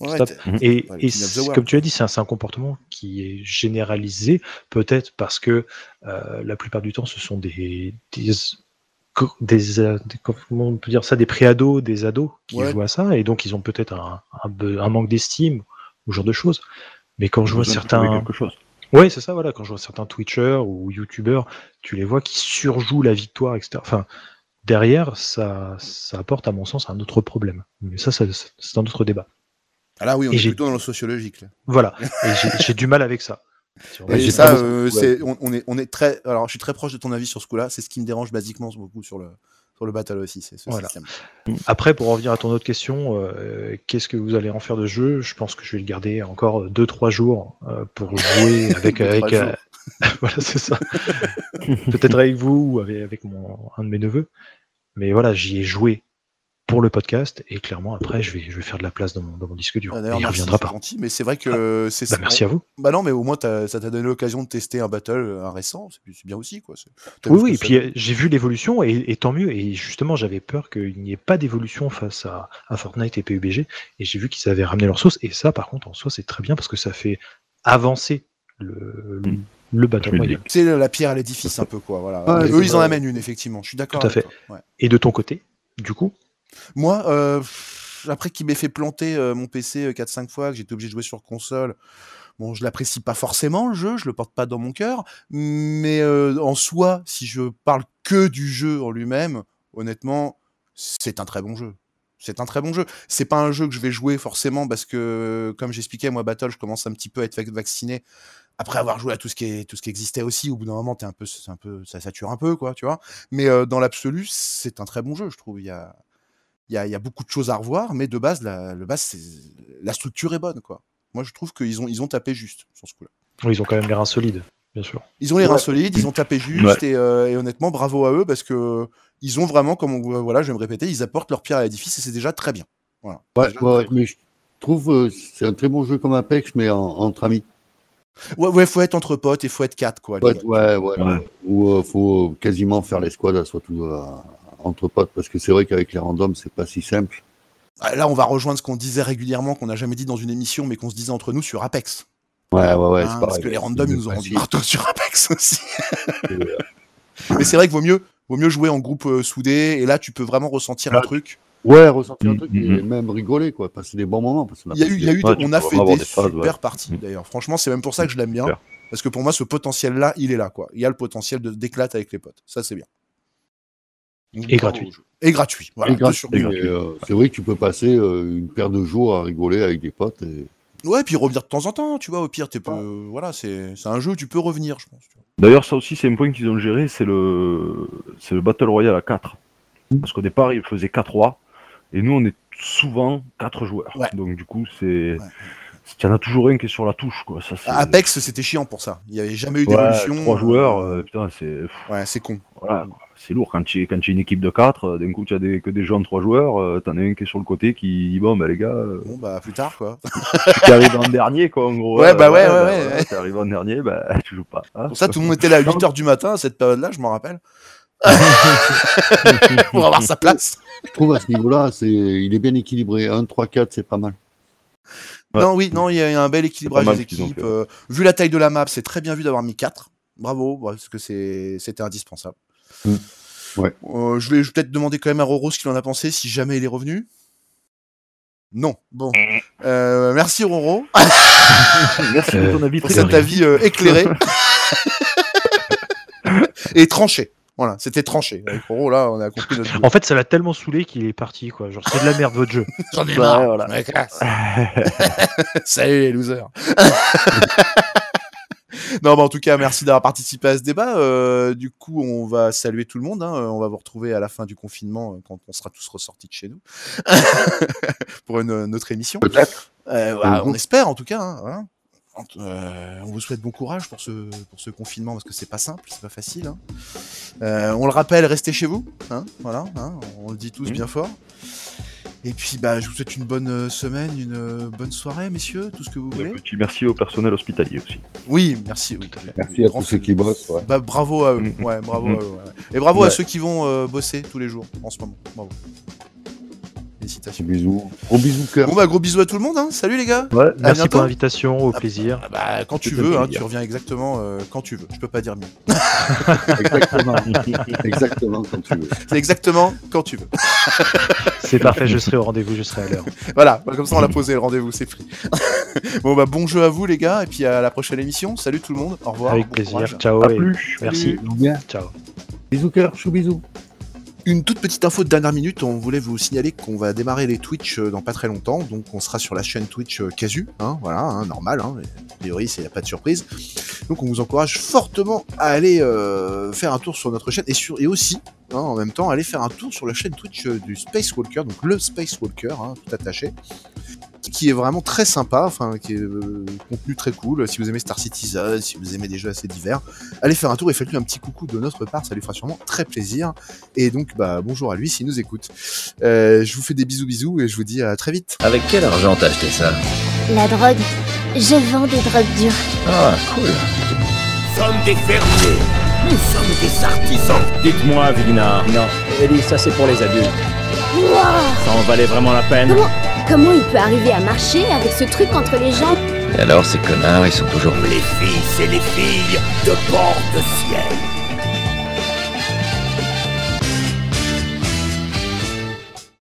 Speaker 2: Ouais,
Speaker 9: Stop.
Speaker 2: t'es- Mhm.
Speaker 9: Et,
Speaker 2: Ouais,
Speaker 9: et
Speaker 2: King of the
Speaker 9: c'est-
Speaker 2: World.
Speaker 9: comme tu as dit, c'est un, c'est un comportement qui est généralisé, peut-être parce que euh, la plupart du temps, ce sont des, des, co- des, euh, des- comment on peut dire ça, des pré-ados, des ados qui
Speaker 12: Ouais.
Speaker 9: jouent à ça, et donc ils ont peut-être un, un be- un manque d'estime ou ce genre de choses. Mais quand je vois
Speaker 12: besoin de prouver
Speaker 9: certains, hein.
Speaker 12: quelque chose.
Speaker 9: Ouais, c'est ça, voilà. Quand je vois certains Twitchers ou YouTubers, tu les vois qui surjouent la victoire, etc. Enfin, derrière, ça, ça apporte, à mon sens, un autre problème. Mais ça, ça- ça- c'est un autre débat.
Speaker 2: Ah là, oui, on
Speaker 9: Et
Speaker 2: est
Speaker 9: j'ai-
Speaker 2: plutôt dans le sociologique. là.
Speaker 9: Voilà. Et j'ai- j'ai du mal avec ça.
Speaker 2: Et
Speaker 9: J'ai
Speaker 2: ça,
Speaker 9: pas beaucoup-
Speaker 2: euh,
Speaker 9: ouais.
Speaker 2: c'est, on, on est, on est très. Alors, je suis très proche de ton avis sur ce coup-là. C'est ce qui me dérange basiquement beaucoup sur le, sur le battle aussi. C'est ce
Speaker 9: Voilà.
Speaker 2: système.
Speaker 9: Après, pour en revenir à ton autre question, euh, qu'est-ce que vous allez en faire de ce jeu Je pense que je vais le garder encore 2-3 jours euh, pour jouer avec.
Speaker 12: Deux,
Speaker 9: avec
Speaker 12: trois
Speaker 9: euh, voilà, c'est ça. Peut-être avec vous ou avec, avec mon, un de mes neveux. Mais voilà, j'y ai joué pour le podcast. Et clairement, après, je vais, je vais faire de la place dans mon, dans mon disque dur.
Speaker 2: Ah,
Speaker 9: Et
Speaker 2: d'ailleurs,
Speaker 9: il
Speaker 2: merci,
Speaker 9: reviendra
Speaker 2: c'est
Speaker 9: pas.
Speaker 2: gentil, mais c'est vrai que c'est
Speaker 9: Bah, merci à vous.
Speaker 2: Bah non, mais au moins t'as- ça t'a donné l'occasion de tester un battle euh, un récent. C'est c'est bien aussi, quoi. C'est- t'as
Speaker 9: Oui,
Speaker 2: vu
Speaker 9: oui,
Speaker 2: ce
Speaker 9: et
Speaker 2: que
Speaker 9: puis
Speaker 2: ça-
Speaker 9: euh, j'ai vu l'évolution et, et tant mieux. Et justement, j'avais peur qu'il n'y ait pas d'évolution face à, à Fortnite et PUBG. Et j'ai vu qu'ils avaient ramené leur sauce. Et ça, par contre, en soi, c'est très bien parce que ça fait avancer le, le,
Speaker 2: Hmm.
Speaker 9: le Battle Royale.
Speaker 2: C'est la pierre à l'édifice un peu, quoi. Voilà.
Speaker 9: Ouais,
Speaker 2: Eux,
Speaker 9: c'est
Speaker 2: ils
Speaker 9: ça.
Speaker 2: en amènent une, effectivement. Je suis d'accord.
Speaker 9: Tout à
Speaker 2: avec
Speaker 9: fait.
Speaker 2: toi. Ouais.
Speaker 9: Et de ton côté, du coup,
Speaker 2: Moi, euh, pff, après qu'il m'ait fait planter euh, mon PC euh, 4-5 fois, que j'étais obligé de jouer sur console, bon, je l'apprécie pas forcément le jeu, je le porte pas dans mon cœur, mais euh, en soi, si je parle que du jeu en lui-même, honnêtement, c'est un très bon jeu. C'est un très bon jeu. C'est pas un jeu que je vais jouer forcément parce que, comme j'expliquais, moi, Battle, je commence un petit peu à être vac- vacciné après avoir joué à tout ce qui, est, tout ce qui existait aussi. Au bout d'un moment, t'es un peu, c'est un peu, ça sature un peu, quoi, tu vois. Mais euh, dans l'absolu, c'est un très bon jeu, je trouve. Il y a, il y, a- il y a beaucoup de choses à revoir, mais de base, la, le base, c'est- la structure est bonne, quoi. Moi, je trouve qu'ils ont, ils ont tapé juste sur ce coup-là.
Speaker 9: ils ont quand même les reins solides, bien sûr.
Speaker 2: Ils ont les reins solides, ils ont tapé juste,
Speaker 9: Ouais.
Speaker 2: et, euh, et honnêtement, bravo à eux parce que ils ont vraiment, comme on- voilà, je vais me répéter, ils apportent leur pierre à l'édifice et c'est déjà très bien. Voilà.
Speaker 8: Ouais, ouais, ouais, mais je trouve euh, c'est un très bon jeu comme Apex, mais en- entre amis.
Speaker 2: Ouais, ouais, faut être entre potes et faut être quatre, quoi.
Speaker 8: Ouais, ouais, ouais. Ou euh, faut quasiment faire l'escouade à soi tout euh, entre potes, parce que c'est vrai qu'avec les randoms, c'est pas si simple.
Speaker 2: Ah, Là, on va rejoindre ce qu'on disait régulièrement, qu'on n'a jamais dit dans une émission, mais qu'on se disait entre nous sur Apex.
Speaker 8: Ouais, ouais, ouais,
Speaker 2: Hein,
Speaker 8: c'est
Speaker 2: parce
Speaker 8: pareil.
Speaker 2: que les randoms, ils nous ont rendu partout sur Apex aussi.
Speaker 8: Et, euh,
Speaker 2: mais c'est vrai que vaut mieux, vaut mieux jouer en groupe euh, soudé, et là, tu peux vraiment ressentir un truc.
Speaker 8: Ouais, ressentir un truc et même rigoler, quoi, passer des bons moments. Parce qu'on
Speaker 2: Il y a eu, il y a eu-
Speaker 8: Ouais, tu
Speaker 2: on
Speaker 8: peux
Speaker 2: a
Speaker 8: vraiment
Speaker 2: fait
Speaker 8: avoir
Speaker 2: des,
Speaker 8: phases,
Speaker 2: super
Speaker 8: ouais.
Speaker 2: parties d'ailleurs. Franchement, c'est même pour ça que je l'aime bien. Parce que pour moi, ce potentiel-là, il est là. quoi. Il y a le potentiel de- d'éclate avec les potes. Ça, c'est bien.
Speaker 9: Et gratuit.
Speaker 2: Et gratuit. Voilà,
Speaker 8: Et
Speaker 2: deux
Speaker 8: gratuit,
Speaker 2: sur deux.
Speaker 8: et, euh, c'est vrai que tu peux passer euh, une paire de jours à rigoler avec des potes. Et...
Speaker 2: Ouais, puis revenir de temps en temps, tu vois. Au pire, t'es pas- voilà, c'est c'est un jeu, où tu peux revenir, je pense.
Speaker 1: D'ailleurs, ça aussi, c'est un point qu'ils ont géré, c'est le... c'est le Battle Royale à 4. Parce qu'au départ, ils faisaient 4 rois, et nous, on est souvent 4 joueurs. Donc, du coup, c'est. Il y en a toujours un qui est sur la touche, quoi. Ça, c'est-
Speaker 2: Apex, c'était chiant pour ça. Il n'y avait jamais eu
Speaker 1: Ouais,
Speaker 2: d'évolution.
Speaker 1: trois joueurs, euh, putain, c'est.
Speaker 2: Ouais, c'est con.
Speaker 1: Voilà, quoi. c'est lourd quand tu quand tu es une équipe de 4, d'un coup, tu as des... que des gens de 3 joueurs, euh, t'en as un qui est sur le côté qui dit Bon, bah les gars, euh,
Speaker 2: Bon, bah, plus tard, quoi.
Speaker 1: tu arrives en dernier, quoi, en gros.
Speaker 2: Ouais,
Speaker 1: hein.
Speaker 2: bah ouais, ouais,
Speaker 1: bah,
Speaker 2: ouais,
Speaker 1: voilà,
Speaker 2: ouais.
Speaker 1: Tu arrives en dernier, bah tu joues pas. hein.
Speaker 2: Pour ça, tout le monde était là à 8h du matin à cette période-là, je m'en rappelle. Pour avoir sa place.
Speaker 8: Je trouve à ce niveau-là, c'est... il est bien équilibré. 1, 3, 4, c'est pas mal.
Speaker 2: Non, oui, non, il y a un bel équilibrage
Speaker 8: C'est pas mal
Speaker 2: des
Speaker 8: ce qu'ils ont
Speaker 2: équipes.
Speaker 8: fait,
Speaker 2: euh, vu la taille de la map, c'est très bien vu d'avoir mis 4. Bravo, ouais, parce que c'est- c'était indispensable.
Speaker 8: Mm. Ouais.
Speaker 2: Euh, je vais je vais peut-être demander quand même à Roro ce qu'il en a pensé, si jamais il est revenu. Non. Bon. Euh, merci Roro.
Speaker 8: Ah,
Speaker 1: merci
Speaker 5: de ton avis,
Speaker 2: Pour
Speaker 5: très
Speaker 2: cet
Speaker 5: bien.
Speaker 2: avis euh, éclairé. Et tranché. Voilà, c'était tranché. Avec Roro, là, on a compris notre.
Speaker 9: En fait, ça l'a tellement saoulé qu'il est parti, quoi. Genre, c'est de la merde, votre jeu.
Speaker 2: J'en ai marre, je me casse. Salut les losers. non, mais en tout cas, merci d'avoir participé à ce débat. Euh, du coup, on va saluer tout le monde. hein. Euh, On va vous retrouver à la fin du confinement euh, quand on sera tous ressortis de chez nous pour une, une autre émission.
Speaker 8: Peut-être.
Speaker 2: Euh, voilà, on espère en tout cas. hein, voilà. En- euh, on vous souhaite bon courage pour ce, pour ce confinement parce que c'est pas simple, c'est pas facile. hein. Euh, on le rappelle, restez chez vous. hein, voilà, hein, on le dit tous bien fort. Et puis, bah, je vous souhaite une bonne euh, semaine, une euh, bonne soirée, messieurs, tout ce que vous voulez.
Speaker 1: Petit merci au personnel hospitalier aussi.
Speaker 2: Oui, merci. oui.
Speaker 8: Merci à tous ceux qui bossent. ouais.
Speaker 2: Bah, bravo à eux. Ouais, bravo à eux, ouais, ouais. Et bravo à
Speaker 8: Ouais.
Speaker 2: ceux qui vont euh, bosser tous les jours en ce moment. Bravo. Félicitations.
Speaker 8: Bisous. Gros bisous, cœur.
Speaker 2: Bon, bah, gros bisous à tout le monde. hein. Salut les gars.
Speaker 9: Ouais,
Speaker 2: À
Speaker 9: merci
Speaker 2: bientôt.
Speaker 9: pour l'invitation, au plaisir.
Speaker 2: Bah, quand tu
Speaker 9: C'était
Speaker 2: veux,
Speaker 9: un
Speaker 2: hein,
Speaker 9: plaisir.
Speaker 2: tu reviens exactement euh, quand tu veux. Je peux pas dire mieux.
Speaker 8: Exactement. Exactement quand tu veux.
Speaker 2: C'est exactement quand tu veux.
Speaker 9: C'est parfait, je serai au rendez-vous, je serai à l'heure.
Speaker 2: Voilà, bah, comme ça on l'a posé, le rendez-vous, c'est pris. bon, bah, bon jeu à vous, les gars, et puis à la prochaine émission. Salut tout le monde, au revoir.
Speaker 9: Avec
Speaker 2: bon
Speaker 9: plaisir,
Speaker 2: courage.
Speaker 9: ciao,
Speaker 2: À
Speaker 9: et
Speaker 2: plus.
Speaker 9: merci.
Speaker 2: Salut.
Speaker 9: Ciao.
Speaker 8: Bisous, cœur, chou, bisous.
Speaker 2: Une toute petite info de dernière minute, on voulait vous signaler qu'on va démarrer les Twitch euh, dans pas très longtemps, donc on sera sur la chaîne Twitch euh, Casu, hein, voilà, hein, normal, hein, a priori c'est y a pas de surprise. Donc on vous encourage fortement à aller euh, faire un tour sur notre chaîne et, sur, et aussi, hein, en même temps, aller faire un tour sur la chaîne Twitch euh, du Space Walker, donc le Space Walker, hein, tout attaché, qui qui est vraiment très sympa, enfin, qui est euh, contenu très cool. Si vous aimez Star Citizen, si vous aimez des jeux assez divers, allez faire un tour et faites-lui un petit coucou de notre part, ça lui fera sûrement très plaisir. Et donc, bah, bonjour à lui s'il nous écoute. Euh, je vous fais des bisous bisous et je vous dis à très vite.
Speaker 3: Avec quel argent t'as acheté ça
Speaker 4: La drogue. Je vends des drogues dures.
Speaker 3: Ah, cool.
Speaker 5: Nous sommes des fermiers. Nous sommes des artisans.
Speaker 6: Dites-moi, Vigna,
Speaker 7: Non, Ellie, ça c'est pour les adultes.
Speaker 4: Wouah
Speaker 6: ça en valait vraiment la peine
Speaker 4: Comment Comment il peut arriver à marcher avec ce truc entre les jambes
Speaker 3: Et alors, ces connards, ils sont toujours
Speaker 5: Les fils et les filles de bord de ciel.